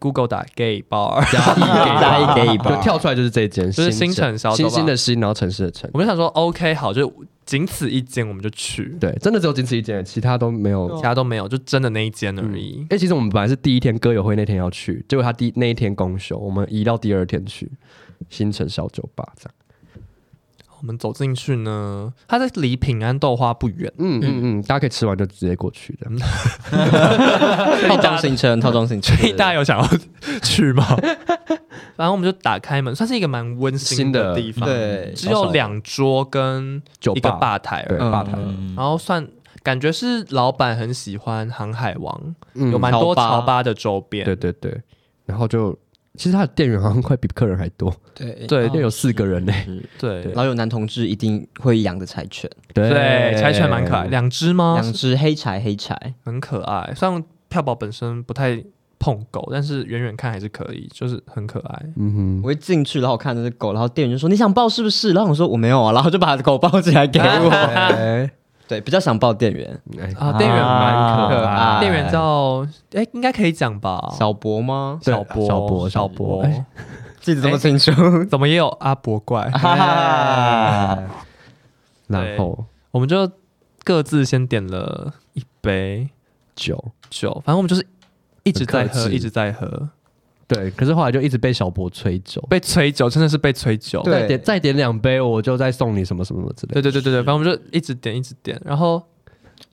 Speaker 1: Google 打 gay bar，
Speaker 3: 嘉义
Speaker 2: 嘉义给一
Speaker 3: 就
Speaker 2: 把，
Speaker 3: 跳出来就是这一间，
Speaker 1: 就是
Speaker 3: 新
Speaker 1: 新城小酒
Speaker 3: 新
Speaker 1: 吧
Speaker 3: 兴的新，然后城市的城，
Speaker 1: 我们就想说 OK 好，就仅此一间我们就去，
Speaker 3: 对，真的只有仅此一间，其他都没有
Speaker 1: 其他都没有，就真的那一间而已。
Speaker 3: 哎、其实我们本来是第一天歌友会那天要去，结果他第那一天公休，我们移到第二天去新城小酒吧这样。
Speaker 1: 我们走进去呢，它在离平安豆花不远，
Speaker 3: 嗯嗯嗯，大家可以吃完就直接过去的。
Speaker 2: 套装行程，套装 行程，
Speaker 1: 大家有想要去 吗？反正我们就打开门，算是一个蛮温馨
Speaker 3: 新的
Speaker 1: 的地方，
Speaker 2: 对
Speaker 1: 只有两桌跟
Speaker 3: 酒
Speaker 1: 一个
Speaker 3: 吧
Speaker 1: 吧台而
Speaker 3: 对
Speaker 1: 已，
Speaker 2: 嗯
Speaker 3: 吧台，
Speaker 1: 然后算感觉是老板很喜欢航海王，
Speaker 3: 嗯
Speaker 1: 有蛮多
Speaker 2: 潮吧
Speaker 1: 潮吧的周边，
Speaker 3: 对对对，然后就其实他的店员好像快比客人还 多，
Speaker 2: 对
Speaker 1: 对
Speaker 3: 店有四个人呢、
Speaker 1: 嗯对
Speaker 3: 对
Speaker 2: 然后有男同志一定会养的柴犬，
Speaker 3: 对
Speaker 1: 对，柴犬蛮可爱，两只吗？
Speaker 2: 两只黑柴黑柴，
Speaker 1: 很可爱。虽然票宝本身不太碰狗，但是远远看还是可以，就是很可爱。
Speaker 3: 嗯
Speaker 2: 我一进去，然后我看那只狗，然后店员就说你想抱是不是？然后我说我没有啊，然后就把狗抱起来给我。
Speaker 3: 哼，哎
Speaker 2: 对，比较想抱店员，
Speaker 3: 哎
Speaker 1: 啊，店员蛮可爱，
Speaker 2: 啊
Speaker 1: 店员叫哎，应该可以讲吧？
Speaker 2: 小博吗？
Speaker 3: 对
Speaker 1: 小博，
Speaker 3: 小博
Speaker 1: 小
Speaker 3: 小
Speaker 1: 博
Speaker 3: 博，
Speaker 2: 记得这么清楚。
Speaker 1: 怎么也有阿伯怪？哎
Speaker 4: 啊，
Speaker 3: 然后
Speaker 1: 我们就各自先点了一杯
Speaker 3: 酒，
Speaker 1: 酒，反正我们就是一直在
Speaker 3: 很
Speaker 1: 喝，
Speaker 3: 克制
Speaker 1: 一直在喝，
Speaker 3: 对，可是后来就一直被小博催酒，
Speaker 1: 被催酒，真的是被催酒。
Speaker 2: 对
Speaker 3: 再点再点两杯，我就再送你什么什么什么之类的。
Speaker 1: 对对对对对，反正我们就一直点，一直点，然后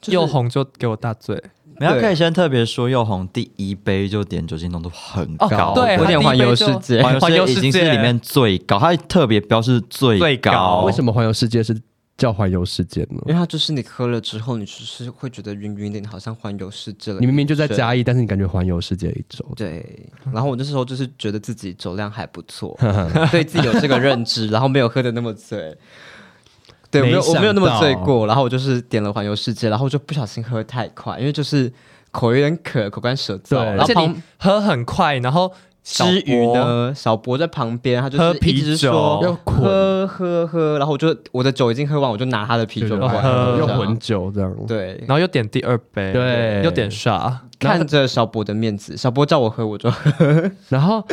Speaker 2: 就是
Speaker 1: 又红就给我大醉。
Speaker 4: 没有可以先特别说，佑红第一杯就点酒精浓度很
Speaker 1: 哦
Speaker 4: 高，
Speaker 1: 对
Speaker 2: 有点环游世界。
Speaker 1: 环
Speaker 4: 环
Speaker 1: 游
Speaker 4: 游
Speaker 1: 世界
Speaker 4: 世界已经是里面最高，它特别标示最
Speaker 1: 最高
Speaker 3: 哦为什么环游世界是叫环游世界呢
Speaker 2: 因？为它就是你喝了之后，你就是会觉得晕晕的，你好像环游世界了。
Speaker 3: 你明明就在嘉义，但是你感觉环游世界一周。
Speaker 2: 对，然后我那时候就是觉得自己酒量还不错，对自己有这个认知，然后没有喝的那么醉。对，我没有
Speaker 3: 没想
Speaker 2: 我没有那么醉
Speaker 3: 到
Speaker 2: 过，然后我就是点了环游世界，然后就不小心喝太快，因为就是口有点渴，口干舌燥，
Speaker 3: 对
Speaker 2: 然
Speaker 1: 而
Speaker 2: 后
Speaker 1: 且
Speaker 2: 旁
Speaker 1: 你喝很快，然后小
Speaker 2: 之余
Speaker 1: 博，
Speaker 2: 呢，小博在旁边，他就
Speaker 1: 喝
Speaker 2: 是
Speaker 1: 啤
Speaker 2: 一直
Speaker 1: 酒
Speaker 2: 说
Speaker 1: 要
Speaker 2: 喝喝喝，然后我就我的酒已经喝完，我就拿他的啤酒过
Speaker 1: 喝
Speaker 2: 来喝，
Speaker 3: 啊又
Speaker 2: 这样
Speaker 3: 混酒这样。
Speaker 2: 对
Speaker 1: 然，后又点第二杯，
Speaker 3: 对
Speaker 1: 又点啥？
Speaker 2: 看着小博的面子，小博叫我喝我就喝，
Speaker 3: 然后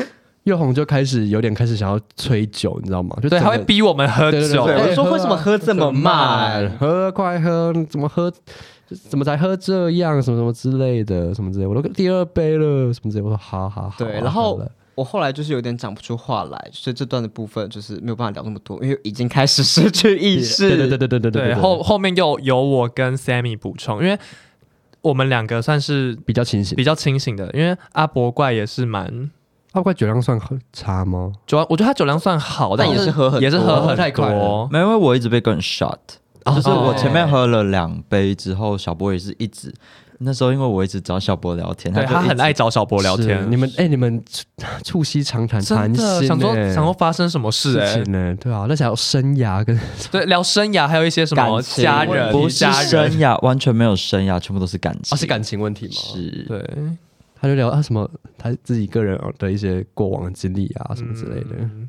Speaker 3: 佑红就开始有点开始想要催酒，你知道吗？就
Speaker 1: 对，
Speaker 3: 整
Speaker 1: 他
Speaker 3: 个
Speaker 1: 会逼我们喝
Speaker 3: 对对
Speaker 1: 酒
Speaker 3: 对，
Speaker 2: 哎我
Speaker 3: 对
Speaker 2: 就说为什么喝这么 慢？
Speaker 3: 喝快喝，怎么喝？怎么才喝这样？什么什么之类的，什么之类的，我都第二杯了，什么之类的。我说好好好。
Speaker 2: 对
Speaker 3: 好
Speaker 2: 然后
Speaker 3: 好了
Speaker 2: 我后来就是有点讲不出话来，所以这段的部分就是没有办法聊那么多，因为已经开始失去意识。
Speaker 3: 对对对对对对啊
Speaker 1: 对，
Speaker 3: 对。
Speaker 1: 后后面又有我跟 Sammy 补充，因为我们两个算是
Speaker 3: 比较清醒
Speaker 1: 比。较清醒的，因为阿伯怪也是蛮
Speaker 3: 阿怪酒量算很差吗？
Speaker 1: 酒量，我觉得他酒量算好，
Speaker 2: 但
Speaker 1: 但
Speaker 2: 也是喝很
Speaker 1: 也是
Speaker 2: 多
Speaker 1: 喝
Speaker 3: 喝太
Speaker 1: 很
Speaker 3: 快
Speaker 1: 多
Speaker 3: 了。
Speaker 4: 没有，因为我一直被个人 shot，就是我前面
Speaker 2: 哦
Speaker 4: 喝了两杯之后，小波也是一直。那时候因为我一直找小波聊天，
Speaker 1: 对
Speaker 4: 就
Speaker 1: 他
Speaker 4: 一
Speaker 1: 很
Speaker 4: 直
Speaker 1: 爱找小博聊
Speaker 3: 是
Speaker 1: 天，
Speaker 3: 你们哎、你们促促膝长谈，
Speaker 1: 真
Speaker 3: 谈心、
Speaker 1: 的
Speaker 3: 欸，
Speaker 1: 想说想说发生什么事啊哎、
Speaker 3: 事情呢、对啊，那想要生涯跟
Speaker 1: 对，聊生涯还有一些什么
Speaker 2: 感情
Speaker 1: 家人、
Speaker 4: 不是
Speaker 1: 家
Speaker 4: 生
Speaker 1: 人，
Speaker 4: 涯，完全没有生涯，全部都是感情，
Speaker 3: 哦是感情问题吗？
Speaker 4: 是
Speaker 1: 对，
Speaker 3: 他就聊他什么他自己个人的一些过往的经历啊什么之类的。
Speaker 1: 嗯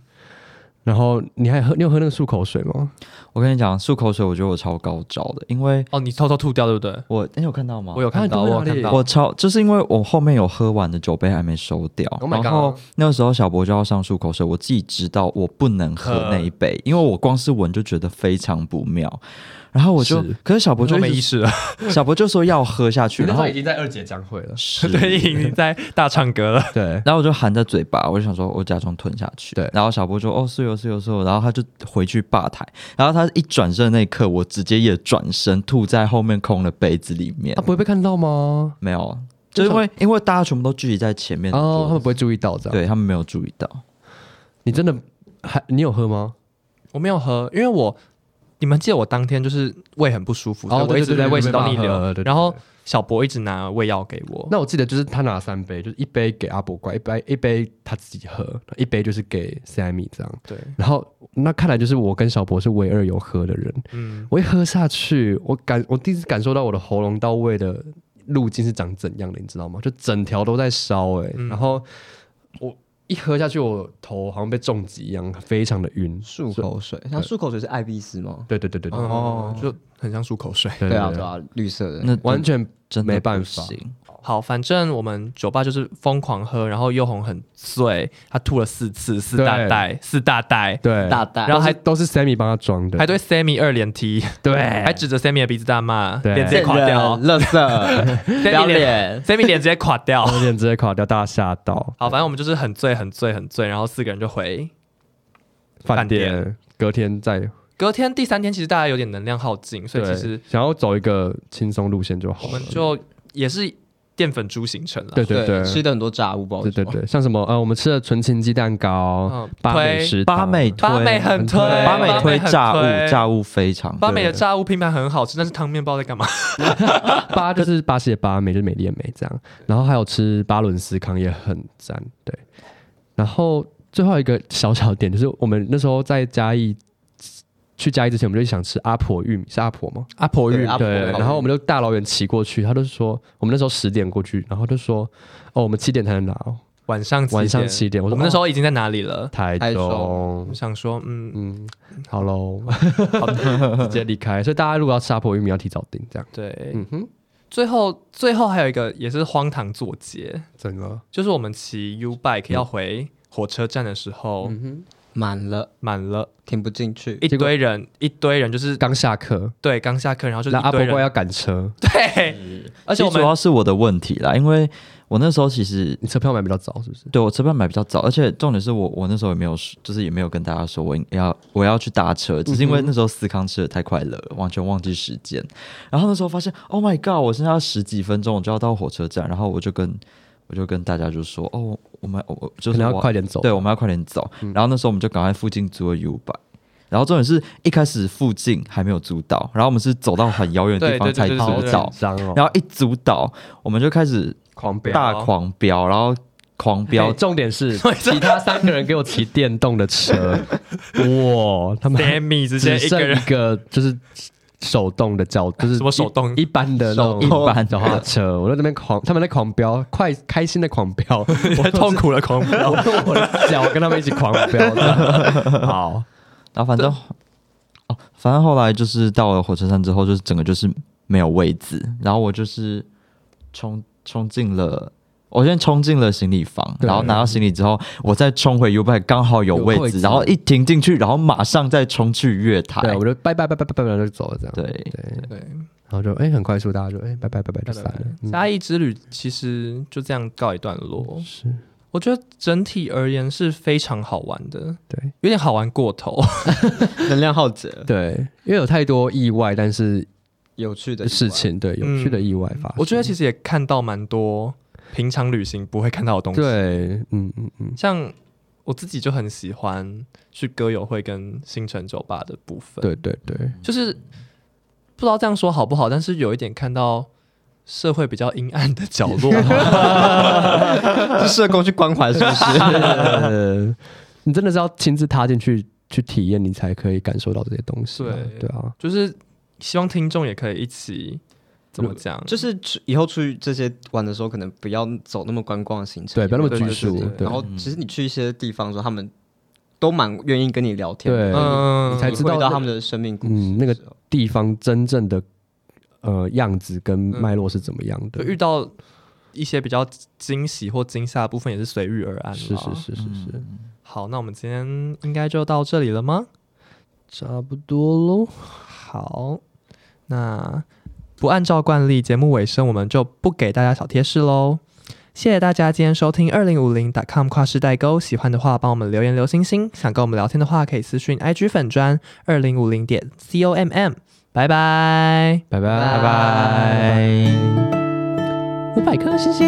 Speaker 3: 然后你还喝你有喝那个漱口水吗？
Speaker 4: 我跟你讲，漱口水，我觉得我超高招的，因为
Speaker 1: 哦，你偷偷吐掉对不对？
Speaker 4: 我哎你有看到吗？
Speaker 1: 我有看到，
Speaker 3: 啊你
Speaker 1: 我有
Speaker 3: 吐在哪
Speaker 1: 看
Speaker 3: 里
Speaker 1: 到，
Speaker 4: 我超就是因为我后面有喝完的酒杯还没收掉
Speaker 3: Oh my
Speaker 4: 然后
Speaker 3: God，
Speaker 4: 那时候小博就要上漱口水，我自己知道我不能喝那一杯，因为我光是闻就觉得非常不妙。然后我就是可是小博
Speaker 1: 我
Speaker 4: 就
Speaker 1: 都没
Speaker 4: 一
Speaker 1: 意
Speaker 4: 直
Speaker 1: 识了，
Speaker 4: 小博就说要喝下去，然后
Speaker 3: 经在二姐讲会了。
Speaker 4: 是
Speaker 1: 对，已经在大唱歌了。
Speaker 3: 对，
Speaker 4: 然后我就含在嘴巴，我就想说，我假装吞下去。
Speaker 3: 对
Speaker 4: 然后小波就哦是有是有是有，然后他就回去吧台，然后他一转身的那一刻，我直接也转身吐在后面空的杯子里面
Speaker 3: 他，不会被看到吗？
Speaker 4: 没有，就是因为因为大家全部都聚集在前面的
Speaker 3: 哦，他
Speaker 4: 桌
Speaker 3: 们
Speaker 4: 子，
Speaker 3: 不会注意到这样。
Speaker 4: 对他们没有注意到。
Speaker 3: 你真的还你有喝吗？
Speaker 1: 我没有喝，因为我你们记得我当天就是胃很不舒服，所以我一直在胃食道逆流，
Speaker 3: 对对对
Speaker 1: 然后小博一直拿胃药给我。
Speaker 3: 那我记得就是他拿三杯，就是一杯给阿伯怪，一杯一杯他自己喝，一杯就是给 Sammy 这样。
Speaker 1: 对，
Speaker 3: 然后那看来就是我跟小博是唯二有喝的人。
Speaker 1: 嗯，
Speaker 3: 我一喝下去，我感我第一次感受到我的喉咙到胃的路径是长怎样的，你知道吗？就整条都在烧哎、
Speaker 1: 嗯
Speaker 3: 然后我一喝下去，我头好像被重击一样，非常的晕。
Speaker 2: 漱口水，像漱口水是艾必斯吗？
Speaker 3: 对对对对对，
Speaker 1: 哦，就很像漱口水。
Speaker 3: 对
Speaker 2: 对啊，对，啊，绿色的。
Speaker 4: 那
Speaker 3: 完全
Speaker 4: 真的
Speaker 3: 没办
Speaker 4: 不
Speaker 3: 法
Speaker 4: 行
Speaker 1: 好，反正我们酒吧就是疯狂喝，然后又红很醉，他吐了四次，四大
Speaker 3: 对
Speaker 1: 袋，四大袋，
Speaker 3: 对，
Speaker 2: 大袋，
Speaker 1: 然后还
Speaker 3: 都是 Sammy 帮他装的，
Speaker 1: 还对 Sammy 二连踢，
Speaker 3: 对
Speaker 1: 还指着 Sammy 的鼻子大骂，
Speaker 3: 对
Speaker 1: 脸直接
Speaker 2: 贱
Speaker 1: 垮掉
Speaker 2: 人、啊 垃圾、不要
Speaker 1: Sammy 脸
Speaker 2: 脸，
Speaker 1: ，Sammy 脸直接垮掉。
Speaker 3: 我脸直接垮掉，大家吓到。
Speaker 1: 好，反正我们就是很醉，很醉，很醉，然后四个人就回。
Speaker 3: 饭
Speaker 1: 饭店
Speaker 3: 店隔天再，
Speaker 1: 隔天第三天，其实大家有点能量耗尽，所以其
Speaker 3: 对
Speaker 1: 实
Speaker 3: 想要走一个轻松路线就好
Speaker 1: 我
Speaker 3: 了。
Speaker 1: 们就也是淀粉猪行程了。
Speaker 3: 对对对
Speaker 2: 吃的很多炸物包，
Speaker 3: 对对，对，像什么呃，我们吃了纯情鸡蛋糕
Speaker 1: 嗯，
Speaker 3: 八美
Speaker 1: 推
Speaker 3: 食
Speaker 4: 巴
Speaker 3: 堂
Speaker 4: 美推
Speaker 1: 八美很推，
Speaker 4: 巴美推
Speaker 1: 很
Speaker 4: 炸物，炸物非常
Speaker 1: 八美的炸物拼盘很好吃，但是汤面不知道在干嘛。
Speaker 3: 巴就是巴西的巴，美就是美丽的美这样。然后还有吃巴伦斯康也很赞，对。然后最后一个小小点就是，我们那时候在嘉义去嘉义之前，我们就想吃阿婆玉米，是阿婆吗？
Speaker 1: 阿婆
Speaker 2: 芋对阿婆
Speaker 3: 对。
Speaker 2: 玉米
Speaker 3: 然后我们就大老远骑过去，他就说我们那时候十点过去，然后就说哦，我们七点才能拿哦，
Speaker 1: 晚上
Speaker 3: 晚上
Speaker 1: 点
Speaker 3: 七点。我
Speaker 1: 我
Speaker 3: 说
Speaker 1: 们那时
Speaker 3: 候
Speaker 1: 候已经在哪里了？
Speaker 3: 台
Speaker 2: 台
Speaker 3: 中
Speaker 1: 我。想说，嗯，
Speaker 3: 嗯，好喽， 直接离开。所以大家如果要吃阿婆玉米，要提早订这样。
Speaker 1: 对。
Speaker 3: 嗯哼，
Speaker 1: 最后，最后还有一个也是荒唐作结，
Speaker 3: 整个
Speaker 1: 就是我们骑 U bike
Speaker 3: 嗯
Speaker 1: 要回火车站的时候，
Speaker 2: 满了
Speaker 1: 满了
Speaker 2: 听不进去。
Speaker 1: 一堆人，一堆人就是
Speaker 3: 刚下课，
Speaker 1: 对刚下课，然后就是
Speaker 3: 那
Speaker 1: 一
Speaker 3: 阿
Speaker 1: 堆
Speaker 3: 婆怪嗯
Speaker 1: 人，
Speaker 3: 要赶车，
Speaker 1: 对，而
Speaker 4: 而
Speaker 1: 且我
Speaker 4: 主
Speaker 1: 们
Speaker 4: 要是我的问题啦，因为我那时候其实
Speaker 3: 你车票买比较早，是不是？
Speaker 4: 对我车票买比较早，而且重点是我我那时候也没有说，就是也没有跟大家说我应要我要去搭车，只是因为那时候思康吃的太快乐了，完全忘记时间。然后那时候发现，Oh my god，我剩下十几分钟我就要到火车站，然后我就跟我就跟大家就说，哦，我们我我就
Speaker 3: 可
Speaker 4: 是
Speaker 3: 能
Speaker 4: 我
Speaker 3: 要快点走。嗯
Speaker 4: 对，我们要快点走。然后那时候我们就赶快附近租了 U 拜。然后重点是一开始附近还没有租到，然后我们是走到很遥远的
Speaker 1: 对
Speaker 4: 地方
Speaker 1: 对
Speaker 4: 才
Speaker 1: 对
Speaker 4: 租
Speaker 1: 对对对
Speaker 4: 到，
Speaker 3: 脏哦，
Speaker 4: 然后一租到我们就开始
Speaker 3: 狂飙
Speaker 4: 大狂飙，然后狂飙
Speaker 3: 哎重点是其他三个人给我骑电动的车，哇， 他们
Speaker 1: Sammy 直接
Speaker 3: 只
Speaker 1: 一个
Speaker 3: 剩
Speaker 1: 人
Speaker 3: 一个就是手动的脚，就是
Speaker 1: 什么手动
Speaker 3: 一一般的那种
Speaker 4: 手动
Speaker 3: 一般的花车，我在那边狂，他们在狂飙，快开心的狂飙，我
Speaker 1: 痛苦了狂飙。
Speaker 3: 我 我的脚跟他们一起狂飙的，好，
Speaker 4: 然后反正哦，反正后来就是到了火车站之后，就是整个就是没有位置，然后我就是冲冲进了。我先冲进了行李房，
Speaker 3: 对
Speaker 4: 然后拿到行李之后，我再冲回 U b i 刚好有
Speaker 3: 有
Speaker 4: 位
Speaker 3: 位
Speaker 4: 置，
Speaker 3: 置
Speaker 4: 然后一停进去，然后马上再冲去月台。
Speaker 3: 对，我就拜拜拜拜拜拜，然后就走了这样，
Speaker 4: 哎对
Speaker 3: 对，
Speaker 1: 对，
Speaker 3: 然后就哎很快速，大家就哎拜拜拜拜就散了，嗯
Speaker 1: 嘉义之旅其实就这样告一段落。
Speaker 3: 是
Speaker 1: 我觉得整体而言是非常好玩的，
Speaker 3: 对。
Speaker 1: 有 点好玩过头。
Speaker 2: 能量耗竭，
Speaker 3: 对，因为有太多意外，但是
Speaker 2: 有趣的意外
Speaker 3: 事。情，对有趣的意外发
Speaker 1: 嗯
Speaker 3: 生。
Speaker 1: 我觉得其实也看到蛮多平常旅行不会看到的东西，
Speaker 3: 对，嗯嗯嗯，
Speaker 1: 像我自己就很喜欢去歌友会跟星辰酒吧的部分，
Speaker 3: 对对对，
Speaker 1: 就是不知道这样说好不好，但是有一点看到社会比较阴暗的角 落，
Speaker 2: 是社工去关怀，是 不是？
Speaker 3: 呃，你真的是要亲自踏进去去体验，你才可以感受到这些东西啊。
Speaker 1: 对
Speaker 3: 对啊，
Speaker 1: 就是希望听众也可以一起怎么讲，
Speaker 2: 就是出以后出去这些玩的时候，可能不要走那么观光的行程，
Speaker 3: 对，不要那么
Speaker 1: 对
Speaker 3: 拘
Speaker 1: 对
Speaker 3: 束
Speaker 1: 对，
Speaker 3: 对
Speaker 2: 然，后其实你去一些地方的时候，他们都蛮愿意跟你聊天的，
Speaker 3: 对
Speaker 1: 嗯
Speaker 3: 你才
Speaker 2: 你
Speaker 3: 知
Speaker 2: 会
Speaker 3: 道
Speaker 2: 到他们的生命故事的时候。
Speaker 3: 嗯那个地方真正的呃样子跟
Speaker 1: 嗯
Speaker 3: 脉络是怎么样
Speaker 1: 就
Speaker 3: 的。
Speaker 1: 遇到一些比较惊喜或惊吓的部分也是随遇而安，
Speaker 3: 是是。是是是，
Speaker 1: 好，那我们今天应该就到这里了吗？
Speaker 3: 差不多喽。
Speaker 1: 好，那不按照惯例，节目尾声我们就不给大家小贴士喽。谢谢大家今天收听二零五零 .com 跨世代沟，喜欢的话帮我们留言留星星，想跟我们聊天的话可以私讯 IG 粉砖二零五零点 com，拜拜，
Speaker 3: 拜拜
Speaker 2: 拜拜。
Speaker 1: 五百颗星星，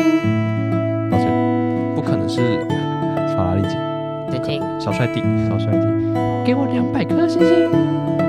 Speaker 1: 抱歉，不可能是
Speaker 3: 法拉利姐，
Speaker 1: 小帅弟。
Speaker 3: 小帅弟。
Speaker 1: 给我两百颗星星。